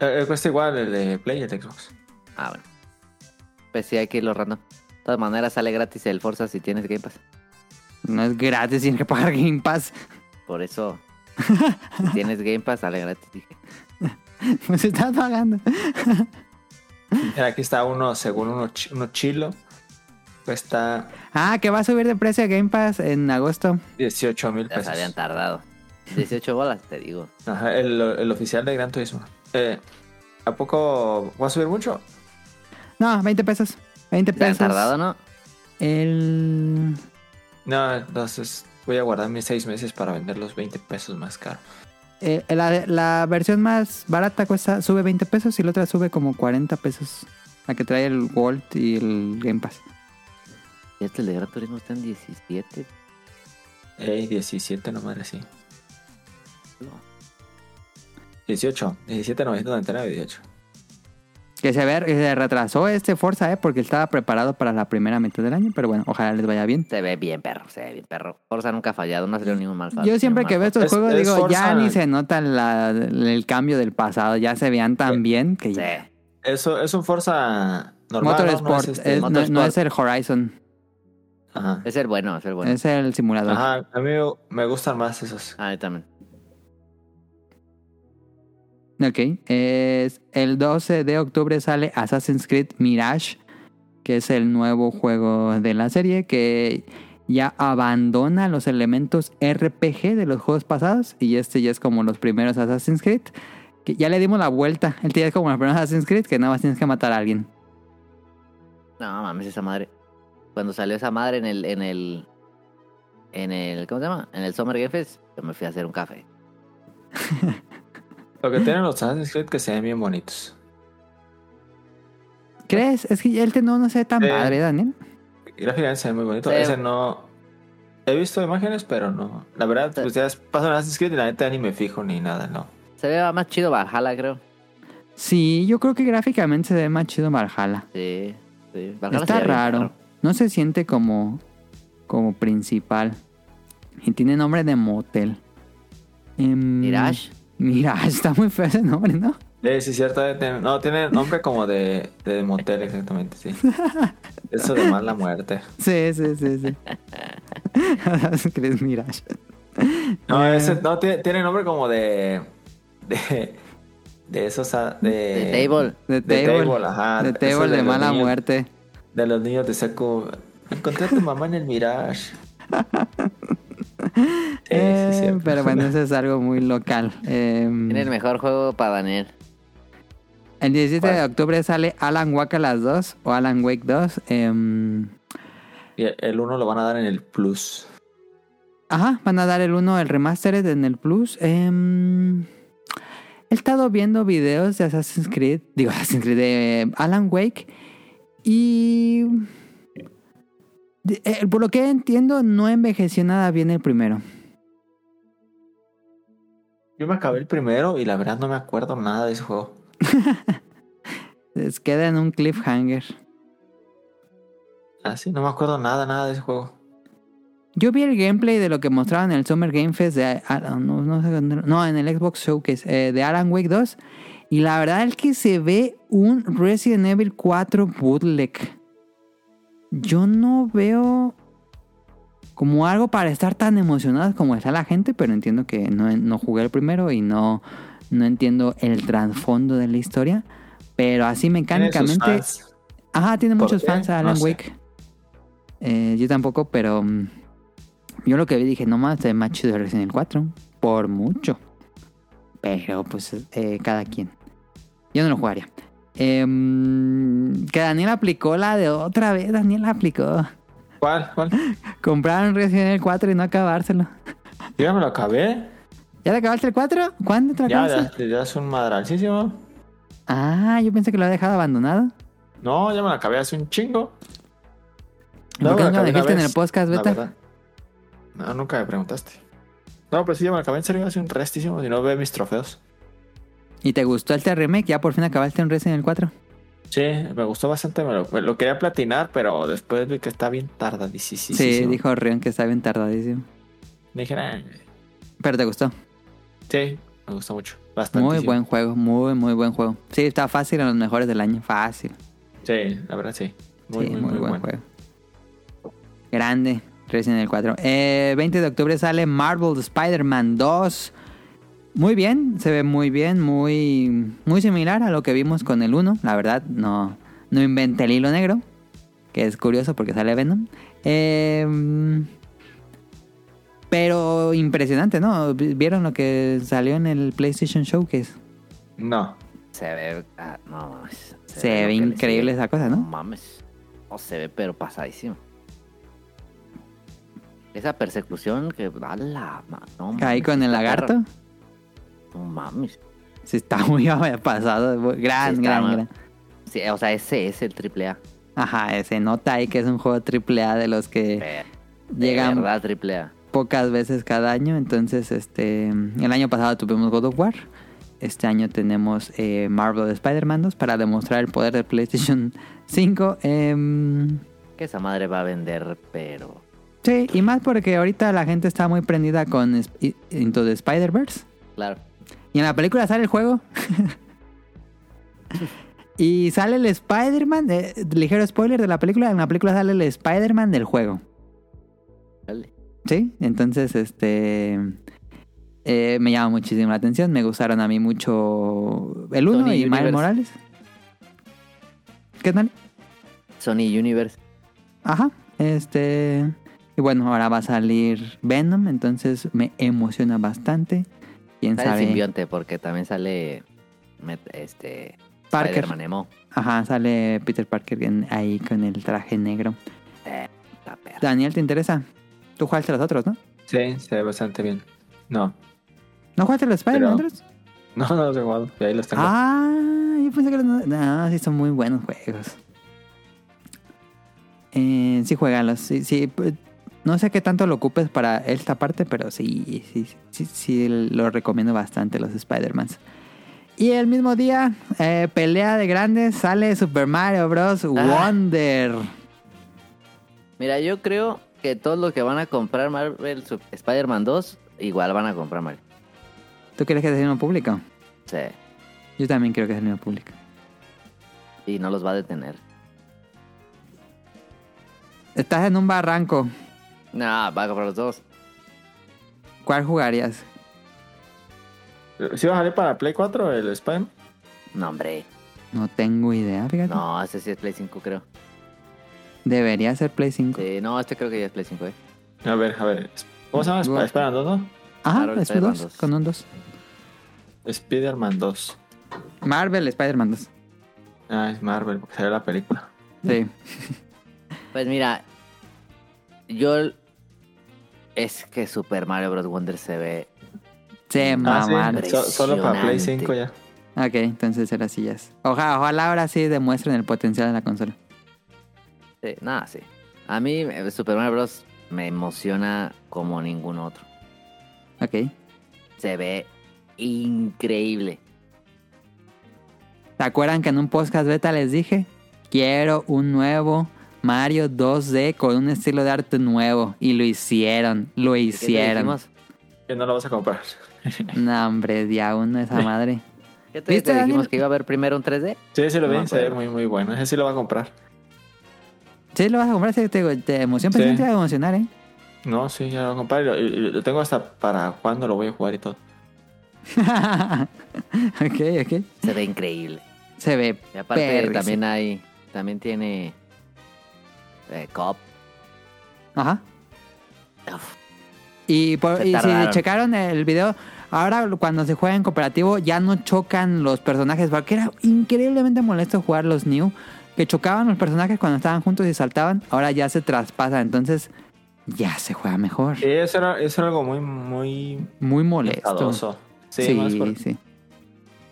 Speaker 2: Eh, eh, cuesta igual el de Play y el de Xbox.
Speaker 3: Ah, bueno. Pues sí, hay que irlo random. De todas maneras, sale gratis el Forza si tienes Game Pass.
Speaker 4: No es gratis, *laughs* tienes que pagar Game Pass. *laughs*
Speaker 3: Por eso, si tienes Game Pass, sale gratis. Dije,
Speaker 4: Pues estás pagando.
Speaker 2: Mira, aquí está uno, según uno, chi- uno chilo. Cuesta
Speaker 4: Ah, que va a subir de precio Game Pass en agosto.
Speaker 2: 18 mil
Speaker 3: ya se
Speaker 2: pesos.
Speaker 3: habían tardado. 18 bolas, te digo.
Speaker 2: Ajá, el, el oficial de Gran Turismo. Eh, ¿A poco va a subir mucho?
Speaker 4: No, 20 pesos. 20
Speaker 3: ¿Se han
Speaker 4: pesos.
Speaker 3: tardado, no?
Speaker 4: El.
Speaker 2: No, entonces voy a guardar mis seis meses para vender los 20 pesos más caro.
Speaker 4: eh, la, la versión más barata cuesta, sube 20 pesos y la otra sube como 40 pesos. La que trae el Gold y el Game Pass.
Speaker 3: Y Este el de Gran Turismo está en 17.
Speaker 2: Ey, 17 nomás así.
Speaker 3: No.
Speaker 2: 18, 17, 999, 18.
Speaker 4: Que se, ver, que se retrasó este Forza, ¿eh? Porque estaba preparado para la primera mitad del año. Pero bueno, ojalá les vaya bien.
Speaker 3: Se ve bien, perro. Se ve bien, perro. Forza nunca ha fallado. No ha salido ningún mal
Speaker 4: Yo siempre que veo estos
Speaker 2: Es-
Speaker 4: juegos
Speaker 2: es
Speaker 4: digo, ya
Speaker 2: Forza.
Speaker 4: ni se nota la- el cambio del pasado. Ya se vean tan bien que ya.
Speaker 3: Sí.
Speaker 2: Eso es un Forza normal. ¿no?
Speaker 4: Motorsport,
Speaker 2: No es este-
Speaker 4: es- no- no
Speaker 3: Motorsport.
Speaker 4: es el Horizon.
Speaker 2: Ajá.
Speaker 3: Es el bueno, es el bueno.
Speaker 4: Es el simulador.
Speaker 2: Ajá, a mí me gustan más esos.
Speaker 3: Ah, yo también.
Speaker 4: Ok. Es, el 12 de octubre sale Assassin's Creed Mirage, que es el nuevo juego de la serie que ya abandona los elementos RPG de los juegos pasados y este ya es como los primeros Assassin's Creed. Que ya le dimos la vuelta. El día es como los primeros Assassin's Creed que nada más tienes que matar a alguien.
Speaker 3: No mames, esa madre. Cuando salió esa madre en el. En el, en el ¿Cómo se llama? En el Summer Game Fest, yo me fui a hacer un café.
Speaker 2: Lo que tienen los Assassin's Creed que se ven bien bonitos.
Speaker 4: ¿Crees? Es que el no, no se ve tan
Speaker 2: Sí.
Speaker 4: padre, Daniel.
Speaker 2: Gráficamente se ve muy bonito.
Speaker 3: Sí.
Speaker 2: Ese no. He visto imágenes, pero no. La verdad,
Speaker 3: Sí.
Speaker 2: ustedes pasan Assassin's Creed y la neta ni me fijo ni nada, no.
Speaker 3: Se ve más chido Valhalla, creo.
Speaker 4: Sí, yo creo que gráficamente se ve más chido Valhalla.
Speaker 3: Sí, sí. Valhalla se
Speaker 4: Está
Speaker 3: ve bien
Speaker 4: raro. No se siente como, como principal. Y tiene nombre de motel. Em,
Speaker 3: Mirage.
Speaker 4: Mirage, está muy feo ese nombre, ¿no?
Speaker 2: Sí, sí, cierto. eh, tiene- no, tiene nombre como de, de motel, exactamente, sí. Eso de mala muerte.
Speaker 4: Sí, sí, sí,
Speaker 3: *laughs*
Speaker 4: sí. Assassin's Creed Mirage.
Speaker 2: No,
Speaker 4: Eh.
Speaker 2: ese, no tiene, tiene nombre como de. de. de esos. ah, De,
Speaker 3: De Table.
Speaker 4: De
Speaker 2: De
Speaker 4: table.
Speaker 2: table, ajá.
Speaker 4: De
Speaker 2: Eso
Speaker 4: table
Speaker 2: de
Speaker 4: de
Speaker 2: los
Speaker 4: mala
Speaker 2: niños.
Speaker 4: muerte.
Speaker 2: De los niños de seco. Encontré a tu mamá en el Mirage. Sí, sí,
Speaker 4: Eh,
Speaker 2: cierto.
Speaker 4: pero bueno, eso es algo muy local. Em,
Speaker 3: Tiene el mejor juego para Daniel.
Speaker 4: El 17 de
Speaker 2: ¿Cuál?
Speaker 4: octubre sale Alan Wake a las 2 o Alan Wake 2. em,
Speaker 2: *laughs* Y el uno lo van a dar en el Plus.
Speaker 4: ajá, van a dar el 1, el remastered en el Plus. em. he estado viendo videos de Assassin's Creed, digo *laughs* Assassin's Creed, de Alan Wake y... de- eh, por lo que entiendo, no envejeció nada bien el primero.
Speaker 2: Yo me acabé el primero y la verdad no me acuerdo nada de ese juego.
Speaker 4: Les queda en un cliffhanger.
Speaker 2: Ah, sí, no me acuerdo nada, nada de ese juego.
Speaker 4: Yo vi el gameplay de lo que mostraban en el Summer Game Fest de ah, no, no sé dónde- no, en el Xbox Showcase eh, de Alan Wake 2 y la verdad es que se ve un Resident Evil 4 bootleg. Yo no veo como algo para estar tan emocionadas como está la gente, pero entiendo que no, no jugué el primero y no, no entiendo el trasfondo de la historia. Pero así
Speaker 2: Tiene sus
Speaker 4: mecánicamente
Speaker 2: fans.
Speaker 4: Ajá, tiene
Speaker 2: ¿Por
Speaker 4: muchos
Speaker 2: qué?
Speaker 4: fans Alan
Speaker 2: No sé.
Speaker 4: Wake. Eh, yo tampoco, pero mm, yo lo que vi dije, no más, es más chido el Resident Evil 4. Por mucho. Pero pues eh, cada quien. Yo no lo jugaría. Em, que Daniel aplicó la de otra vez, Daniel la aplicó.
Speaker 2: ¿Cuál? ¿Cuál?
Speaker 4: Comprar un Resident Evil 4 y no acabárselo.
Speaker 2: Yo ya me lo acabé.
Speaker 4: ¿Ya te acabaste el 4? ¿Cuándo te lo
Speaker 2: Ya,
Speaker 4: acabaste?
Speaker 2: ya, ya es un madralcísimo.
Speaker 4: Ah, yo pensé que lo había dejado abandonado.
Speaker 2: No, ya me lo acabé hace un chingo.
Speaker 4: ¿Por qué
Speaker 2: me
Speaker 4: no lo
Speaker 2: acabé una
Speaker 4: dejaste en
Speaker 2: vez,
Speaker 4: el podcast,
Speaker 2: la
Speaker 4: Beta?
Speaker 2: verdad. No, nunca me preguntaste. No, pero sí, ya me lo acabé en serio hace un restísimo. Si no, ve mis trofeos.
Speaker 4: ¿Y te gustó este remake? ¿Ya por fin acabaste un Resident Evil 4?
Speaker 2: Sí, me gustó bastante. Me lo, me lo quería platinar, pero después vi que está bien tarda. Sí,
Speaker 4: Sí, dijo Rion que está bien tardadísimo.
Speaker 2: Dije, "Ah,
Speaker 4: Pero te gustó.
Speaker 2: sí, me gustó mucho. Bastante.
Speaker 4: Muy buen juego, muy, muy buen juego. Sí, está fácil en los mejores del año. Fácil.
Speaker 2: Sí, la verdad, sí. Muy,
Speaker 4: sí,
Speaker 2: muy, muy bueno.
Speaker 4: juego. Grande, Resident Evil 4. Eh, 20 de octubre sale Marvel Spider-Man 2. Muy bien, se ve muy bien, muy, muy similar a lo que vimos con el 1. La verdad, no, no inventé el hilo negro, que es curioso porque sale Venom. Eh, pero impresionante, ¿no? ¿Vieron lo que salió en el PlayStation Showcase?
Speaker 2: No,
Speaker 3: Se ve. ah, no mames.
Speaker 4: Se ve
Speaker 3: lo que le sigue.
Speaker 4: increíble esa cosa, ¿no?
Speaker 3: mames. No se ve, pero pasadísimo. Esa persecución que. A la ma- no
Speaker 4: Ahí
Speaker 3: mames,
Speaker 4: con el
Speaker 3: está perra.
Speaker 4: lagarto.
Speaker 3: No mames.
Speaker 4: Sí, está *laughs* muy pasado. muy- Gran,
Speaker 3: Sí, está
Speaker 4: Ah, gran,
Speaker 3: mal.
Speaker 4: gran.
Speaker 3: Sí, o sea, ese es el triple A.
Speaker 4: Ajá, eh, se nota ahí que es un juego triple A de los que
Speaker 3: De
Speaker 4: llegan
Speaker 3: verdad, triple A.
Speaker 4: pocas veces cada año. Entonces, este el año pasado tuvimos God of War. Este año tenemos eh, Marvel de Spider-Man 2 para demostrar el poder del PlayStation *laughs* 5. Em,
Speaker 3: Que esa madre va a vender, pero.
Speaker 4: sí, y más porque ahorita la gente está muy prendida con Sp- Into the Spider-Verse.
Speaker 3: Claro.
Speaker 4: Y en la película sale el juego. *laughs* y sale el Spider-Man. eh, ligero spoiler de la película. En la película sale el Spider-Man del juego.
Speaker 3: Dale.
Speaker 4: ¿Sí? Entonces, este. eh, me llama muchísimo la atención. Me gustaron a mí mucho el uno
Speaker 3: Sony
Speaker 4: y Miles
Speaker 3: Universe.
Speaker 4: Morales. ¿Qué tal?
Speaker 3: Sony Universe.
Speaker 4: Ajá. Este. Y bueno, ahora va a salir Venom, entonces me emociona bastante. Quién
Speaker 3: Sale
Speaker 4: sabe.
Speaker 3: simbionte porque también sale met- este
Speaker 4: Parker.
Speaker 3: Spider-Man emo.
Speaker 4: Ajá, sale Peter Parker en- ahí con el traje negro.
Speaker 3: Eh, La perra.
Speaker 4: Daniel, ¿te interesa? Tú jugaste los otros, ¿no?
Speaker 2: Sí, se ve bastante bien. No, *laughs*
Speaker 4: ¿No jugaste los Spider-Man
Speaker 2: Pero-
Speaker 4: otros?
Speaker 2: no, no los he jugado. Ahí los tengo.
Speaker 4: Ah, yo pensé que los... No, no, sí son muy buenos juegos. Eh, sí, juegalos. Sí, sí, p- No sé qué tanto lo ocupes para esta parte, pero sí, sí, sí, sí lo recomiendo bastante los Spider-Mans. Y el mismo día, eh, pelea de grandes, sale Super Mario Bros. Wonder.
Speaker 3: Mira, yo creo que todos los que van a comprar Marvel Sup- Spider-Man 2 igual van a comprar Mario.
Speaker 4: ¿Tú crees que es el mismo público?
Speaker 3: Sí,
Speaker 4: Yo también creo que es el mismo público.
Speaker 3: y no los va a detener.
Speaker 4: Estás en un barranco.
Speaker 3: No, va a comprar los dos.
Speaker 4: ¿Cuál jugarías?
Speaker 2: ¿Sí va a salir para Play 4 el Spam?
Speaker 3: No, hombre.
Speaker 4: No tengo idea, fíjate.
Speaker 3: No, ese sí es Play 5, creo.
Speaker 4: Debería ser Play 5.
Speaker 3: Sí, no, este creo que ya es Play 5, eh.
Speaker 2: A ver, a ver. ¿Cómo se llama? Sp-
Speaker 4: Bueno.
Speaker 2: Spider-Man 2, ¿no?
Speaker 4: Ajá,
Speaker 3: Marvel
Speaker 4: es un
Speaker 3: Spider-Man
Speaker 4: 2,
Speaker 3: 2.
Speaker 4: con un 2.
Speaker 2: Spider-Man 2.
Speaker 4: Marvel Spider-Man 2.
Speaker 2: Ah, es Marvel, porque salió la película.
Speaker 4: Sí.
Speaker 3: Pues mira, yo. Es que Super Mario Bros. Wonder se ve.
Speaker 4: Se
Speaker 2: Ah, sí,
Speaker 4: mamaron.
Speaker 2: so- solo para Play
Speaker 3: Impresionante.
Speaker 2: 5 ya.
Speaker 4: Ok, entonces era así ya. es. Ojalá, ojalá ahora sí demuestren el potencial de la consola.
Speaker 3: Sí, nada, sí. A mí, eh, Super Mario Bros. me emociona como ningún otro.
Speaker 4: Ok.
Speaker 3: Se ve increíble.
Speaker 4: ¿Se acuerdan que en un podcast beta les dije? Quiero un nuevo Mario 2D con un estilo de arte nuevo. Y lo hicieron, lo
Speaker 3: ¿Y qué te
Speaker 4: hicieron.
Speaker 3: dijimos?
Speaker 2: Que no lo vas a comprar.
Speaker 4: No, hombre, día uno
Speaker 3: *laughs*
Speaker 4: esa madre.
Speaker 3: ¿Qué te,
Speaker 4: ¿Viste,
Speaker 3: te dijimos
Speaker 4: Daniel?
Speaker 3: que iba a haber primero un 3D?
Speaker 2: Sí, sí lo
Speaker 3: No
Speaker 2: vi,
Speaker 3: me
Speaker 2: se ve
Speaker 3: acuerdo.
Speaker 2: muy, muy bueno. Ese sí lo va a comprar.
Speaker 4: Sí, lo vas a comprar, sí, te, digo, te emociona,
Speaker 2: Sí.
Speaker 4: pero sí te va a emocionar, ¿eh? *laughs*
Speaker 2: No, sí, ya lo voy a comprar. Y lo, y lo tengo hasta para cuándo lo voy a jugar y todo.
Speaker 4: ok, ok.
Speaker 3: Se ve increíble.
Speaker 4: Se ve.
Speaker 3: Y aparte,
Speaker 4: perrísimo.
Speaker 3: también hay. También tiene. Eh, cop.
Speaker 4: Ajá.
Speaker 3: Uf,
Speaker 4: Y, por-
Speaker 3: Se
Speaker 4: y si
Speaker 3: tardaron.
Speaker 4: checaron el video, ahora cuando se juega en cooperativo ya no chocan los personajes, porque era increíblemente molesto jugar los New, que chocaban los personajes cuando estaban juntos y saltaban, ahora ya se traspasa, entonces ya se juega mejor.
Speaker 2: Y Eso era, eso era algo muy, muy
Speaker 4: Muy molesto.
Speaker 2: enfadoso. Sí,
Speaker 4: Sí,
Speaker 2: más, por,
Speaker 4: sí.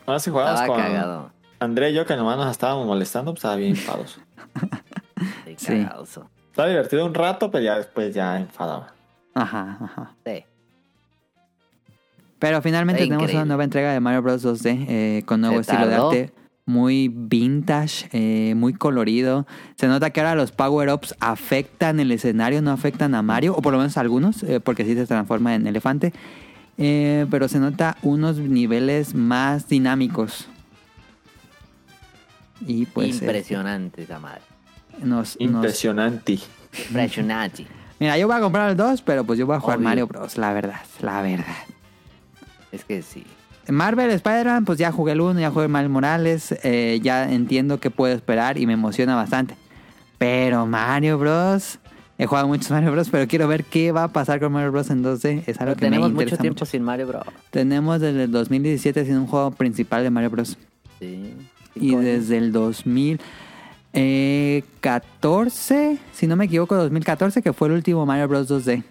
Speaker 2: más si jugabas
Speaker 3: estaba
Speaker 2: con
Speaker 3: cagado.
Speaker 2: André y yo, que nomás nos estábamos molestando, pues estaba bien enfadoso.
Speaker 3: Sí,
Speaker 4: Sí.
Speaker 3: cagadoso.
Speaker 2: estaba divertido un rato, pero ya después ya enfadaba.
Speaker 4: Ajá, ajá.
Speaker 3: Sí.
Speaker 4: Pero finalmente
Speaker 3: Está
Speaker 4: tenemos una
Speaker 3: increíble.
Speaker 4: nueva entrega de Mario Bros. 2D eh, con nuevo
Speaker 3: Se
Speaker 4: estilo
Speaker 3: tardó.
Speaker 4: de arte. Muy vintage, eh, muy colorido. Se nota que ahora los power-ups afectan el escenario, no afectan a Mario, o por lo menos a algunos, eh, porque sí se transforma en elefante. Eh, pero se nota unos niveles más dinámicos. Y pues eh,
Speaker 3: Impresionante esa madre.
Speaker 4: nos, nos...
Speaker 2: Impresionante.
Speaker 3: Impresionante.
Speaker 4: Mira, yo voy a comprar el 2, pero pues yo voy a jugar
Speaker 3: Obvio.
Speaker 4: Mario Bros. La verdad, la verdad.
Speaker 3: es que sí.
Speaker 4: Marvel Spider-Man, pues ya jugué el 1, ya jugué Miles Morales, eh, ya entiendo qué puedo esperar y me emociona bastante. Pero Mario Bros. He jugado muchos *laughs* Mario Bros, pero quiero ver qué va a pasar con Mario Bros. en 2D. Es algo
Speaker 3: Pero
Speaker 4: que
Speaker 3: tenemos
Speaker 4: me interesa
Speaker 3: mucho
Speaker 4: mucho
Speaker 3: tiempo sin Mario Bros.
Speaker 4: Tenemos desde el 2017 sin un juego principal de Mario Bros.
Speaker 3: Sí.
Speaker 4: Y
Speaker 3: Cinco años.
Speaker 4: desde el 2014, si no me equivoco, 2014, que fue el último Mario Bros. 2D.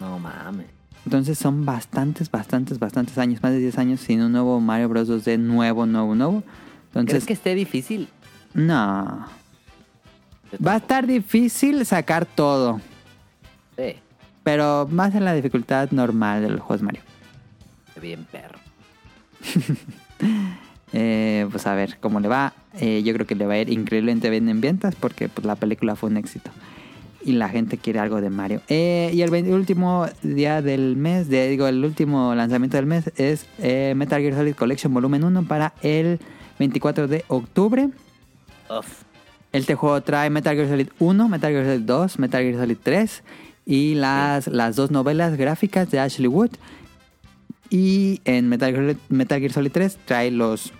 Speaker 3: No mames.
Speaker 4: Entonces son bastantes, bastantes, bastantes años, más de 10 años sin un nuevo Mario Bros. 2D nuevo, nuevo, nuevo. Entonces,
Speaker 3: ¿Crees que esté difícil?
Speaker 4: no.
Speaker 3: Yo
Speaker 4: Va a estar difícil sacar todo,
Speaker 3: Sí.
Speaker 4: pero más en la dificultad normal de los juegos Mario.
Speaker 3: Bien perro.
Speaker 4: Eh, pues a ver cómo le va. Eh, yo creo que le va a ir increíblemente bien en ventas porque pues, la película fue un éxito. Y la gente quiere algo de Mario. Eh, y el ve- último día del mes, de- digo, el último lanzamiento del mes es eh, Metal Gear Solid Collection Volumen 1 para el 24 de octubre.
Speaker 3: Uf.
Speaker 4: Este juego trae Metal Gear Solid 1, Metal Gear Solid 2, Metal Gear Solid 3 y las, las dos novelas gráficas de Ashley Wood Y en Metal Gear, Metal Gear Solid 3 trae los,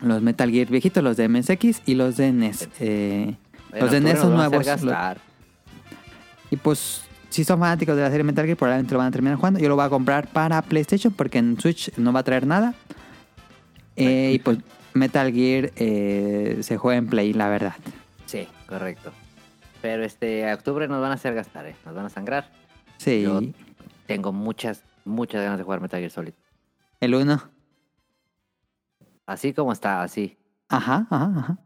Speaker 4: los Metal Gear viejitos, los de MSX y los de NES. eh, los de NES son nuevos. los- y pues, si son fanáticos de la serie Metal Gear, probablemente lo van a terminar jugando. Yo lo voy a comprar para PlayStation porque en Switch no va a traer nada. Eh, y pues, Metal Gear eh, se juega en Play, la verdad.
Speaker 3: Sí, correcto. Pero este, a octubre nos van a hacer gastar, ¿eh? Nos van a sangrar.
Speaker 4: Sí,
Speaker 3: Yo- Tengo muchas, muchas ganas de jugar Metal Gear Solid.
Speaker 4: el 1.
Speaker 3: Así como está, así.
Speaker 4: Ajá, ajá, ajá.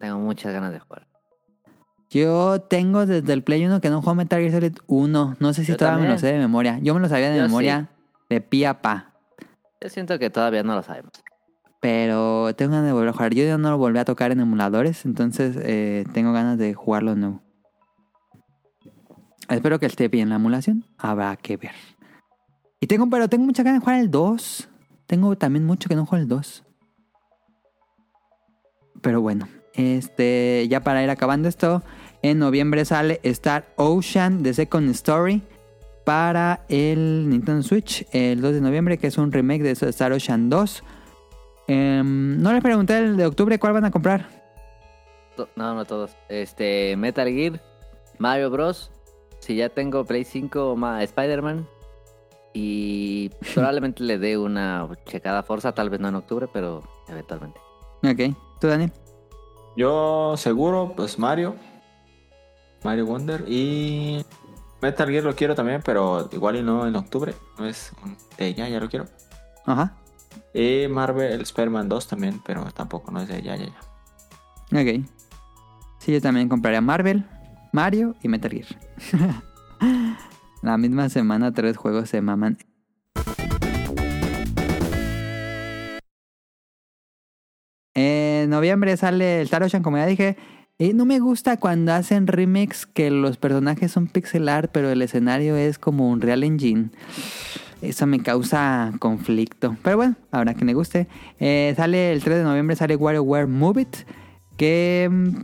Speaker 3: Tengo muchas ganas de jugar.
Speaker 4: Yo tengo desde el Play 1 que no juego Metal Gear Solid 1. No sé si
Speaker 3: Yo
Speaker 4: todavía me lo
Speaker 3: también.
Speaker 4: sé de memoria. Yo me lo sabía de
Speaker 3: Yo
Speaker 4: memoria de pi a pa.
Speaker 3: Yo siento que todavía no lo sabemos.
Speaker 4: Pero tengo ganas de volver a jugar. Yo ya no lo volví a tocar en emuladores, entonces eh, tengo ganas de jugarlo de nuevo. Espero que esté bien la emulación. Habrá que ver. Y tengo, pero tengo muchas ganas de jugar el 2. Tengo también mucho que no juego el 2. Pero bueno, este, ya para ir acabando esto, en noviembre sale Star Ocean The Second Story para el Nintendo Switch el 2 de noviembre, que es un remake de Star Ocean 2. Em, no les pregunté el de octubre cuál van a comprar.
Speaker 3: To- No, no todos. Este, Metal Gear, Mario Bros. Si ya tengo Play 5, ma- Spider-Man. Y probablemente le dé una checada a Forza, tal vez no en octubre, pero eventualmente.
Speaker 4: Ok, tú Dani.
Speaker 2: Yo seguro, pues Mario. Mario Wonder. Y Metal Gear lo quiero también, pero igual y no en octubre. No es un- de ya, ya lo quiero.
Speaker 4: Ajá.
Speaker 2: Y Marvel Spider-Man 2 también, pero tampoco no es de ya, ya, ya.
Speaker 4: Ok. Sí, yo también compraría Marvel, Mario y Metal Gear. *laughs* La misma semana tres juegos se maman. En noviembre sale el Star Ocean, como ya dije. Y no me gusta cuando hacen remix que los personajes son pixel art, pero el escenario es como un Real Engine. Eso me causa conflicto. Pero bueno, habrá que le guste. Eh, sale el 3 de noviembre, sale WarioWare Move It, que mm,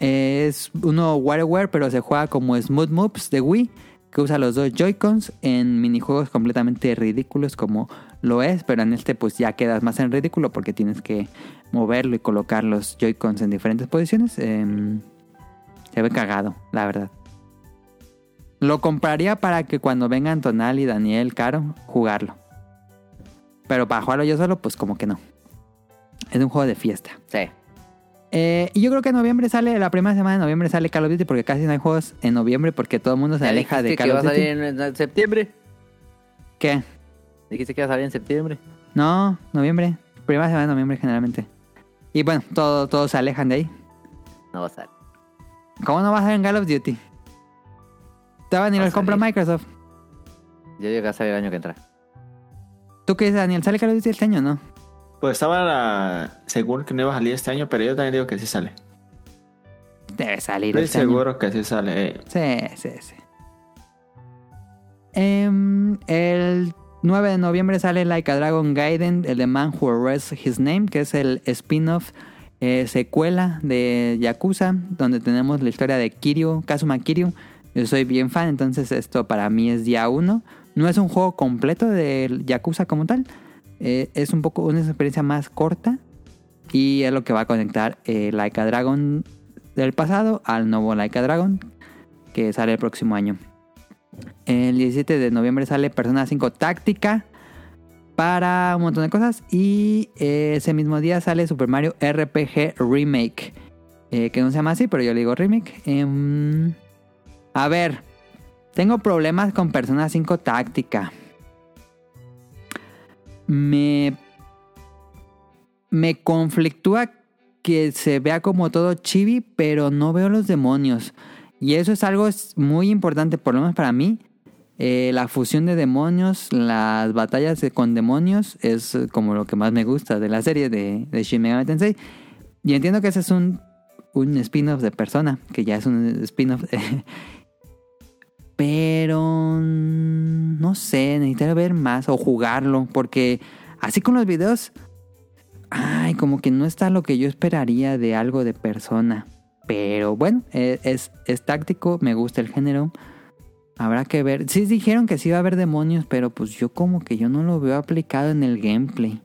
Speaker 4: eh, es uno WarioWare, pero se juega como Smooth Moves de Wii, que usa los dos Joy-Cons en minijuegos completamente ridículos como lo es, pero en este pues ya quedas más en ridículo porque tienes que moverlo y colocar los Joy-Cons en diferentes posiciones. Em, se ve cagado, la verdad. Lo compraría para que cuando vengan Tonal y Daniel Caro, jugarlo. Pero para jugarlo yo solo, pues como que no. Es un juego de fiesta.
Speaker 3: Sí.
Speaker 4: Eh, y yo creo que en noviembre sale, la primera semana de noviembre sale Call of Duty porque casi no hay juegos en noviembre porque todo el mundo se
Speaker 3: Ya
Speaker 4: aleja de
Speaker 3: dijiste
Speaker 4: Call
Speaker 3: que va
Speaker 4: of
Speaker 3: a
Speaker 4: Duty.
Speaker 3: salir en, en septiembre.
Speaker 4: ¿Qué?
Speaker 3: Dijiste que va a salir en septiembre.
Speaker 4: No, noviembre. Primera semana de noviembre generalmente. Y bueno, todo- todos se alejan de ahí.
Speaker 3: No va a salir.
Speaker 4: ¿Cómo no va a salir en Call of Duty? Estaban y
Speaker 3: Va a
Speaker 4: los compra
Speaker 3: salir.
Speaker 4: Microsoft.
Speaker 3: Yo digo que va a salir el año que entra.
Speaker 4: ¿Tú qué dices, Daniel? ¿Sale Call of Duty este año o no?
Speaker 2: Pues estaba la- seguro que no iba a salir este año, pero yo también digo que sí sale.
Speaker 4: Debe salir
Speaker 2: Estoy
Speaker 4: este año.
Speaker 2: seguro que sí sale. eh.
Speaker 4: Sí, sí, sí. Em, el 9 de noviembre sale Like a Dragon Gaiden, el de Man Who Reads His Name, que es el spin-off eh, secuela de Yakuza, donde tenemos la historia de Kiryu, Kazuma Kiryu. Yo soy bien fan, entonces esto para mí es día 1. No es un juego completo de Yakuza como tal, eh, es un poco una experiencia más corta y es lo que va a conectar eh, Like a Dragon del pasado al nuevo Like a Dragon, que sale el próximo año. El 17 de noviembre sale Persona 5 Táctica para un montón de cosas. Y eh, ese mismo día sale Super Mario RPG Remake. eh, que no se llama así, pero yo le digo remake. Em, a ver, tengo problemas con Persona 5 Táctica. Me, me conflictúa que se vea como todo chibi, pero no veo los demonios. Y eso es algo es- muy importante, por lo menos para mí. Eh, la fusión de demonios, las batallas de- con demonios, es eh, como lo que más me gusta de la serie de, de Shin Megami Tensei. Y entiendo que ese es un, un spin-off de Persona, que ya es un spin-off. *laughs* Pero mm, no sé, necesitaría ver más o jugarlo, porque así con los videos, ay, como que no está lo que yo esperaría de algo de e, Persona. Pero bueno, eh, es, es táctico, me gusta el género. Habrá que ver. Sí dijeron que sí iba a haber demonios, pero pues yo como que yo no lo veo aplicado en el gameplay.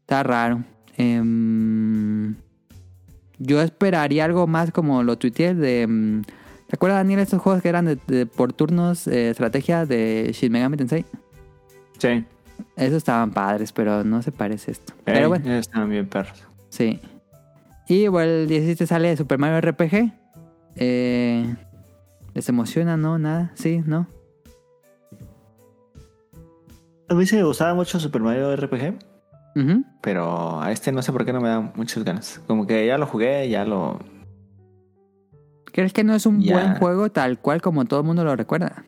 Speaker 4: Está raro. Em, yo esperaría algo más como lo tuiteé de... em, ¿Te acuerdas, Daniel, estos juegos que eran de, de- por turnos, eh, estrategia de Shin Megami Tensei?
Speaker 2: Sí.
Speaker 4: Esos estaban padres, pero no se parece esto. Pero
Speaker 2: Ey,
Speaker 4: bueno,
Speaker 2: Están bien perros.
Speaker 4: sí. Y bueno, el 17 sale Super Mario RPG. Eh, ¿Les emociona? ¿No? ¿Nada? ¿Sí? ¿No?
Speaker 2: A mí se me gustaba mucho Super Mario RPG,
Speaker 4: Ujú.
Speaker 2: pero a este no sé por qué no me da muchas ganas. Como que ya lo jugué, ya lo...
Speaker 4: ¿Crees que no es un
Speaker 2: Ya.
Speaker 4: buen juego tal cual como todo el mundo lo recuerda?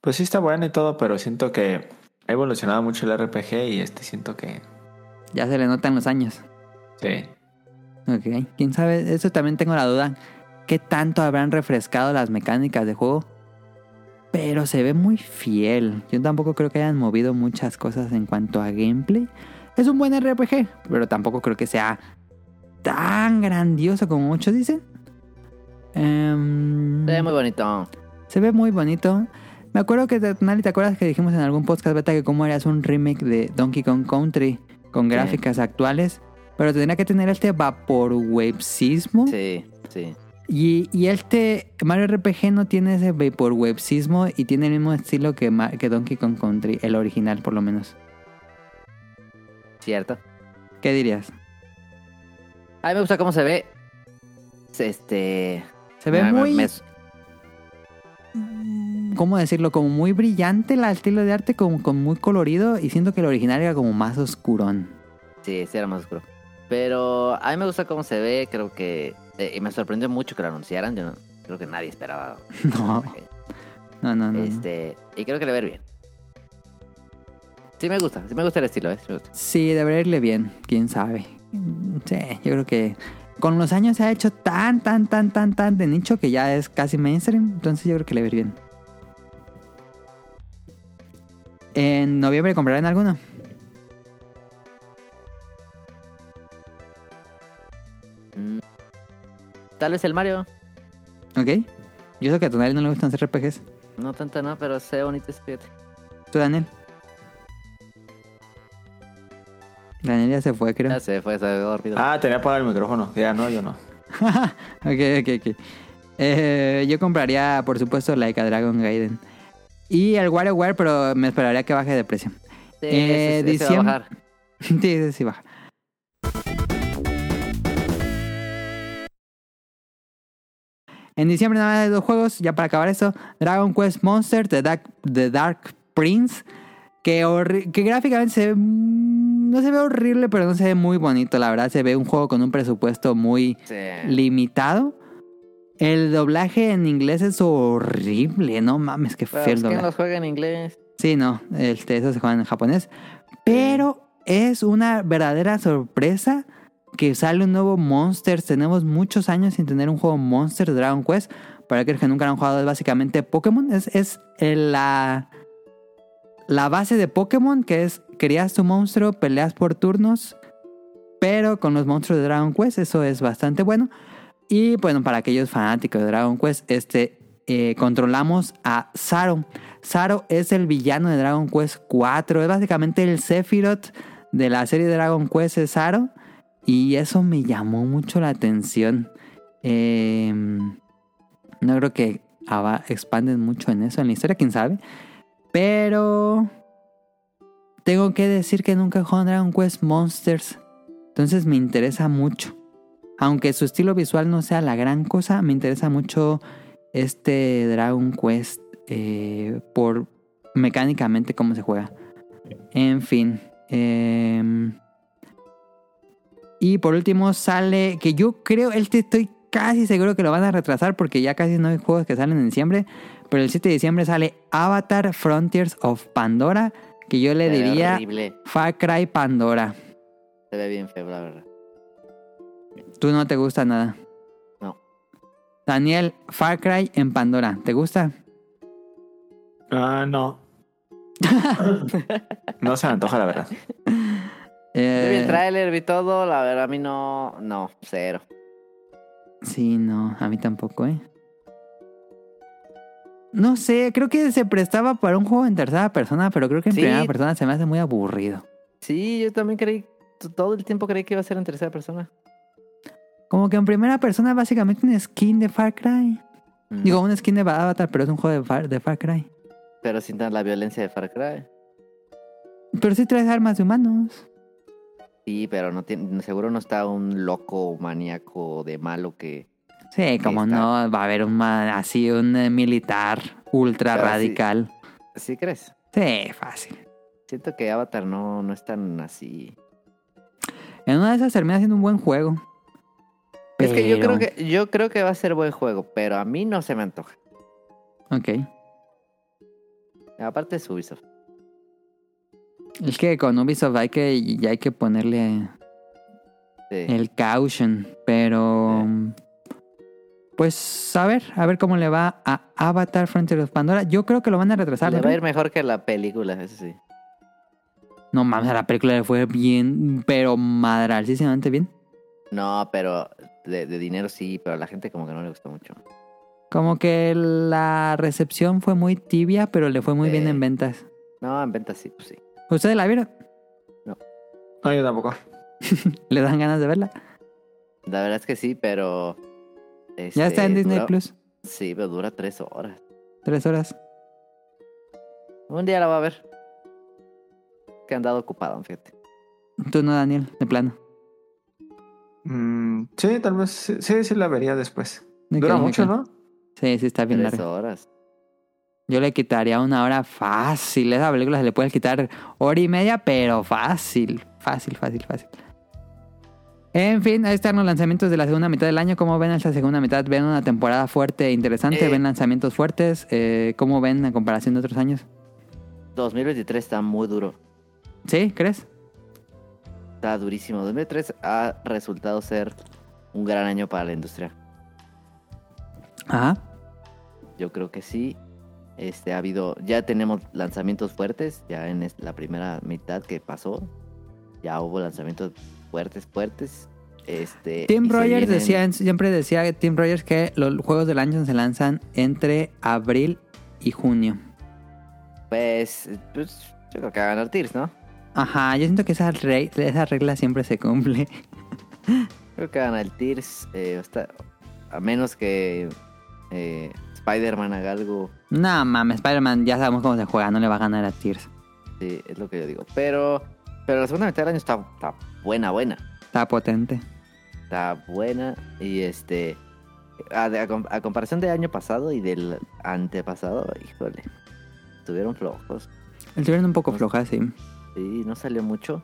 Speaker 2: Pues sí está bueno y todo, pero siento que ha evolucionado mucho el RPG y este siento que...
Speaker 4: Ya se le notan los años.
Speaker 2: Sí.
Speaker 4: Ok, quién sabe, eso también tengo la duda. ¿Qué tanto habrán refrescado las mecánicas de juego? Pero se ve muy fiel. Yo tampoco creo que hayan movido muchas cosas en cuanto a gameplay. Es un buen RPG, pero tampoco creo que sea tan grandioso como muchos dicen. Em,
Speaker 3: Se ve muy bonito.
Speaker 4: se ve muy bonito. Me acuerdo que, Nali, ¿te acuerdas que dijimos en algún podcast beta que cómo harías un remake de Donkey Kong Country con gráficas actuales? Pero tendría que tener este vaporwebsismo.
Speaker 3: Sí, sí.
Speaker 4: Y, y este Mario RPG no tiene ese vaporwebsismo y tiene el mismo estilo que, Ma- que Donkey Kong Country, el original por lo menos.
Speaker 3: Cierto.
Speaker 4: ¿Qué dirías?
Speaker 3: A mí me gusta cómo se ve. Se- Este.
Speaker 4: Se ve
Speaker 3: me- me-
Speaker 4: muy... Mm,
Speaker 3: me-
Speaker 4: ¿Cómo decirlo? Como muy brillante el estilo de arte, como, con muy colorido y siento que el original era como más oscurón.
Speaker 3: Sí, sí, era más oscuro. Pero a mí me gusta cómo se ve. Creo que. eh, y me sorprendió mucho que lo anunciaran. Yo no- creo que nadie esperaba.
Speaker 4: *laughs* No, no, no, no, no.
Speaker 3: Este. Y creo que le va a ir bien. Sí, me gusta. Sí, me gusta el estilo, ¿eh? Sí, me gusta.
Speaker 4: Sí, debería irle bien, quién sabe. Mm, Sí, yo creo que con los años se ha hecho tan, tan, tan, tan, tan de nicho que ya es casi mainstream, entonces yo creo que le va a ir bien. ¿En noviembre comprarán alguno?
Speaker 3: Mm. Tal vez el Mario.
Speaker 4: ¿Ok? Yo sé que a Tonali no le gustan hacer RPGs.
Speaker 3: No tanto, no, pero se ve bonito ese fíjate.
Speaker 4: ¿Tú, Daniel? Daniel ya se fue, creo.
Speaker 3: Ya se fue, se ve dormido.
Speaker 2: Ah, tenía apagado el micrófono. Ya, no, yo no.
Speaker 4: Ok, ok, ok. Eh, yo compraría, por supuesto, Like a Dragon Gaiden. Y el WarioWare, pero me esperaría que baje de precio.
Speaker 3: Sí,
Speaker 4: eh,
Speaker 3: ese- ese va a
Speaker 4: diciembre-
Speaker 3: bajar.
Speaker 4: *laughs* sí, sí, sí, baja. En diciembre nada más hay dos juegos, ya para acabar eso. Dragon Quest Monster, The Dark, The Dark Prince. Que, horri- que gráficamente se ve... mm, No se ve horrible, pero no se ve muy bonito. La verdad, se ve un juego con un presupuesto muy
Speaker 3: Sí.
Speaker 4: limitado. El doblaje en inglés es horrible, no mames, qué feo
Speaker 3: Pero
Speaker 4: el
Speaker 3: es que
Speaker 4: doblaje.
Speaker 3: los juega en inglés.
Speaker 4: Sí, no, este, eso se juega en japonés. Pero es una verdadera sorpresa que sale un nuevo Monsters. Tenemos muchos años sin tener un juego Monster Dragon Quest. Para aquellos que nunca lo han jugado, es básicamente Pokémon. Es, es el- la, la base de Pokémon, que es creas tu monstruo, peleas por turnos. Pero con los monstruos de Dragon Quest, eso es bastante bueno. Y bueno, para aquellos fanáticos de Dragon Quest, este, eh, controlamos a Saron. Saro es el villano de Dragon Quest 4. Es básicamente el Sephiroth de la serie Dragon Quest es Saro. Y eso me llamó mucho la atención. Eh, no creo que ava- expanden mucho en eso en la historia, quién sabe. Pero tengo que decir que nunca he jugado a Dragon Quest Monsters. Entonces me interesa mucho. Aunque su estilo visual no sea la gran cosa, me interesa mucho este Dragon Quest eh, por mecánicamente cómo se juega. En fin. em, y por último sale, que yo creo, este estoy casi seguro que lo van a retrasar porque ya casi no hay juegos que salen en diciembre. Pero el 7 de diciembre sale Avatar Frontiers of Pandora, que yo le
Speaker 3: Se ve
Speaker 4: diría
Speaker 3: horrible.
Speaker 4: Far Cry Pandora.
Speaker 3: Se ve bien feo, la verdad.
Speaker 4: Tú no te gusta nada.
Speaker 3: No.
Speaker 4: Daniel, Far Cry en Pandora, ¿te gusta?
Speaker 2: Ah, no. *laughs* no se me antoja, la verdad.
Speaker 3: Yo vi el
Speaker 4: Eh,
Speaker 3: tráiler, vi todo, la verdad a mí no, no, cero.
Speaker 4: Sí, no, a mí tampoco, ¿eh? No sé, creo que se prestaba para un juego en tercera persona, pero creo que en
Speaker 3: Sí.
Speaker 4: primera persona se me hace muy aburrido.
Speaker 3: Sí, yo también creí, t- todo el tiempo creí que iba a ser en tercera persona.
Speaker 4: Como que en primera persona es básicamente un skin de Far Cry.
Speaker 3: Mm.
Speaker 4: Digo, un skin de Avatar, pero es un juego de Far, de Far Cry.
Speaker 3: Pero sin tan la violencia de Far Cry.
Speaker 4: Pero sí traes armas de humanos.
Speaker 3: Sí, pero no tiene, seguro no está un loco maníaco de malo que...
Speaker 4: Sí, como
Speaker 3: está.
Speaker 4: no, va a haber un ma- así un eh, militar ultra
Speaker 3: Pero sí.
Speaker 4: radical.
Speaker 3: ¿Sí crees?
Speaker 4: Sí. fácil.
Speaker 3: Siento que Avatar no, no es tan así.
Speaker 4: En una de esas termina siendo un buen juego.
Speaker 3: Es que yo creo
Speaker 4: Pero-
Speaker 3: que yo creo que va a ser buen juego, pero a mí no se me antoja.
Speaker 4: Ok.
Speaker 3: Aparte es Ubisoft.
Speaker 4: Es que con Ubisoft hay que, ya hay que ponerle
Speaker 3: Sí.
Speaker 4: el caution, pero... Pues a ver, a ver cómo le va a Avatar Frontier of Pandora. Yo creo que lo van a retrasar.
Speaker 3: Le
Speaker 4: ¿no?
Speaker 3: va a ir mejor que la película, eso sí.
Speaker 4: No mames, a la película le fue bien, pero madralísimamente bien.
Speaker 3: No, pero de, de dinero sí, pero a la gente como que no le gustó mucho.
Speaker 4: Como que la recepción fue muy tibia, pero le fue muy bien
Speaker 3: Sí.
Speaker 4: en ventas.
Speaker 3: No, en venta sí, pues sí.
Speaker 4: ¿Ustedes la vieron?
Speaker 2: No, yo tampoco.
Speaker 4: ¿Le dan ganas de verla?
Speaker 3: La verdad es que sí, pero.
Speaker 4: ya está en
Speaker 3: este,
Speaker 4: Disney
Speaker 3: dura-
Speaker 4: Plus.
Speaker 3: Sí, pero dura tres horas.
Speaker 4: Tres horas.
Speaker 3: Un día la va a ver. Que han dado ocupado, fíjate.
Speaker 4: Tú no, Daniel, de plano.
Speaker 2: Mm, sí, tal vez. Sí, sí, sí la vería después.
Speaker 4: Ok,
Speaker 2: Dura
Speaker 4: ok.
Speaker 2: mucho, ¿no?
Speaker 4: Sí, sí, está bien
Speaker 3: Tres
Speaker 4: larga.
Speaker 3: horas.
Speaker 4: Yo le quitaría una hora fácil. Esa película se le puede quitar hora y media, pero fácil. Fácil, fácil, fácil. En fin, ahí están los lanzamientos de la segunda mitad del año. ¿Cómo ven esta segunda mitad? ¿Ven una temporada fuerte e interesante?
Speaker 3: Eh.
Speaker 4: ¿Ven lanzamientos fuertes? Eh, ¿Cómo ven en comparación de otros años?
Speaker 3: 2023 está muy duro.
Speaker 4: ¿Sí? ¿Crees?
Speaker 3: Está durísimo. 2003 ha resultado ser un gran año para la industria.
Speaker 4: Ajá.
Speaker 3: Yo creo que sí. Este ha habido, ya tenemos lanzamientos fuertes, ya en es- la primera mitad que pasó, ya hubo lanzamientos fuertes, fuertes. Este y
Speaker 4: Tim
Speaker 3: se
Speaker 4: Rogers
Speaker 3: vienen-
Speaker 4: decía, en- siempre decía Tim Rogers que los juegos del año se lanzan entre abril y junio.
Speaker 3: pues, pues, yo creo que va a ganar Tears, ¿no?
Speaker 4: Ajá, yo siento que esa, re- esa regla siempre se cumple.
Speaker 3: Creo que va a ganar el Tears, eh, hasta- a menos que eh, Spider-Man haga algo,
Speaker 4: No mames, Spider-Man ya sabemos cómo se juega, no le va a ganar a Tears.
Speaker 3: sí, eh, es lo que yo digo. Pero, pero la segunda mitad del año está, está buena, buena.
Speaker 4: Está potente.
Speaker 3: está buena y este a, de- a com- a comparación del año pasado y del antepasado, híjole, estuvieron flojos
Speaker 4: Estuvieron un
Speaker 3: Pues,
Speaker 4: poco flojas, sí.
Speaker 3: y no salió mucho.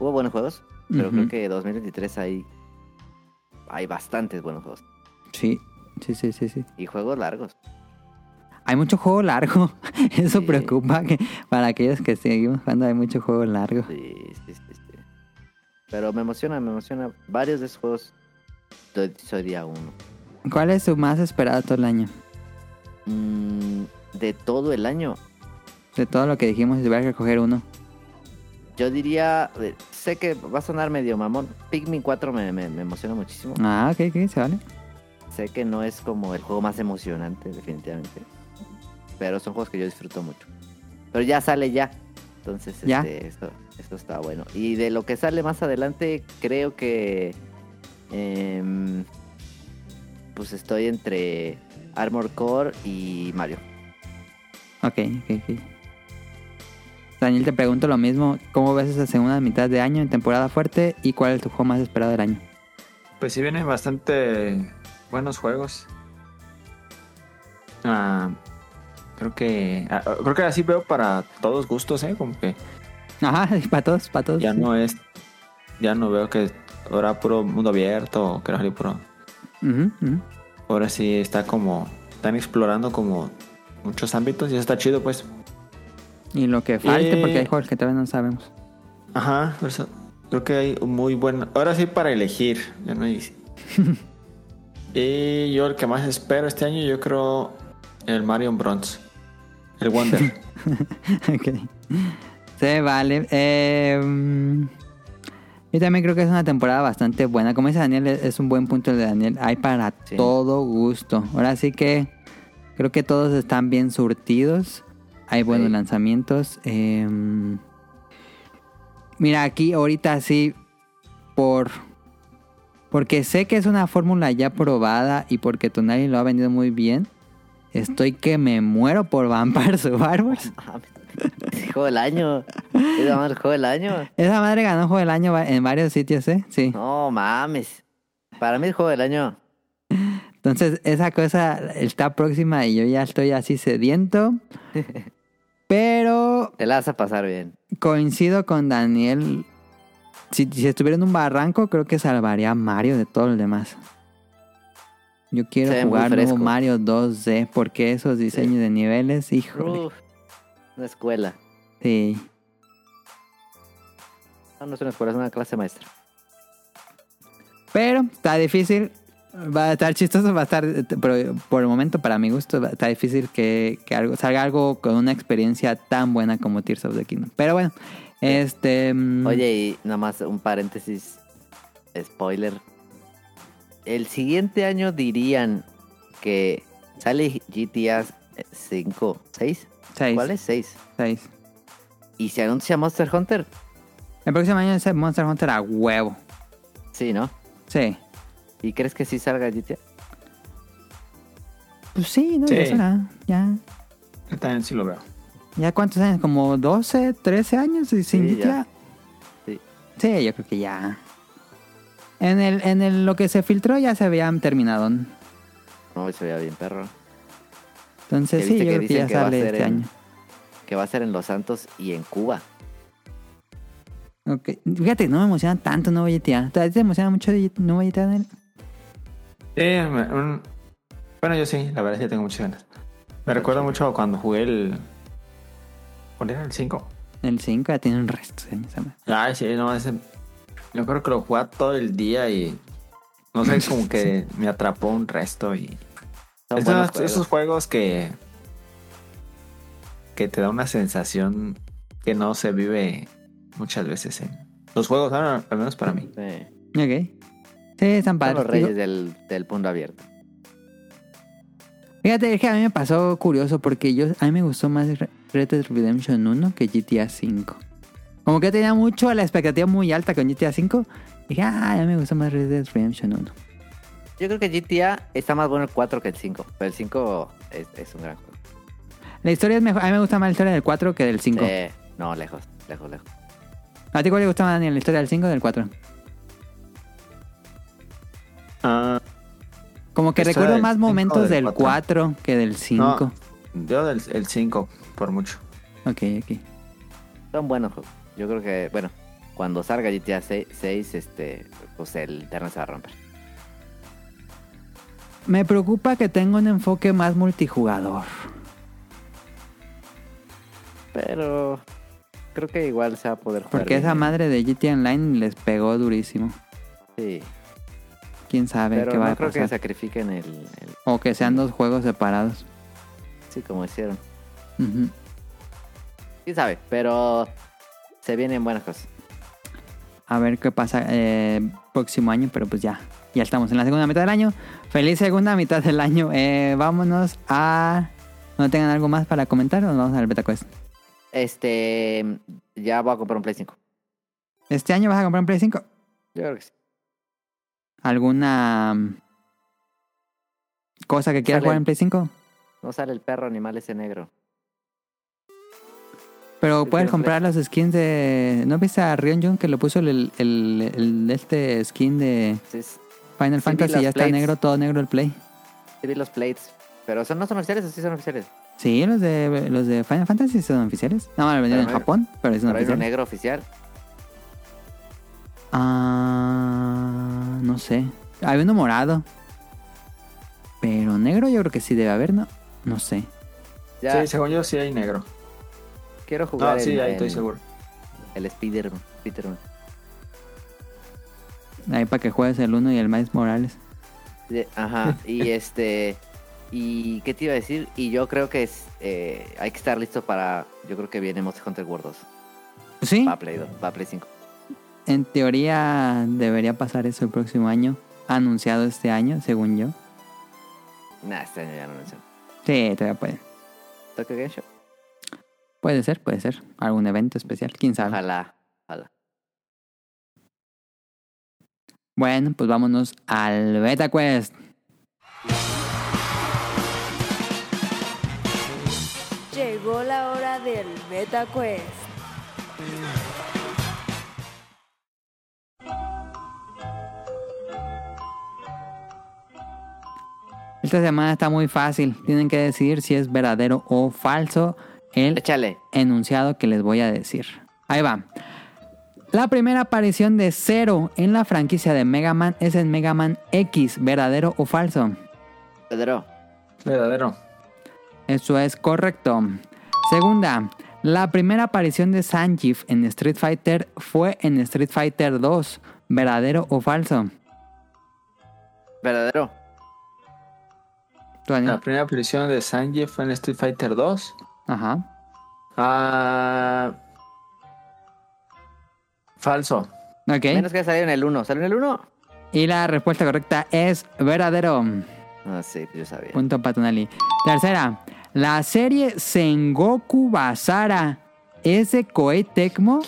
Speaker 3: Hubo buenos juegos, pero
Speaker 4: Ujú.
Speaker 3: creo que 2023 hay hay bastantes buenos juegos
Speaker 4: Sí, sí, sí, sí, sí.
Speaker 3: y juegos largos.
Speaker 4: Hay mucho juego largo. *laughs* Eso
Speaker 3: Sí.
Speaker 4: preocupa que para aquellos que seguimos jugando hay mucho juego largo.
Speaker 3: Sí, sí, sí, sí. Pero me emociona, me emociona varios de esos juegos. Soy, soy día uno.
Speaker 4: ¿Cuál es su más esperado todo el año?
Speaker 3: Mm, de todo el año,
Speaker 4: De todo lo que dijimos, si hubiera que coger uno.
Speaker 3: yo diría, eh, sé que va a sonar medio mamón. Pikmin 4 me- me- me emociona muchísimo.
Speaker 4: Ah, ok, ok, se vale.
Speaker 3: Sé que no es como el juego más emocionante, definitivamente. Pero son juegos que yo disfruto mucho. Pero ya sale ya. Entonces,
Speaker 4: Ya.
Speaker 3: este, esto, esto está bueno. Y de lo que sale más adelante, creo que. em, pues estoy entre Armor Core y Mario. *laughs*
Speaker 4: Ok, ok, ok. Daniel, te pregunto lo mismo. ¿Cómo ves esa segunda mitad de año en temporada fuerte? ¿Y cuál es tu juego más esperado del año? *laughs*
Speaker 2: Pues sí vienen bastante buenos juegos. Ah, creo que ah, ah, creo que así veo para todos gustos, ¿eh? Como que
Speaker 4: Ajá, para todos, para todos.
Speaker 2: ya
Speaker 4: sí.
Speaker 2: no es ya no veo que ahora puro mundo abierto, o que ahora puro
Speaker 4: Ujú, ujú.
Speaker 2: ahora sí está como están explorando como muchos ámbitos y eso está chido, pues.
Speaker 4: Y lo que falte,
Speaker 2: Eh.
Speaker 4: porque hay juegos que todavía no sabemos.
Speaker 2: Ajá, por eso creo que hay un muy buen. Ahora sí para elegir, ya no *laughs* hice. y yo el que más espero este año, yo creo el Marion Bronze, el Wonder. *laughs*
Speaker 4: *laughs* ok. Se vale. Eh, mm, yo también creo que es una temporada bastante buena. e-, Como dice Daniel, es es un buen punto el de Daniel. Hay para
Speaker 3: Sí.
Speaker 4: todo gusto. Ahora sí que Creo que todos están bien surtidos. Hay buenos
Speaker 3: Sí.
Speaker 4: lanzamientos. Eh, mira, aquí ahorita sí, por... Porque sé que es una fórmula ya probada y porque Tonali lo ha vendido muy bien. Estoy que me muero por *laughs* Vampire Survivors.
Speaker 3: Ah, *laughs* Juego del año. Es la madre, juego del año.
Speaker 4: Esa madre ganó Juego del Año va- en varios sitios, ¿eh? Sí.
Speaker 3: No mames. Para mí el juego del año.
Speaker 4: Entonces, esa cosa está próxima y yo ya estoy así
Speaker 3: *laughs*
Speaker 4: sediento. Pero
Speaker 3: Te la vas a pasar bien.
Speaker 4: coincido con Daniel. Si, si estuviera en un barranco, creo que salvaría a Mario de todos los demás. Yo quiero
Speaker 3: Se ve muy
Speaker 4: jugar nuevo
Speaker 3: fresco.
Speaker 4: Mario 2D porque esos diseños de niveles, hijo.
Speaker 3: Uf, una escuela.
Speaker 4: Sí.
Speaker 3: No, no es una escuela, es una clase maestra.
Speaker 4: Pero está difícil. Va a estar chistoso, va a estar, eh, pero por el momento, para mi gusto, va- está difícil que, que algo, salga algo con una experiencia tan buena como Tears of the Kingdom. Pero bueno, este... mm,
Speaker 3: Oye, y nada más un paréntesis. Spoiler. El siguiente año dirían que sale GTA 5, 6.
Speaker 4: seis,
Speaker 3: ¿Cuál es? 6.
Speaker 4: seis.
Speaker 3: Y se anuncia Monster Hunter.
Speaker 4: El próximo año es el Monster Hunter a huevo.
Speaker 3: Sí, ¿no?
Speaker 4: Sí.
Speaker 3: ¿Y crees que sí salga GTA?
Speaker 4: Pues sí, no,
Speaker 2: Sí.
Speaker 4: ya es hora, Ya,
Speaker 2: Yo también sí lo veo.
Speaker 4: ya cuántos años, como 12, 13 años y sin
Speaker 3: Sí,
Speaker 4: GTA.
Speaker 3: ya. Sí.
Speaker 4: Sí, yo creo que ya. En el, en el lo que se filtró ya se habían terminado. ¿no?
Speaker 3: No, se veía bien, perro.
Speaker 4: Entonces
Speaker 3: Que
Speaker 4: sí,
Speaker 3: viste
Speaker 4: yo
Speaker 3: que
Speaker 4: creo que
Speaker 3: dicen
Speaker 4: ya
Speaker 3: que va a
Speaker 4: sale
Speaker 3: ser
Speaker 4: este
Speaker 3: en-
Speaker 4: año.
Speaker 3: Que va a ser en Los Santos y en Cuba.
Speaker 4: Ok. Fíjate, no me emociona tanto nuevo GTA. ¿A ti te emociona mucho el nuevo GTA? Daniel?
Speaker 2: Sí, me- un- bueno, yo sí, la verdad es que tengo muchas ganas. Me recuerda mucho cuando jugué el. ¿Cuál era el 5?
Speaker 4: El 5 ya tiene un resto de años. ¿sabes?
Speaker 2: Ay, sí, no, ese. Yo creo que lo jugaba todo el día y. No *laughs* sé, como que me atrapó un resto y.
Speaker 3: Son
Speaker 2: Esos-
Speaker 3: buenos juegos.
Speaker 2: esos juegos que. que te da una sensación que no se vive muchas veces ¿eh? en. Los juegos, ah, al menos para mí.
Speaker 3: Sí.
Speaker 4: Ok. Sí, están
Speaker 3: Son
Speaker 4: padres.
Speaker 3: los
Speaker 4: Digo,
Speaker 3: reyes del, del mundo abierto.
Speaker 4: Fíjate, es que a mí me pasó curioso porque yo a mí me gustó más Re- Red Dead Redemption 1 que GTA 5. Como que tenía mucho la expectativa muy alta con GTA 5. Dije, ah, ya me gustó más Red Dead Redemption 1.
Speaker 3: Yo creo que GTA está más bueno el 4 que el 5. Pero el 5 es, es un gran juego.
Speaker 4: La historia es mejor. A mí me gusta más la historia del 4 que del 5.
Speaker 3: Eh, no, lejos, lejos, lejos.
Speaker 4: ¿A ti cuál le gusta más, Daniel? ¿La historia del 5 o del 4?
Speaker 2: Ah,
Speaker 4: Como que
Speaker 2: La historia
Speaker 4: recuerdo
Speaker 2: del
Speaker 4: más
Speaker 2: cinco o
Speaker 4: momentos
Speaker 2: del
Speaker 4: del
Speaker 2: cuatro.
Speaker 4: 4 que del 5.
Speaker 2: yo del el 5, por mucho.
Speaker 4: Ok, ok.
Speaker 3: Son buenos juegos. Yo creo que, bueno, cuando salga GTA 6, este, pues el internet se va a romper.
Speaker 4: Me preocupa que tenga un enfoque más multijugador.
Speaker 3: Pero creo que igual se va a poder jugar.
Speaker 4: Porque
Speaker 3: bien.
Speaker 4: esa madre de GT Online les pegó durísimo.
Speaker 3: Sí.
Speaker 4: Quién sabe
Speaker 3: Pero
Speaker 4: qué va
Speaker 3: no
Speaker 4: a
Speaker 3: creo que
Speaker 4: pasar.
Speaker 3: sacrifiquen el, el-
Speaker 4: O que sean dos juegos separados.
Speaker 3: Sí, como hicieron.
Speaker 4: Ujú.
Speaker 3: Quién sabe, pero se vienen buenas cosas.
Speaker 4: A ver qué pasa eh, próximo año, pero pues ya. Ya estamos en la segunda mitad del año. Feliz segunda mitad del año. Eh, vámonos a... ¿No tengan algo más para comentar o nos vamos al Betacuest?
Speaker 3: Este, ya voy a comprar un Play 5.
Speaker 4: ¿Este año vas a comprar un Play 5?
Speaker 3: Yo creo que sí.
Speaker 4: ¿Alguna mm, cosa que quieras
Speaker 3: Sale.
Speaker 4: jugar en Play 5?
Speaker 3: No sale el perro animal ese negro.
Speaker 4: Pero
Speaker 3: Sí,
Speaker 4: puedes
Speaker 3: tiene
Speaker 4: comprar los skins de. ¿No viste a Rion Jun que le puso el, el, el- el- este skin de
Speaker 3: Entonces,
Speaker 4: Final
Speaker 3: vi
Speaker 4: Fantasy?
Speaker 3: las
Speaker 4: Ya está
Speaker 3: plates.
Speaker 4: negro, todo negro el play.
Speaker 3: sí vi los plates. Pero son, no son oficiales o sí son oficiales.
Speaker 4: Sí, los de los de Final Fantasy son oficiales. No, lo vendieron en
Speaker 3: Pero no-
Speaker 4: Japón, pero son
Speaker 3: Pero hay uno
Speaker 4: oficiales.
Speaker 3: negro oficial.
Speaker 4: Ah, no sé. Hay uno morado. Pero negro yo creo que sí debe haber, ¿no? No sé.
Speaker 3: Ya
Speaker 2: Sí, según yo sí hay negro.
Speaker 3: quiero jugar
Speaker 2: No, sí,
Speaker 3: el,
Speaker 2: ahí estoy
Speaker 3: el-
Speaker 2: seguro.
Speaker 3: el Spider-Man. Spider-Man.
Speaker 4: Ahí para que juegues el 1 y el Miles Morales.
Speaker 3: De-
Speaker 4: *laughs*
Speaker 3: Ajá, y este. ¿Y qué te iba a decir? Y yo creo que es, eh, hay que estar listo para. Yo creo que viene Monster Hunter World 2.
Speaker 4: Pues Sí.
Speaker 3: Va a Play 2, va a Play 5.
Speaker 4: En teoría debería pasar eso el próximo año. Anunciado este año, según yo.
Speaker 3: Nah, este año ya no lo menciono.
Speaker 4: Sí, todavía puede.
Speaker 3: Tokyo Game Show.
Speaker 4: Puede ser, puede ser. Algún evento especial, quién sabe.
Speaker 3: Ojalá, ojalá.
Speaker 4: Bueno, pues vámonos al Beta Quest.
Speaker 9: Llegó la hora del Beta Quest.
Speaker 4: Esta semana está muy fácil. Tienen que decidir si es verdadero o falso el
Speaker 3: Échale.
Speaker 4: enunciado que les voy a decir. Ahí va. La primera aparición de Zero en la franquicia de Mega Man es en Mega Man X, verdadero o falso.
Speaker 3: Pedro.
Speaker 2: Verdadero.
Speaker 4: Eso es correcto. Segunda, la primera aparición de Sanjif en Street Fighter fue en Street Fighter 2, verdadero o falso.
Speaker 3: Verdadero.
Speaker 4: ¿Tú, Daniel?
Speaker 2: La primera aparición de Sanji fue en Street Fighter 2.
Speaker 4: Ajá.
Speaker 2: Ah, falso.
Speaker 4: Ok.
Speaker 3: Menos que salió en el 1. ¿Salió en el 1?
Speaker 4: Y la respuesta correcta es verdadero.
Speaker 3: Ah, sí, yo sabía.
Speaker 4: Punto para Tonali. Tercera, la serie Sengoku Basara es de Koei Tecmo.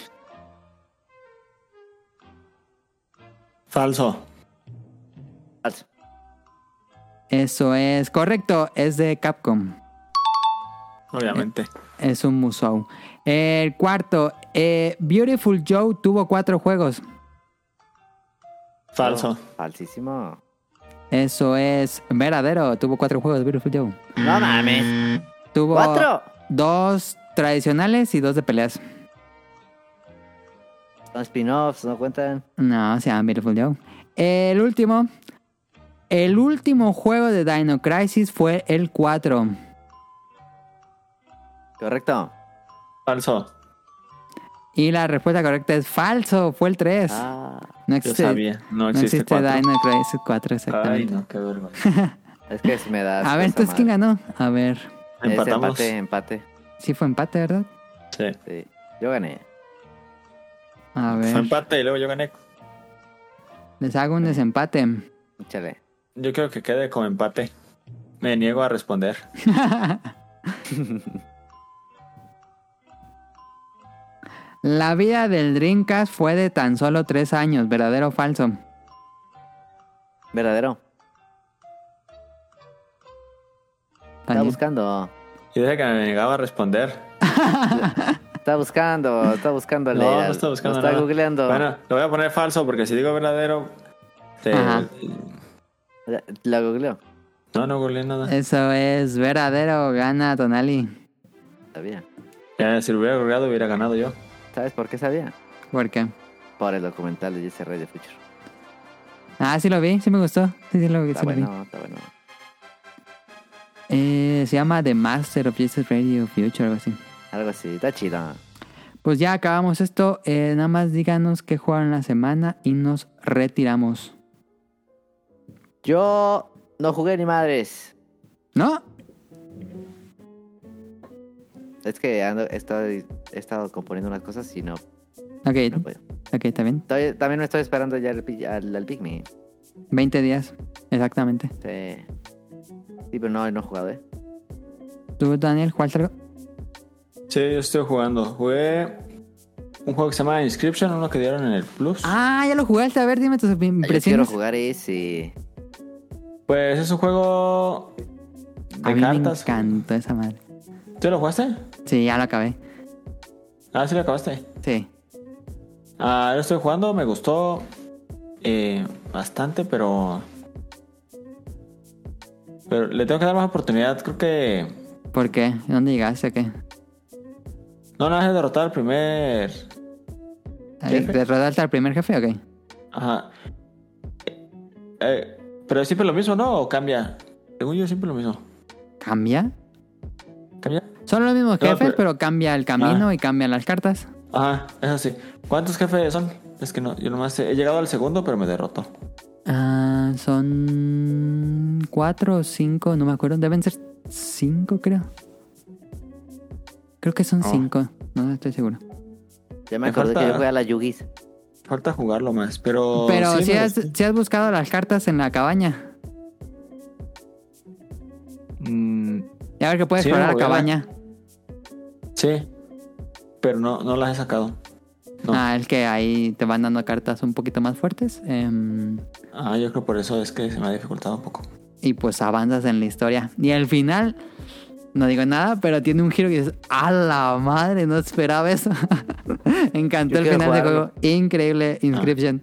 Speaker 2: Falso.
Speaker 3: Falso.
Speaker 4: Eso es correcto, es de Capcom. Eh,
Speaker 2: Obviamente.
Speaker 4: Es un musou. El cuarto, eh, Beautiful Joe tuvo cuatro juegos.
Speaker 2: Falso.
Speaker 3: Falsísimo.
Speaker 4: Eso es verdadero. Tuvo cuatro juegos, Beautiful Joe.
Speaker 3: No
Speaker 4: Mm.
Speaker 3: mames.
Speaker 4: Tuvo
Speaker 3: ¿Cuatro?
Speaker 4: dos tradicionales y dos de peleas.
Speaker 3: Son spin-offs, no cuentan.
Speaker 4: No, o sea, Beautiful Joe. El último. El último juego de Dino Crisis fue el 4.
Speaker 3: Correcto.
Speaker 2: Falso.
Speaker 4: Y la respuesta correcta es falso, fue el 3.
Speaker 3: Ah,
Speaker 4: no
Speaker 2: Yo
Speaker 4: existe,
Speaker 2: sabía. No
Speaker 4: no
Speaker 2: existe,
Speaker 4: existe
Speaker 2: cuatro.
Speaker 4: Dino Crisis 4,
Speaker 2: Ay,
Speaker 4: exactamente.
Speaker 2: no, qué
Speaker 4: *laughs*
Speaker 2: vergüenza.
Speaker 3: es que se me da.
Speaker 4: A ver,
Speaker 3: esa
Speaker 4: entonces, ¿quién
Speaker 3: madre.
Speaker 4: ganó? A ver,
Speaker 3: Es
Speaker 2: Empatamos.
Speaker 3: empate, empate.
Speaker 4: sí fue empate, ¿verdad?
Speaker 2: Sí.
Speaker 3: Sí. Yo gané.
Speaker 4: A
Speaker 2: Fue
Speaker 4: ver,
Speaker 2: empate y luego yo gané.
Speaker 4: les hago un desempate.
Speaker 3: Échale.
Speaker 2: Yo creo que quede como empate. Me niego a responder.
Speaker 4: La vida del Dreamcast fue de tan solo 3 años, ¿verdadero o falso?
Speaker 3: Verdadero. Estaba
Speaker 4: Daniel.
Speaker 3: buscando.
Speaker 2: Yo dije que me negaba a responder.
Speaker 3: Está buscando, está
Speaker 2: *laughs*
Speaker 3: buscando.
Speaker 2: No, no está buscando
Speaker 3: Está
Speaker 2: nada.
Speaker 3: googleando.
Speaker 2: Bueno, lo voy a poner falso porque si digo verdadero. te-
Speaker 4: Ajá.
Speaker 3: Ya, La googleó.
Speaker 2: No, no googleé nada.
Speaker 4: Eso es verdadero, gana Tonali.
Speaker 3: Sabía.
Speaker 2: Ya, si lo hubiera googleado, hubiera ganado yo.
Speaker 3: ¿Sabes por qué sabía?
Speaker 4: ¿Por qué?
Speaker 3: Por el documental de Jesse Rey de Future.
Speaker 4: Ah, sí lo vi, sí me gustó. Sí, sí lo, sí
Speaker 3: Está
Speaker 4: lo vi.
Speaker 3: bueno, está bueno.
Speaker 4: Eh, se llama The Master of Jesus Radio Future, algo así.
Speaker 3: Algo así, está chido.
Speaker 4: Pues ya acabamos esto. eh, nada más díganos qué jugaron la semana y nos retiramos.
Speaker 3: Yo no jugué ni madres.
Speaker 4: ¿No?
Speaker 3: Es que ando, he, estado, he estado componiendo unas cosas y no, no
Speaker 4: Ok,
Speaker 3: puedo.
Speaker 4: ok, está bien.
Speaker 3: Estoy- también me estoy esperando ya al, pi- al, al Big Me.
Speaker 4: 20 días, exactamente.
Speaker 3: Sí. Sí, pero no, no he jugado, ¿eh?
Speaker 4: ¿Tú, Daniel, cuál traigo?
Speaker 2: Sí, yo estoy jugando. Jugué un juego que se llama Inscription, uno que dieron en el Plus.
Speaker 4: Ah, ya lo jugaste. A ver, dime tus
Speaker 3: Yo quiero
Speaker 4: impresiones.
Speaker 3: jugar ese.
Speaker 2: Pues es un juego
Speaker 4: A
Speaker 2: de
Speaker 4: mí me
Speaker 2: cartas.
Speaker 4: encantó esa madre.
Speaker 2: ¿Tú lo jugaste?
Speaker 4: Sí, ya lo acabé.
Speaker 2: Ah, sí lo acabaste.
Speaker 4: Sí.
Speaker 2: Ah, lo estoy jugando, me gustó eh, bastante, pero. Pero le tengo que dar más oportunidad. Creo que.
Speaker 4: ¿Por qué? ¿Dónde llegaste o qué?
Speaker 2: No, nada más de derrotar al primer.
Speaker 4: Ay,
Speaker 2: Jefe.
Speaker 4: ¿Te rodaste al primer jefe o qué?
Speaker 2: Ajá. Eh, pero es siempre lo mismo, ¿no? ¿O cambia? Según yo, siempre lo mismo.
Speaker 4: ¿Cambia?
Speaker 2: ¿Cambia?
Speaker 4: Son los mismos
Speaker 2: No,
Speaker 4: jefes, pero...
Speaker 2: pero-
Speaker 4: cambia el camino
Speaker 2: Ah.
Speaker 4: y cambian las cartas.
Speaker 2: Ajá, eso sí. ¿Cuántos jefes son? Es que no, yo nomás he, he llegado al segundo, pero me derrotó.
Speaker 4: Ah, son cuatro o cinco, no me acuerdo. Deben ser cinco, creo. Creo que son
Speaker 2: Ah.
Speaker 4: cinco, no estoy seguro.
Speaker 3: Ya me
Speaker 2: Me
Speaker 3: acordé que
Speaker 2: falta-
Speaker 3: yo jugué a la Yugis.
Speaker 2: Falta jugarlo más, pero.
Speaker 4: Pero
Speaker 2: Oh, sí
Speaker 4: si
Speaker 2: me
Speaker 4: has,
Speaker 2: gustó.
Speaker 4: sí has buscado las cartas en la cabaña.
Speaker 2: Mm,
Speaker 4: Ya ver que puedes
Speaker 2: Sí,
Speaker 4: explorar la
Speaker 2: voy a ver.
Speaker 4: cabaña.
Speaker 2: Sí, pero no, no las he sacado. No.
Speaker 4: Ah, el que ahí te van dando cartas un poquito más fuertes. em,
Speaker 2: Ah, yo creo por eso es que se me ha dificultado un poco.
Speaker 4: y pues avanzas en la historia. Y al final, no digo nada, pero tiene un giro que dices, a la madre, no esperaba eso. *laughs* Encantó
Speaker 3: Yo
Speaker 4: el
Speaker 3: quiero
Speaker 4: final del
Speaker 3: jugarlo.
Speaker 4: juego. Increíble
Speaker 2: Ah.
Speaker 4: Inscription.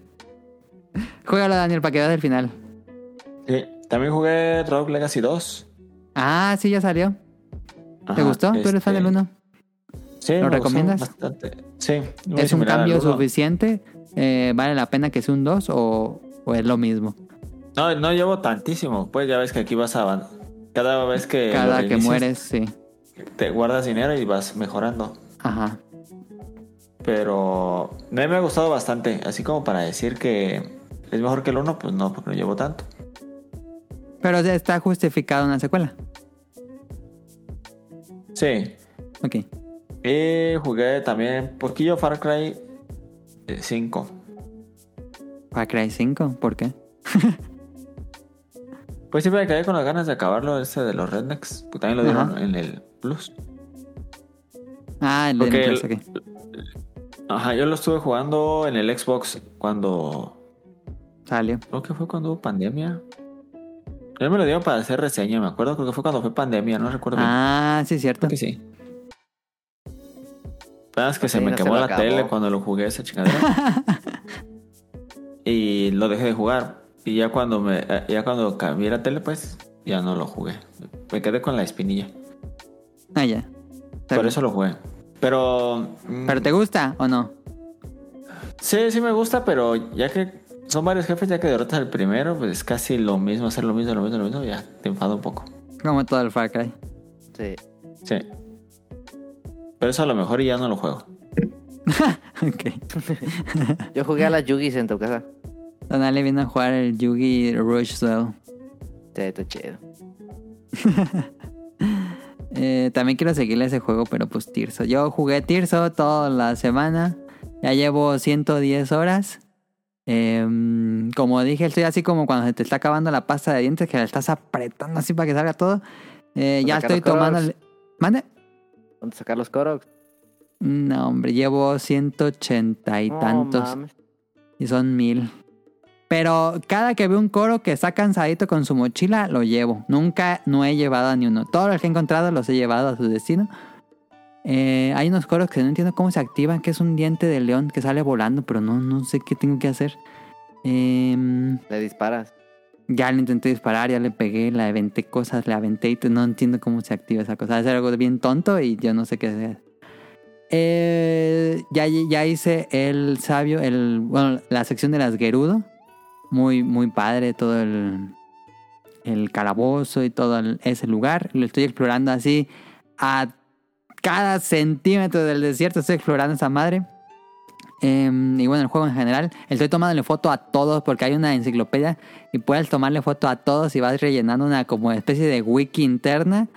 Speaker 4: Juégalo, Daniel, para que veas el final.
Speaker 2: Sí, también jugué Rogue Legacy 2.
Speaker 4: Ah, sí, ya salió. ¿Te gustó? ¿Tú eres fan del
Speaker 2: este,
Speaker 4: 1?
Speaker 2: Sí,
Speaker 4: ¿Lo
Speaker 2: me gustó
Speaker 4: recomiendas?
Speaker 2: Bastante. Sí, muy
Speaker 4: ¿Es un
Speaker 2: similar al
Speaker 4: cambio
Speaker 2: uno.
Speaker 4: suficiente? Eh, ¿Vale la pena que sea un 2 o, o es lo mismo?
Speaker 2: No, no llevo tantísimo. Pues ya ves que aquí vas a. Cada vez que. lo
Speaker 4: Cada que
Speaker 2: reinicias,
Speaker 4: mueres, sí.
Speaker 2: Te guardas dinero y vas mejorando.
Speaker 4: Ajá.
Speaker 2: Pero. Me, me ha gustado bastante. Así como para decir que. Es mejor que el 1, pues no, porque no llevo tanto.
Speaker 4: Pero ya está justificado una secuela.
Speaker 2: Sí.
Speaker 4: Ok.
Speaker 2: Y jugué también poquillo Far Cry eh, 5.
Speaker 4: Far Cry 5, ¿por qué?
Speaker 2: Pues siempre me quedé con las ganas de acabarlo ese de los Rednecks. porque También lo dieron
Speaker 4: Ajá.
Speaker 2: en el Plus.
Speaker 4: Ah, el de
Speaker 2: Porque
Speaker 4: Netflix,
Speaker 2: el-
Speaker 4: ok.
Speaker 2: Ajá, yo lo estuve jugando en el Xbox cuando...
Speaker 4: Salió.
Speaker 2: Creo que fue cuando hubo pandemia. Él me lo dio para hacer reseña, me acuerdo. Creo que fue cuando fue pandemia, no recuerdo. bien.
Speaker 4: Ah, sí, cierto.
Speaker 2: Creo que sí. Nada más que se
Speaker 3: Sí,
Speaker 2: me
Speaker 3: no se
Speaker 2: quemó
Speaker 3: lo
Speaker 2: la
Speaker 3: acabó.
Speaker 2: tele cuando lo jugué esa chingadera. y lo dejé de jugar. Y ya cuando me eh, ya cuando cambié la tele, pues ya no lo jugué. Me quedé con la espinilla.
Speaker 4: Ah, ya.
Speaker 2: Por eso lo jugué. Pero. mm,
Speaker 4: ¿Pero te gusta o no?
Speaker 2: Sí, sí me gusta, pero ya que son varios jefes, ya que derrotas al primero, pues es casi lo mismo, hacer lo mismo, lo mismo, lo mismo, ya te enfado un poco.
Speaker 4: Como todo el Far Cry. *laughs*
Speaker 3: Sí.
Speaker 2: Sí. Pero eso a lo mejor y ya no lo juego.
Speaker 4: ok.
Speaker 3: Yo jugué a las Yugis en tu casa.
Speaker 4: Don Ale viene a jugar el Yugi Rush Duel.
Speaker 3: Sí, está chido.
Speaker 4: Eh, también quiero seguirle ese juego, pero pues Tirso. Yo jugué Tirso toda la semana. Ya llevo 110 horas. Em, como dije, estoy así como cuando se te está acabando la pasta de dientes, que la estás apretando así para que salga todo. Eh,
Speaker 3: Para
Speaker 4: ya
Speaker 3: sacar los
Speaker 4: estoy tomando...
Speaker 3: colores.
Speaker 4: ¿Mande?
Speaker 3: ¿Dónde sacar los Koroks?
Speaker 4: No, hombre, llevo 180 y
Speaker 3: No
Speaker 4: tantos.
Speaker 3: mames.
Speaker 4: Y son mil. Pero cada que veo un coro que está cansadito con su mochila, lo llevo. Nunca no he llevado a ni uno. Todos los que he encontrado los he llevado a su destino. Eh, hay unos coros que no entiendo cómo se activan, que es un diente de león que sale volando, pero no, no sé qué tengo que hacer. Em,
Speaker 3: Le disparas.
Speaker 4: ya le intenté disparar, ya le pegué, le aventé cosas, le aventé y t- no entiendo cómo se activa esa cosa. Es algo bien tonto y yo no sé qué hacer. Eh, ya, ya hice el sabio, el, bueno, la sección de las Gerudo. Muy, muy padre todo el, el calabozo y todo el- ese lugar. Lo estoy explorando así a cada centímetro del desierto. Estoy explorando esa madre. Em, y bueno, el juego en general. Estoy tomándole foto a todos porque hay una enciclopedia y puedes tomarle foto a todos y vas rellenando una como especie de wiki interna.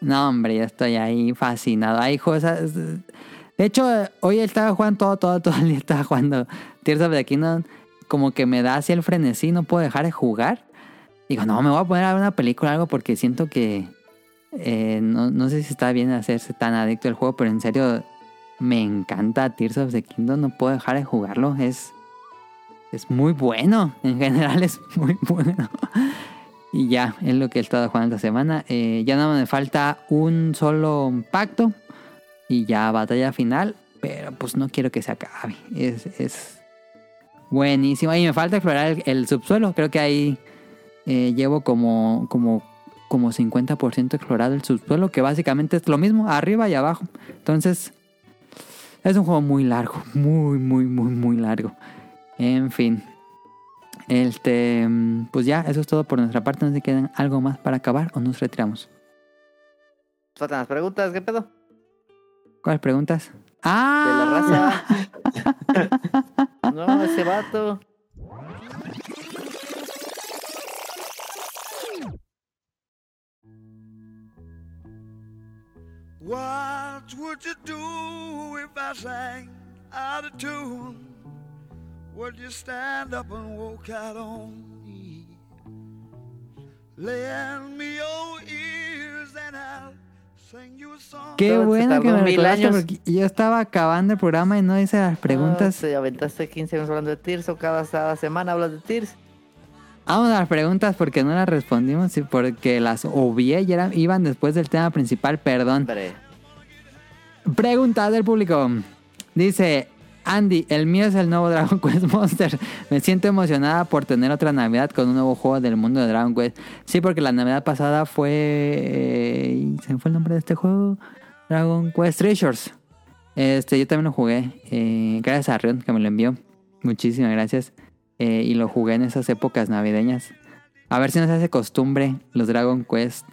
Speaker 4: No, hombre, yo estoy ahí fascinado. Hay cosas. De hecho, eh, hoy estaba jugando todo, todo, todo el día estaba jugando Tears of the Kingdom. Como que me da así el frenesí, no puedo dejar de jugar. Digo, no, me voy a poner a ver una película o algo porque siento que. eh, no, no sé si está bien hacerse tan adicto al juego, pero en serio, me encanta Tears of the Kingdom. No puedo dejar de jugarlo. Es. Es muy bueno. En general es muy bueno. Y ya, es lo que he estado jugando esta semana. Eh, ya nada más me falta un solo pacto. Y ya batalla final. Pero pues no quiero que se acabe. Es, es buenísimo. Y me falta explorar el, el subsuelo. Creo que ahí eh, llevo como, como, como 50% explorado el subsuelo. Que básicamente es lo mismo, arriba y abajo. Entonces, es un juego muy largo. Muy, muy, muy, muy largo. En fin. Este, mm, pues ya, eso es todo por nuestra parte. No se quedan algo más para acabar o nos retiramos.
Speaker 3: Faltan las preguntas, ¿qué pedo?
Speaker 4: ¿Cuáles preguntas?
Speaker 3: De la
Speaker 4: ¡Ah!
Speaker 3: raza. *laughs* no, ese vato.
Speaker 10: What would you do if I sang out of tune? Would you stand up and walk out on me? Lend me your ears and
Speaker 4: Qué
Speaker 3: Todo se
Speaker 4: bueno que me
Speaker 3: tardó mil
Speaker 4: recordaste
Speaker 3: años.
Speaker 4: porque yo estaba acabando el programa y no hice las preguntas.
Speaker 3: Ah, te aventaste 15 minutos hablando de Tirso. Cada, cada semana hablas de Tirso.
Speaker 4: Vamos a las preguntas porque no las respondimos y porque las obvié y eran- iban después del tema principal, perdón.
Speaker 3: Hombre.
Speaker 4: Preguntas del público. Dice Andy, el mío es el nuevo Dragon Quest Monster. Me siento emocionada por tener otra Navidad con un nuevo juego del mundo de Dragon Quest. Sí, porque la Navidad pasada fue... eh, ¿Se me fue el nombre de este juego? Dragon Quest Treasures. Este, yo también lo jugué. eh, gracias a Rion que me lo envió. Muchísimas gracias. Eh, y lo jugué en esas épocas navideñas. A ver si nos hace costumbre los Dragon Quest.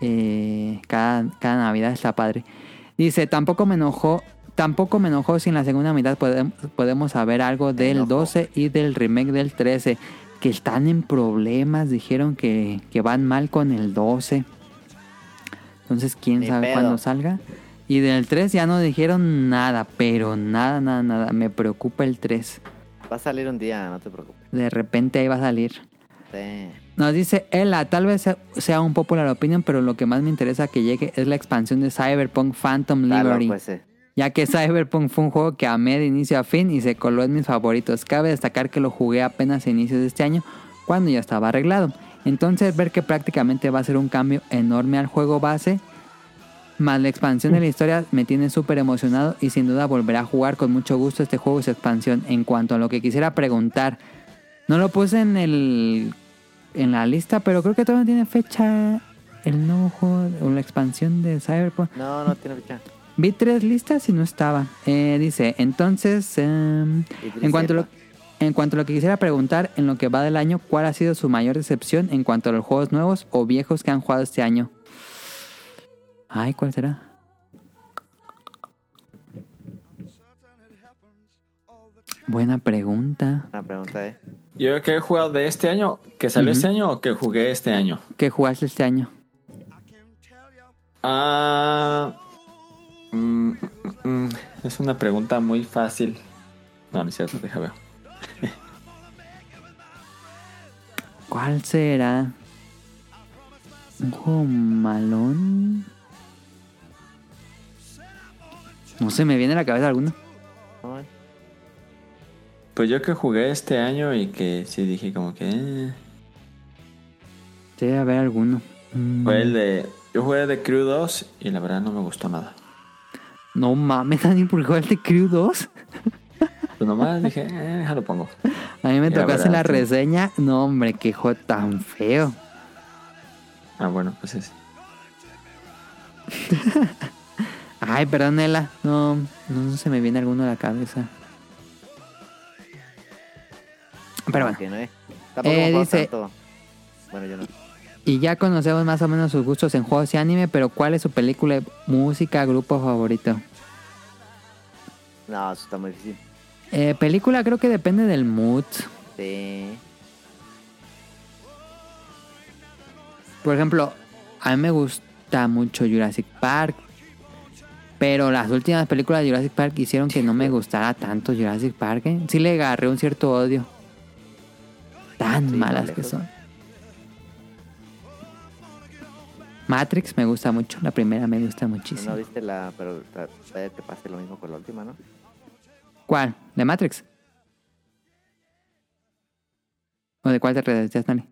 Speaker 4: eh, cada, cada Navidad está padre. Dice, tampoco me enojó. Tampoco me enojó si en la segunda mitad podem- podemos saber algo del
Speaker 3: enojó.
Speaker 4: 12 y del remake del 13. Que están en problemas. Dijeron que, que van mal con el 12. Entonces, quién
Speaker 3: Ni
Speaker 4: sabe
Speaker 3: pedo.
Speaker 4: cuándo salga. Y del 3 ya no dijeron nada, pero nada, nada, nada. Me preocupa el 3.
Speaker 3: Va a salir un día, no te preocupes.
Speaker 4: De repente ahí va a salir.
Speaker 3: Sí.
Speaker 4: Nos dice Ella, tal vez sea- sea un popular opinion, pero lo que más me interesa que llegue es la expansión de Cyberpunk Phantom
Speaker 3: Claro,
Speaker 4: Liberty.
Speaker 3: pues sí.
Speaker 4: Ya que Cyberpunk fue un juego que amé de inicio a fin y se coló en mis favoritos. Cabe destacar que lo jugué apenas a inicios de este año, cuando ya estaba arreglado. Entonces ver que prácticamente va a ser un cambio enorme al juego base, más la expansión de la historia me tiene súper emocionado y sin duda volverá a jugar con mucho gusto este juego y su expansión. En cuanto a lo que quisiera preguntar, no lo puse en el en la lista, pero creo que todavía no tiene fecha el nuevo juego o la expansión de Cyberpunk.
Speaker 3: No, no tiene fecha.
Speaker 4: Vi tres listas y no estaba. Eh, dice, entonces, em,
Speaker 3: Idris
Speaker 4: en, cuanto a lo,
Speaker 3: Elba.
Speaker 4: en cuanto a lo que quisiera preguntar, en lo que va del año, ¿cuál ha sido su mayor decepción en cuanto a los juegos nuevos o viejos que han jugado este año? Ay, ¿cuál será? Buena pregunta.
Speaker 3: Una pregunta, ¿eh?
Speaker 2: Yo creo que he jugado de este año, que salió este año o que jugué este año.
Speaker 4: ¿Qué jugaste este año?
Speaker 2: Ah, mm, mm, mm, es una pregunta muy fácil. No, no es cierto, deja ver.
Speaker 4: ¿Cuál será? ¿Un juego malón? No se me viene a la cabeza alguno.
Speaker 3: Ay,
Speaker 2: Pues yo que jugué este año y que sí dije como que... eh,
Speaker 4: Debe haber alguno. Mm,
Speaker 2: Fue el de... Yo jugué de Crew 2 y la verdad no me gustó nada.
Speaker 4: No mames, Dani, ¿por qué jugaste Crew 2?
Speaker 2: Pues nomás dije, *laughs* eh, déjalo pongo.
Speaker 4: A mí me
Speaker 2: La
Speaker 4: tocó hacer la
Speaker 2: verdad, sí.
Speaker 4: reseña. No, hombre, qué juego tan feo.
Speaker 2: Ah, bueno, pues es...
Speaker 4: Ay, perdón, Ela. No, no se me viene alguno a la cabeza. Pero bueno.
Speaker 3: que no, ¿eh? Tampoco
Speaker 4: Eh,
Speaker 3: hemos
Speaker 4: dice-
Speaker 3: jugado tanto. Bueno, yo no.
Speaker 4: Y ya conocemos más o menos sus gustos en juegos y anime, pero ¿cuál es su película, música, grupo favorito?
Speaker 3: No, eso está muy difícil.
Speaker 4: Eh, película creo que depende del mood.
Speaker 3: Sí.
Speaker 4: Por ejemplo, a mí me gusta mucho Jurassic Park. Pero las últimas películas de Jurassic Park hicieron que no me gustara tanto Jurassic Park. ¿eh? Sí le agarré un cierto odio. Tan
Speaker 3: Sí, pues.
Speaker 4: malas
Speaker 3: lejos.
Speaker 4: que son. Matrix me gusta mucho. La primera me gusta muchísimo.
Speaker 3: No viste la... Pero ta- todavía te pase lo mismo con la última, ¿no?
Speaker 4: ¿Cuál? ¿De Matrix? ¿O de cuál te redes, Nani?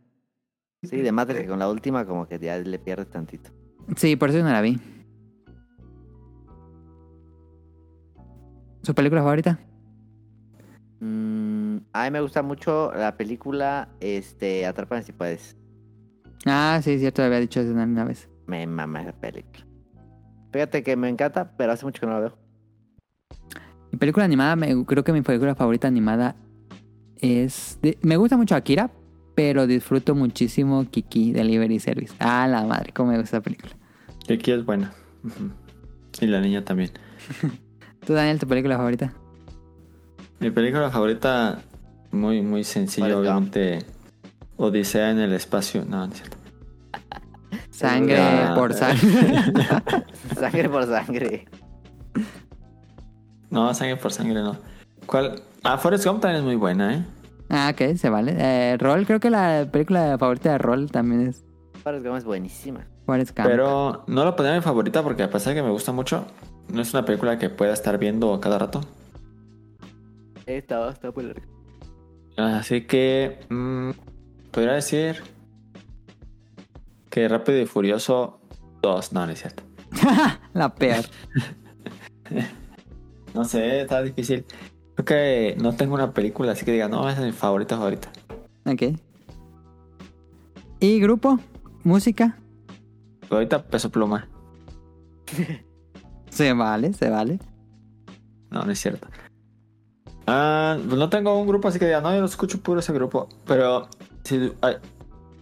Speaker 3: Sí, de Matrix. que Con la última como que ya le pierdes tantito.
Speaker 4: Sí, por eso yo no la vi. ¿Su película favorita?
Speaker 3: Mm, a mí me gusta mucho la película este, Atrapan si puedes.
Speaker 4: Ah, sí, cierto, había dicho eso una vez.
Speaker 3: Me mama esa película. Fíjate que me encanta, pero hace mucho que no la veo. *laughs*
Speaker 4: Mi película animada, me- creo que mi película favorita animada es... de- me gusta mucho Akira, pero disfruto muchísimo Kiki Delivery Service. Ah, la madre, cómo me gusta esa película.
Speaker 2: Y aquí es buena. Ujú. Y la niña también.
Speaker 4: ¿Tú, Daniel, tu película favorita?
Speaker 2: Mi película favorita, muy, muy sencillo,
Speaker 3: Forrest Gump.
Speaker 2: obviamente. Odisea en el espacio. No, no es cierto.
Speaker 4: Sangre
Speaker 2: Ah.
Speaker 4: por sangre. *laughs*
Speaker 3: Sangre por sangre.
Speaker 2: No, sangre por sangre, no. ¿Cuál? Ah, Forrest Gump también es muy buena, ¿eh?
Speaker 4: ah, ok, se vale. Eh, Roll, creo que la película favorita de Roll también es...
Speaker 3: Forrest Gump es buenísima.
Speaker 4: Forrest Gump.
Speaker 2: Pero no lo ponía en mi favorita porque a pesar de que me gusta mucho, no es una película que pueda estar viendo cada rato.
Speaker 3: Esta está muy larga.
Speaker 2: Así que mm, podría decir que Rápido y Furioso 2, no, no es cierto.
Speaker 4: La peor.
Speaker 2: No sé, está difícil. Creo que no tengo una película, así que diga, no, esa es mi favorita favorita.
Speaker 4: Ok. ¿Y grupo? ¿Música?
Speaker 2: Ahorita peso pluma.
Speaker 4: Se vale, se vale.
Speaker 2: No, no es cierto. Ah, pues no tengo un grupo, así que diga, no, yo no escucho puro ese grupo. Pero sí, hay,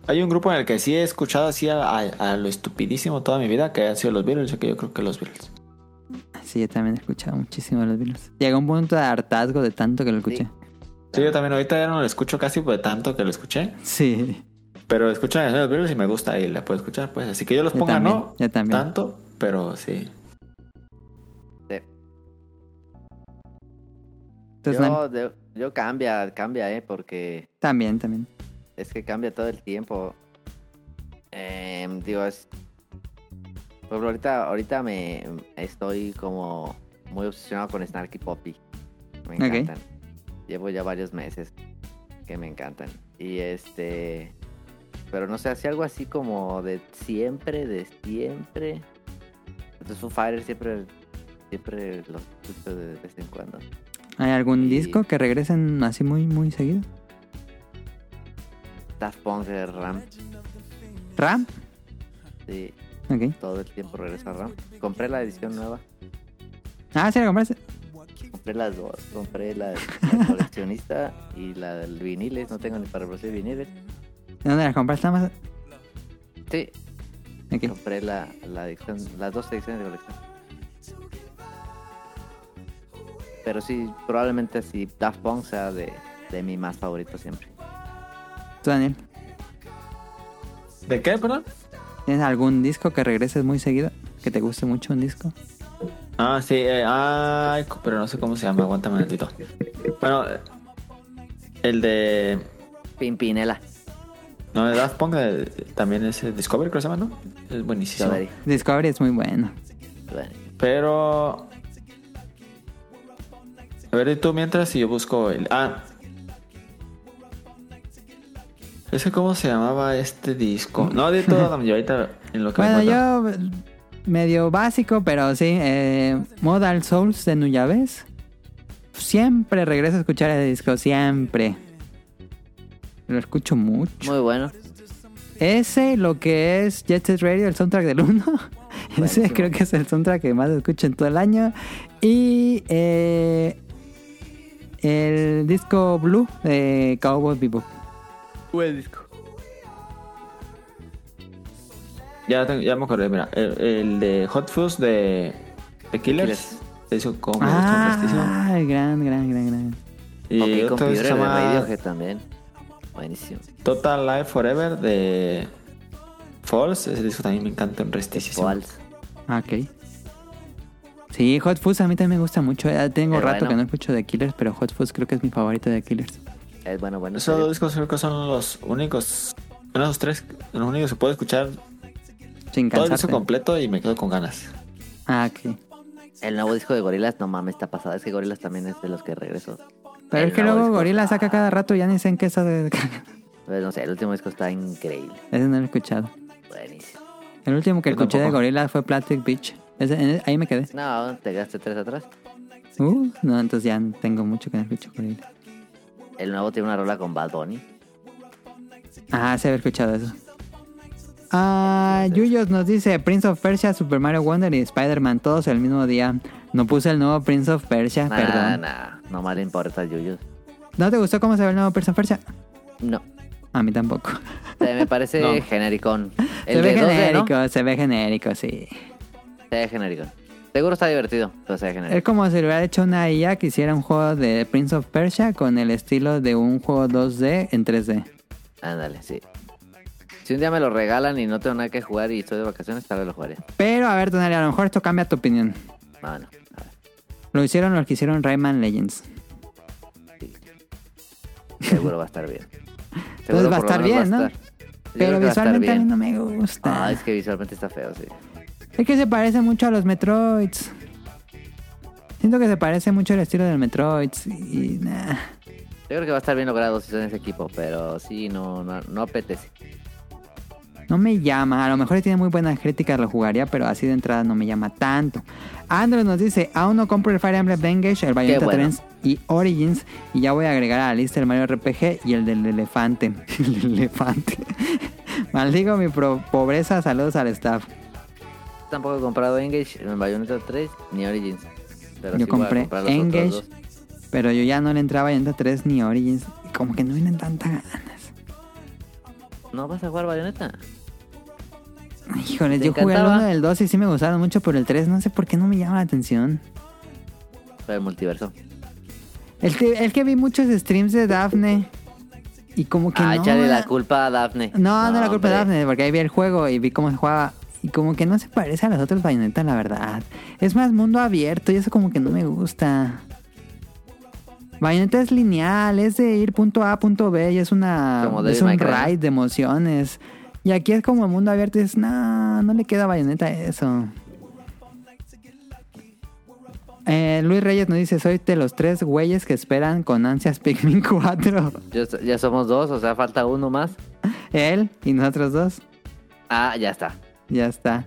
Speaker 2: hay un grupo en el que sí he escuchado así a, a- a lo estupidísimo toda mi vida, que han sido los Beatles, así que yo creo que los Beatles.
Speaker 4: Sí, yo también he escuchado muchísimo a los Beatles. Llegó un punto de hartazgo de tanto que lo escuché.
Speaker 2: Sí, yo también ahorita ya no lo escucho casi por tanto que lo escuché.
Speaker 4: Sí.
Speaker 2: Pero escucho la canción de los Beatles y me gusta y la puedo escuchar, pues. Así que yo los
Speaker 4: Yo
Speaker 2: ponga,
Speaker 4: también,
Speaker 2: no
Speaker 4: yo también.
Speaker 2: tanto, pero sí.
Speaker 4: Entonces,
Speaker 3: Yo, de- yo cambia, cambia, ¿eh? Porque
Speaker 4: También, también.
Speaker 3: es que cambia todo el tiempo. Em, digo, es... Por ejemplo, ahorita, ahorita me estoy como muy obsesionado con Snarky Poppy. Me
Speaker 4: Ok.
Speaker 3: encantan. Llevo ya varios meses que me encantan. Y este... Pero no sé, hace algo así como de siempre, de siempre. Entonces Foo Fighters siempre, siempre los escucho de vez en cuando.
Speaker 4: ¿Hay algún
Speaker 3: Y-
Speaker 4: disco que regresen así muy, muy seguido?
Speaker 3: Daft Punk de Ram,
Speaker 4: ¿Ram?
Speaker 3: sí,
Speaker 4: Ok.
Speaker 3: todo el tiempo regresa Ram. Compré la edición nueva.
Speaker 4: Ah, sí, la compraste.
Speaker 3: Compré las dos, compré la, la coleccionista y la del viniles, no tengo ni para reproducir viniles.
Speaker 4: ¿De dónde la compraste? Amazon?
Speaker 3: Sí,
Speaker 4: Ok.
Speaker 3: compré la, la edición, las dos ediciones de colección. Pero sí, probablemente así Daft Punk sea de, de mi más favorito siempre.
Speaker 4: ¿Tú, Daniel?
Speaker 2: ¿De qué, perdón?
Speaker 4: ¿Tienes algún disco que regreses muy seguido? ¿Que te guste mucho un disco?
Speaker 2: Ah, sí, eh, ay, co- pero no sé cómo se llama, aguántame un ratito. Bueno, eh, el de.
Speaker 3: Pimpinela,
Speaker 2: No, de Daft Punk eh, también es eh, Discovery, creo que se llama, ¿no? Es buenísimo.
Speaker 3: Discovery.
Speaker 4: Discovery es muy bueno.
Speaker 3: Bueno,
Speaker 2: Pero. A ver, ¿y tú mientras y yo busco el. Ah. Es que, ¿cómo se llamaba este disco? No, de todo, no, yo ahorita en lo que me
Speaker 4: Bueno,
Speaker 2: acuerdo.
Speaker 4: yo eh, medio básico, pero sí. eh, Modal Souls de Nuyaves. Siempre regreso a escuchar ese disco, siempre. Lo escucho mucho.
Speaker 3: muy bueno.
Speaker 4: Ese, lo que es Jet Set Radio, el soundtrack del 1. *laughs* Ese
Speaker 3: Buenísimo.
Speaker 4: creo que es el soundtrack que más escucho en todo el año. Y eh, el disco Blue de Cowboy Vivo.
Speaker 3: Buen disco.
Speaker 2: Ya, tengo- ya me acordé, mira. El, el de Hot Fuzz de, de Killers. Se hizo como.
Speaker 4: Ah, gran, gran, gran, gran.
Speaker 2: Y
Speaker 3: Ok,
Speaker 2: otro que
Speaker 3: Computer
Speaker 2: se
Speaker 3: de
Speaker 2: llama
Speaker 3: Radiohead también. Buenísimo.
Speaker 2: Total Life Forever de False. Ese disco también me encanta un restísimo.
Speaker 3: Waltz.
Speaker 4: Ah, Ok. Sí, Hot Fuzz a mí también me gusta mucho. Ya tengo
Speaker 3: Qué
Speaker 4: rato
Speaker 3: bueno.
Speaker 4: que no escucho de Killers, pero Hot Fuzz creo que es mi favorito de Killers.
Speaker 3: Es bueno, bueno.
Speaker 2: Esos
Speaker 3: serio.
Speaker 2: dos discos creo que son los únicos. Son los tres. Los únicos que puedo escuchar
Speaker 4: Sin
Speaker 2: todo el
Speaker 4: cansarte.
Speaker 2: disco completo y me quedo con ganas.
Speaker 4: Ah, ok.
Speaker 3: El nuevo disco de Gorilas, no mames, está pasado. Es que Gorilas también es de los que regreso.
Speaker 4: Pero
Speaker 3: El
Speaker 4: es que
Speaker 3: nuevo
Speaker 4: luego
Speaker 3: disco.
Speaker 4: Gorila saca cada rato y ya ni sé en qué está. *laughs* Ese
Speaker 3: Pues, no sé, el último disco está increíble.
Speaker 4: no lo he escuchado.
Speaker 3: Buenísimo.
Speaker 4: El último que
Speaker 2: Yo
Speaker 4: escuché de
Speaker 2: tampoco.
Speaker 4: Gorila fue Plastic Beach. Ese- en- ahí me quedé.
Speaker 3: No, te quedaste tres atrás.
Speaker 4: Uh, no, entonces ya tengo mucho que no escucho Gorila.
Speaker 3: El nuevo tiene una rola con Bad Bunny.
Speaker 4: Ah, se había escuchado eso. Ah, Yuyos nos dice Prince of Persia, Super Mario Wonder y Spider-Man todos el mismo día. No puse el nuevo Prince of Persia,
Speaker 3: Nah,
Speaker 4: Ah, perdón.
Speaker 3: nah, no más le importa Yuyu.
Speaker 4: ¿No te gustó cómo se ve el nuevo Prince of Persia?
Speaker 3: No,
Speaker 4: A mí tampoco.
Speaker 3: se me
Speaker 4: *laughs*
Speaker 3: parece
Speaker 2: No.
Speaker 3: genericón.
Speaker 4: se
Speaker 3: El
Speaker 4: ve
Speaker 3: de 12,
Speaker 4: genérico,
Speaker 3: ¿no?
Speaker 4: se ve genérico, sí.
Speaker 3: Se ve genericón. Seguro está divertido, pero se ve
Speaker 4: Es
Speaker 3: genérico.
Speaker 4: como si le hubiera hecho una IA que hiciera un juego de Prince of Persia con el estilo de un juego 2D en 3D.
Speaker 3: Ándale, sí. Si un día me lo regalan y no tengo nada que jugar y estoy de vacaciones, tal vez lo jugaré.
Speaker 4: Pero a ver, Tonali, a lo mejor esto cambia tu opinión.
Speaker 3: No, no. A
Speaker 4: Lo hicieron los que hicieron Rayman Legends.
Speaker 3: ver, sí. Seguro va a estar bien.
Speaker 4: Entonces va a *laughs*
Speaker 3: por lo
Speaker 4: Pues estar
Speaker 3: menos
Speaker 4: bien, ¿no?
Speaker 3: estar-
Speaker 4: Pero
Speaker 3: creo que va a estar
Speaker 4: visualmente a mí
Speaker 3: bien.
Speaker 4: no me gusta.
Speaker 3: Ah, es que visualmente está feo, sí.
Speaker 4: Es que se parece mucho a los Metroids. Siento que se parece mucho al estilo del Metroids y nah.
Speaker 3: Yo creo que va a estar bien logrado si son ese equipo, pero sí, no, no, no apetece.
Speaker 4: No me llama. A lo mejor si tiene muy buenas críticas, lo jugaría, pero así de entrada no me llama tanto. Andrew nos dice, aún no compro el Fire Emblem Engage, el Bayonetta
Speaker 3: bueno.
Speaker 4: Trends y Origins. Y ya voy a agregar a la lista el Mario RPG y el del elefante. *laughs* el elefante. *laughs* Maldigo mi pro- pobreza. Saludos al staff.
Speaker 3: Tampoco he comprado Engage, en Bayonetta 3, ni Origins. Pero
Speaker 4: Yo
Speaker 3: sí voy a
Speaker 4: compré
Speaker 3: comprar los otros
Speaker 4: Engage,
Speaker 3: dos.
Speaker 4: pero yo ya no le entraba Bayonetta 3 ni Origins. Y Como que no vienen tantas ganas.
Speaker 3: ¿No vas a jugar Bayonetta?
Speaker 4: Híjoles,
Speaker 3: ¿Te
Speaker 4: yo jugué el
Speaker 3: encantaba?
Speaker 4: 1 del 2 y sí me gustaron mucho, pero el 3 no sé por qué no me llama la atención.
Speaker 3: Para el multiverso.
Speaker 4: El que, el que vi muchos streams de Daphne y como que
Speaker 3: Ah,
Speaker 4: no.
Speaker 3: échale la
Speaker 4: la-
Speaker 3: culpa a Daphne.
Speaker 4: No, no, la culpa de
Speaker 3: hombre.
Speaker 4: Daphne, porque ahí vi el juego y vi cómo se jugaba. Y como que no se parece a los otros Bayonetta, la verdad. Es más mundo abierto y eso como que no me gusta. Bayonetta es lineal, es de ir punto A a punto B y es una
Speaker 3: Como
Speaker 4: es
Speaker 3: Devil
Speaker 4: un
Speaker 3: May Cry, ¿no?
Speaker 4: ride de emociones. Y aquí es como el mundo abierto y es, no, no le queda a Bayonetta eso. Eh, Luis Reyes nos dice, soy de los tres güeyes que esperan con ansias Pikmin 4.
Speaker 3: Yo so- ya somos dos, o sea, falta uno más.
Speaker 4: *laughs* Él y nosotros dos.
Speaker 3: Ah, ya está.
Speaker 4: Ya está.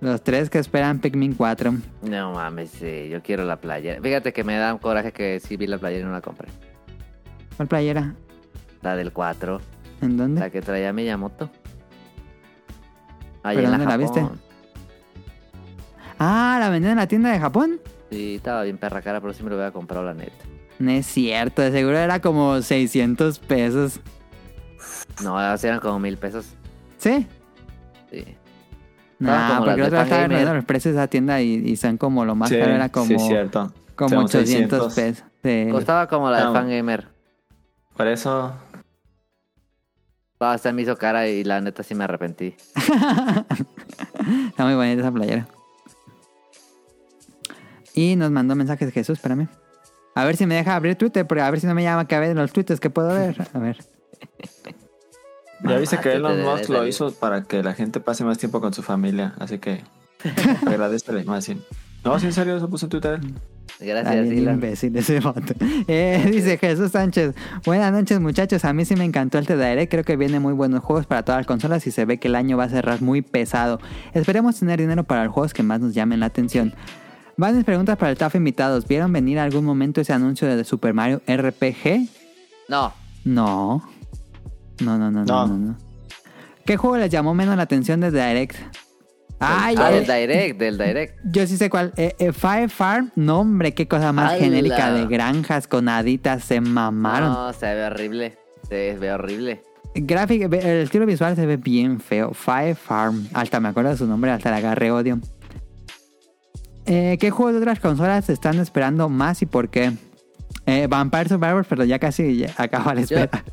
Speaker 4: Los tres que esperan Pikmin 4.
Speaker 3: No mames, sí, yo quiero la playera. Fíjate que me da un coraje que sí vi la playera y no la compré.
Speaker 4: ¿Cuál playera?
Speaker 3: La del 4,
Speaker 4: ¿En dónde?
Speaker 3: la que traía Miyamoto. Ahí
Speaker 4: ¿Pero
Speaker 3: en la,
Speaker 4: dónde la viste?
Speaker 3: Japón.
Speaker 4: Ah, la vendían en la tienda de Japón.
Speaker 3: Sí, estaba bien perra cara, pero sí me lo hubiera comprado, la neta.
Speaker 4: No es cierto, de seguro era como 600 pesos.
Speaker 3: No, así eran como mil pesos.
Speaker 4: ¿Sí?
Speaker 3: Sí.
Speaker 4: No,
Speaker 3: Estaban como
Speaker 4: porque
Speaker 3: las de
Speaker 4: la otra vez estaba
Speaker 3: Fangamer.
Speaker 4: viendo los precios de esa tienda y, y son como lo más
Speaker 2: Sí,
Speaker 4: caro, era como,
Speaker 2: sí, cierto.
Speaker 4: como
Speaker 2: Son
Speaker 4: 800
Speaker 2: 600.
Speaker 4: pesos. Sí.
Speaker 3: Costaba como la de
Speaker 2: No.
Speaker 3: Fangamer.
Speaker 2: Por eso,
Speaker 3: Ah, se me hizo cara y la neta sí me arrepentí.
Speaker 4: Está muy bonita esa playera. Y nos mandó mensajes Jesús, espérame. A ver si me deja abrir Twitter, porque a ver si no me llama que a ver los tweets que puedo ver. A ver. Ah,
Speaker 2: ya viste
Speaker 3: Mamá,
Speaker 2: que
Speaker 3: te
Speaker 2: Elon
Speaker 3: debe de
Speaker 2: Musk lo
Speaker 3: salir.
Speaker 2: hizo para que la gente pase más tiempo con su familia, así
Speaker 4: *laughs*
Speaker 2: que agradezco la imagen. No, sí, en serio, eso puso en Twitter.
Speaker 3: Gracias,
Speaker 4: Está bien
Speaker 3: Dylan.
Speaker 4: imbécil ese
Speaker 3: *laughs*
Speaker 4: vato. Eh, dice Jesús Sánchez. Buenas noches, muchachos. A mí sí me encantó el TDR. Creo que vienen muy buenos juegos para todas las consolas y se ve que el año va a cerrar muy pesado. Esperemos tener dinero para los juegos que más nos llamen la atención. Van mis preguntas para el staff invitados. ¿Vieron venir algún momento ese anuncio de Super Mario RPG?
Speaker 3: No,
Speaker 4: No. No, no, no, no,
Speaker 2: No.
Speaker 4: no. no. ¿Qué juego les llamó menos la atención desde Direct? Ay,
Speaker 3: ah,
Speaker 4: ay,
Speaker 3: del Direct, del Direct.
Speaker 4: yo sí sé cuál. Eh, eh, Fire Farm, no hombre, qué cosa más
Speaker 3: Ala.
Speaker 4: genérica de granjas con haditas, se mamaron.
Speaker 3: No, se ve horrible. Se ve horrible.
Speaker 4: Gráfica- ve- el estilo visual se ve bien feo. Fire Farm, hasta me acuerdo de su nombre, hasta le agarré odio. Eh, ¿Qué juegos de otras consolas están esperando más y por qué? Eh, Vampire Survivors, pero ya casi ya acaba la
Speaker 3: Yo-
Speaker 4: espera.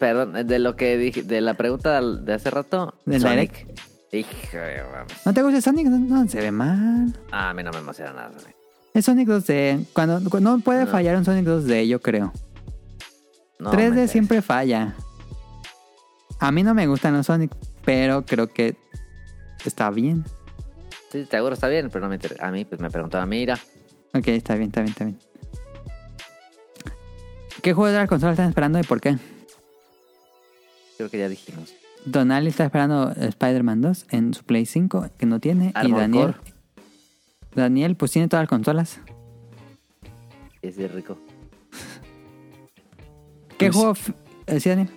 Speaker 3: perdón, de lo que dije, de la pregunta de hace rato.
Speaker 4: ¿Del
Speaker 3: Sonic. Hijo de mames.
Speaker 4: ¿No te gusta Sonic? No, no, se ve mal.
Speaker 3: Ah, a mí no me emociona nada. Sonic.
Speaker 4: Es Sonic 2D. Cuando, cu- no puede
Speaker 3: No.
Speaker 4: fallar un Sonic 2D, yo creo.
Speaker 3: No,
Speaker 4: 3D
Speaker 3: me
Speaker 4: siempre falla. A mí no me gustan los Sonic, pero creo que está bien.
Speaker 3: interesa. Sí, seguro está bien, pero no me interesa. A mí, pues me preguntaba, mira,
Speaker 4: Ok, está bien, está bien, está bien. ¿Qué juego de la consola están esperando y por qué?
Speaker 3: creo que ya dijimos.
Speaker 4: Donali está esperando Spider-Man 2 en su Play 5, que no tiene. Y
Speaker 3: Armored
Speaker 4: Daniel.
Speaker 3: Core.
Speaker 4: Daniel, pues tiene todas las consolas.
Speaker 3: Es bien rico.
Speaker 4: ¿Qué
Speaker 2: Pues-
Speaker 4: juego.? f- eh, Sí, Daniel.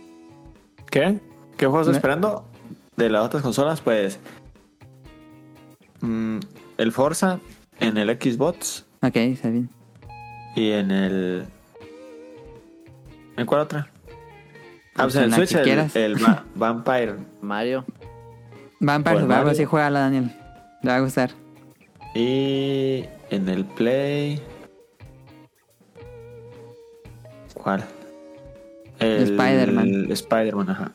Speaker 2: ¿Qué? ¿Qué juegos
Speaker 4: Me-
Speaker 2: esperando? De las otras consolas, pues. mm, el Forza en el Xbox
Speaker 4: Ok, está bien.
Speaker 2: y en el. ¿En cuál otra? Ah, pues en
Speaker 4: En
Speaker 2: el
Speaker 4: la
Speaker 2: Switch
Speaker 4: que
Speaker 2: el,
Speaker 4: quieras.
Speaker 2: el
Speaker 3: *laughs*
Speaker 2: Va- Vampire.
Speaker 3: Mario,
Speaker 4: Vampire
Speaker 2: Pues
Speaker 4: Survivors,
Speaker 2: Mario.
Speaker 4: sí, juégalo, Daniel. Le va a gustar.
Speaker 2: Y en el Play. ¿Cuál? El
Speaker 4: Spider-Man.
Speaker 2: el Spider-Man, ajá.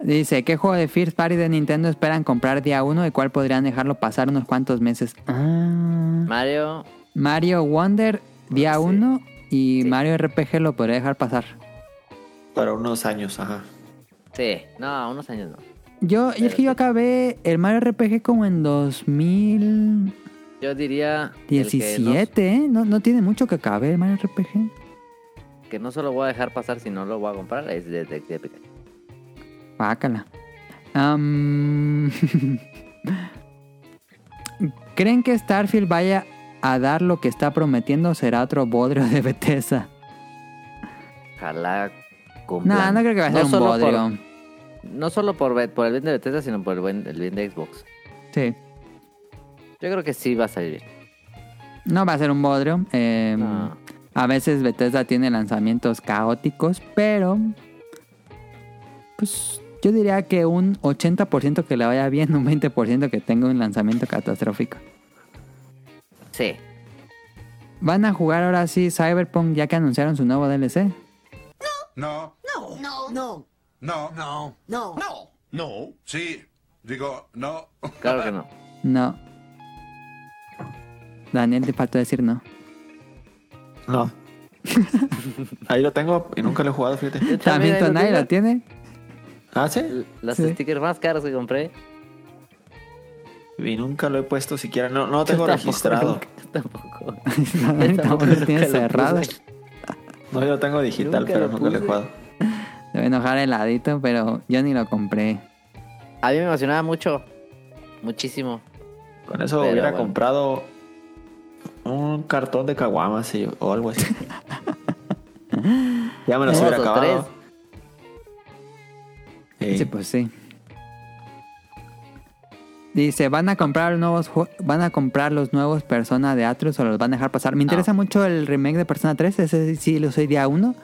Speaker 4: Dice, ¿qué juego de First Party de Nintendo esperan comprar día 1 y cuál podrían dejarlo pasar unos cuantos meses? Ah.
Speaker 3: Mario,
Speaker 4: Mario Wonder día 1 y Mario RPG lo podría dejar pasar.
Speaker 2: Para unos años, ajá.
Speaker 3: Sí, no, unos años no.
Speaker 4: Yo, y es que yo acabé el Mario RPG como en 2017,
Speaker 3: Yo diría el que,
Speaker 4: ¿eh? No, no tiene mucho que acabe el Mario RPG.
Speaker 3: no, que no solo voy a dejar pasar si no lo voy a comprar, es de Detective Pikachu.
Speaker 4: Bácala. Am, *laughs* ¿Creen que Starfield vaya a dar lo que está prometiendo o será otro bodrio de Bethesda?
Speaker 3: Ojalá
Speaker 4: No,
Speaker 3: cumplan.
Speaker 4: no creo que vaya a ser un
Speaker 3: solo por-
Speaker 4: bodrio.
Speaker 3: no solo por, Bet- por el bien de Bethesda, sino por el, buen, el bien de Xbox.
Speaker 4: Sí.
Speaker 3: Yo creo que sí va a salir bien.
Speaker 4: No va a ser un bodrio. eh,
Speaker 3: No.
Speaker 4: A veces Bethesda tiene lanzamientos caóticos, pero... Pues yo diría que un 80% que le vaya bien, *laughs* un 20% que tenga un lanzamiento catastrófico.
Speaker 3: Sí.
Speaker 4: ¿Van a jugar ahora sí Cyberpunk ya que anunciaron su nuevo DLC?
Speaker 1: No,
Speaker 6: No, no,
Speaker 1: no, no,
Speaker 6: no.
Speaker 1: no. Sí, digo, no.
Speaker 3: Claro que no.
Speaker 4: No. Daniel te faltó decir no.
Speaker 2: No. *laughs* Ahí lo tengo y nunca lo he jugado, fíjate.
Speaker 4: *laughs* ¿También
Speaker 3: ahí lo
Speaker 4: Tonai
Speaker 3: tengo.
Speaker 4: lo
Speaker 3: *laughs*
Speaker 4: tiene?
Speaker 2: Ah, sí.
Speaker 3: Los
Speaker 4: Sí.
Speaker 3: stickers más caros que compré.
Speaker 2: Y nunca lo he puesto siquiera. No, no lo tengo
Speaker 3: Yo tampoco,
Speaker 2: registrado.
Speaker 3: nunca- *laughs* Tampoco.
Speaker 4: *laughs* Daniel
Speaker 3: Tampoco
Speaker 4: también lo tiene
Speaker 3: nunca lo
Speaker 4: cerrado.
Speaker 3: puse.
Speaker 2: No, yo lo tengo digital,
Speaker 3: Nunca
Speaker 2: pero
Speaker 3: lo
Speaker 2: nunca lo he
Speaker 3: puse.
Speaker 2: jugado.
Speaker 4: Debe enojar el ladito, pero yo ni lo compré.
Speaker 3: A mí me emocionaba mucho. Muchísimo.
Speaker 2: Con eso
Speaker 3: Pero
Speaker 2: hubiera
Speaker 3: bueno.
Speaker 2: comprado un cartón de caguamas y- o algo así. ya me los
Speaker 3: Dos
Speaker 2: hubiera
Speaker 3: o
Speaker 2: acabado. Eh,
Speaker 4: Sí, pues sí. Dice, ¿van a comprar los nuevos ju- van a comprar los nuevos Persona de Atlus o los van a dejar pasar? Me interesa mucho el remake de Persona 3, ese sí lo soy día 1.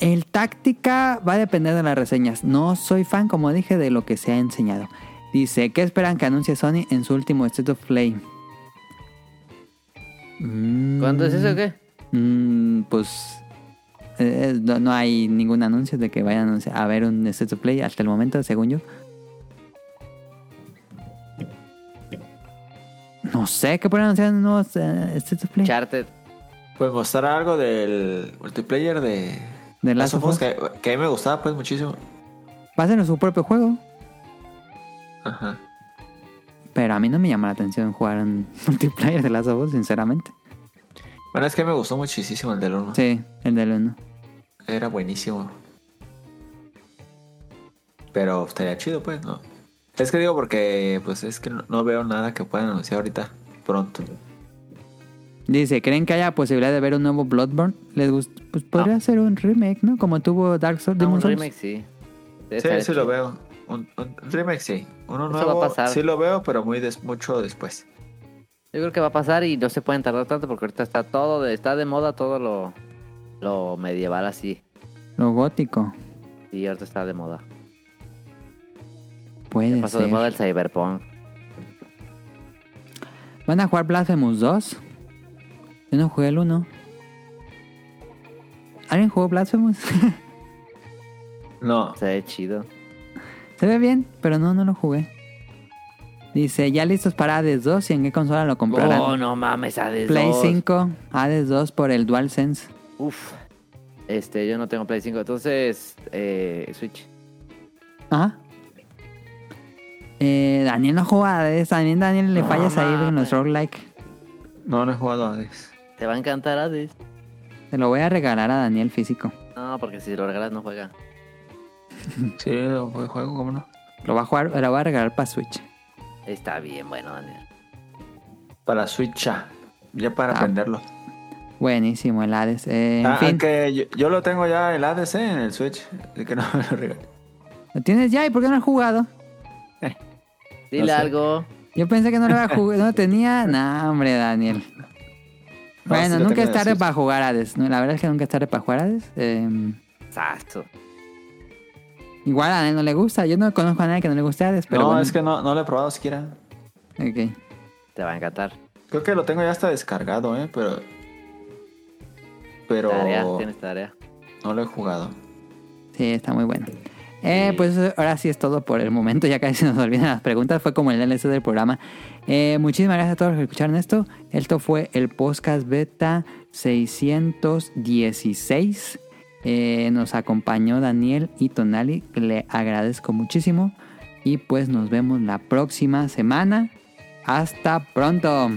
Speaker 4: El táctica va a depender de las reseñas. No soy fan, como dije, de lo que se ha enseñado. Dice, ¿qué esperan que anuncie Sony en su último State of Play? Mm,
Speaker 3: ¿Cuándo es eso o qué?
Speaker 4: mm, pues eh, eh, no, no hay ningún anuncio de que vayan a anunciar- a haber un State of Play hasta el momento, según yo. No sé qué pueden anunciar en un nuevo eh, State of Play.
Speaker 3: Charted.
Speaker 2: Pues mostrar algo del multiplayer de
Speaker 4: De
Speaker 2: Last of Us,
Speaker 4: Va
Speaker 2: que, que a mí me gustaba pues muchísimo.
Speaker 4: a ser su propio juego.
Speaker 2: Ajá.
Speaker 4: Pero a mí no me llama la atención jugar en *laughs* multiplayer de Last of Us, sinceramente.
Speaker 2: Bueno, es que me gustó muchísimo el del 1.
Speaker 4: Sí, el del 1.
Speaker 2: Era buenísimo. Pero estaría chido, pues, ¿no? Es que digo porque, pues, es que no, no veo nada que puedan anunciar ahorita, pronto.
Speaker 4: Dice, ¿creen que haya posibilidad de ver un nuevo Bloodborne? ¿Les gust- Pues podría ser un remake, ¿no? Como tuvo Dark Souls,
Speaker 3: No,
Speaker 4: Demon
Speaker 3: un
Speaker 4: Souls.
Speaker 3: remake, sí. Debe
Speaker 2: Sí,
Speaker 3: estar
Speaker 2: sí
Speaker 3: hecho.
Speaker 2: lo veo. Un, un remake, sí. Uno
Speaker 3: Eso va a
Speaker 2: nuevo,
Speaker 3: pasar.
Speaker 2: sí lo veo, pero muy des- mucho después.
Speaker 3: Yo creo que va a pasar y no se pueden tardar tanto porque ahorita está todo de, está de moda todo lo, lo medieval así.
Speaker 4: Lo gótico.
Speaker 3: Y ahorita está de moda.
Speaker 4: Puede
Speaker 3: Pasó
Speaker 4: ser.
Speaker 3: de moda el cyberpunk.
Speaker 4: ¿Van a jugar Blasphemous 2? Yo no jugué el 1. ¿Alguien jugó Blasphemous? *laughs*
Speaker 2: No,
Speaker 3: Se ve chido.
Speaker 4: Se ve bien, pero no, no lo jugué. Dice, ¿ya listos para Hades 2? ¿Y en qué consola lo comprarán?
Speaker 3: Oh, no mames, Hades
Speaker 4: Play
Speaker 3: 2.
Speaker 4: 5, Hades 2 por el DualSense.
Speaker 3: Uf. Este, yo no tengo Play 5, entonces eh, Switch.
Speaker 4: Ajá. Eh, Daniel no juega Hades. También Daniel le fallas ahí en los roguelike.
Speaker 2: no, no he jugado a Hades.
Speaker 3: Te va a encantar Hades.
Speaker 4: Te lo voy a regalar a Daniel físico.
Speaker 3: No, porque si lo regalas no juega.
Speaker 2: Sí, lo lo juego, ¿cómo no?
Speaker 4: Lo va a jugar, lo voy a regalar para Switch.
Speaker 3: Está bien, bueno, Daniel.
Speaker 2: Para Switch, ya, ya para
Speaker 4: Ah,
Speaker 2: aprenderlo.
Speaker 4: Buenísimo el Hades. Eh, en
Speaker 2: Ah,
Speaker 4: fin.
Speaker 2: aunque yo, yo lo tengo ya el ADC en el Switch, así que no me lo regalen.
Speaker 4: ¿Lo tienes ya? ¿Y por qué no has jugado?
Speaker 3: Dile
Speaker 2: No sé.
Speaker 3: algo.
Speaker 4: Yo pensé que no lo iba a jugar, no lo
Speaker 2: *laughs*
Speaker 4: tenía. Nah, hombre, Daniel. Bueno,
Speaker 2: sí lo
Speaker 4: nunca
Speaker 2: tengo en
Speaker 4: es
Speaker 2: el
Speaker 4: tarde
Speaker 2: Switch.
Speaker 4: para jugar Hades. No, La verdad es que nunca es tarde para jugar Hades. Eh,
Speaker 3: Exacto.
Speaker 4: igual a Daniel no le gusta. Yo no conozco a nadie que no le guste Hades, pero
Speaker 2: no,
Speaker 4: bueno.
Speaker 2: es que no, no lo he probado siquiera.
Speaker 4: Ok.
Speaker 3: Te va a encantar.
Speaker 2: Creo que lo tengo ya hasta descargado, ¿eh? Pero. Pero.
Speaker 3: Tarea, tienes tarea.
Speaker 2: No lo he jugado.
Speaker 4: Sí, está muy bueno. Eh,
Speaker 3: Sí.
Speaker 4: Pues ahora sí es todo por el momento. Ya casi *laughs* se nos olvidan las preguntas. Fue como el DLC del programa. Eh, muchísimas gracias a todos los que escucharon esto. Esto fue el podcast beta 616. Eh, nos acompañó Daniel y Tonali, que le agradezco muchísimo. Y pues nos vemos la próxima semana. Hasta pronto.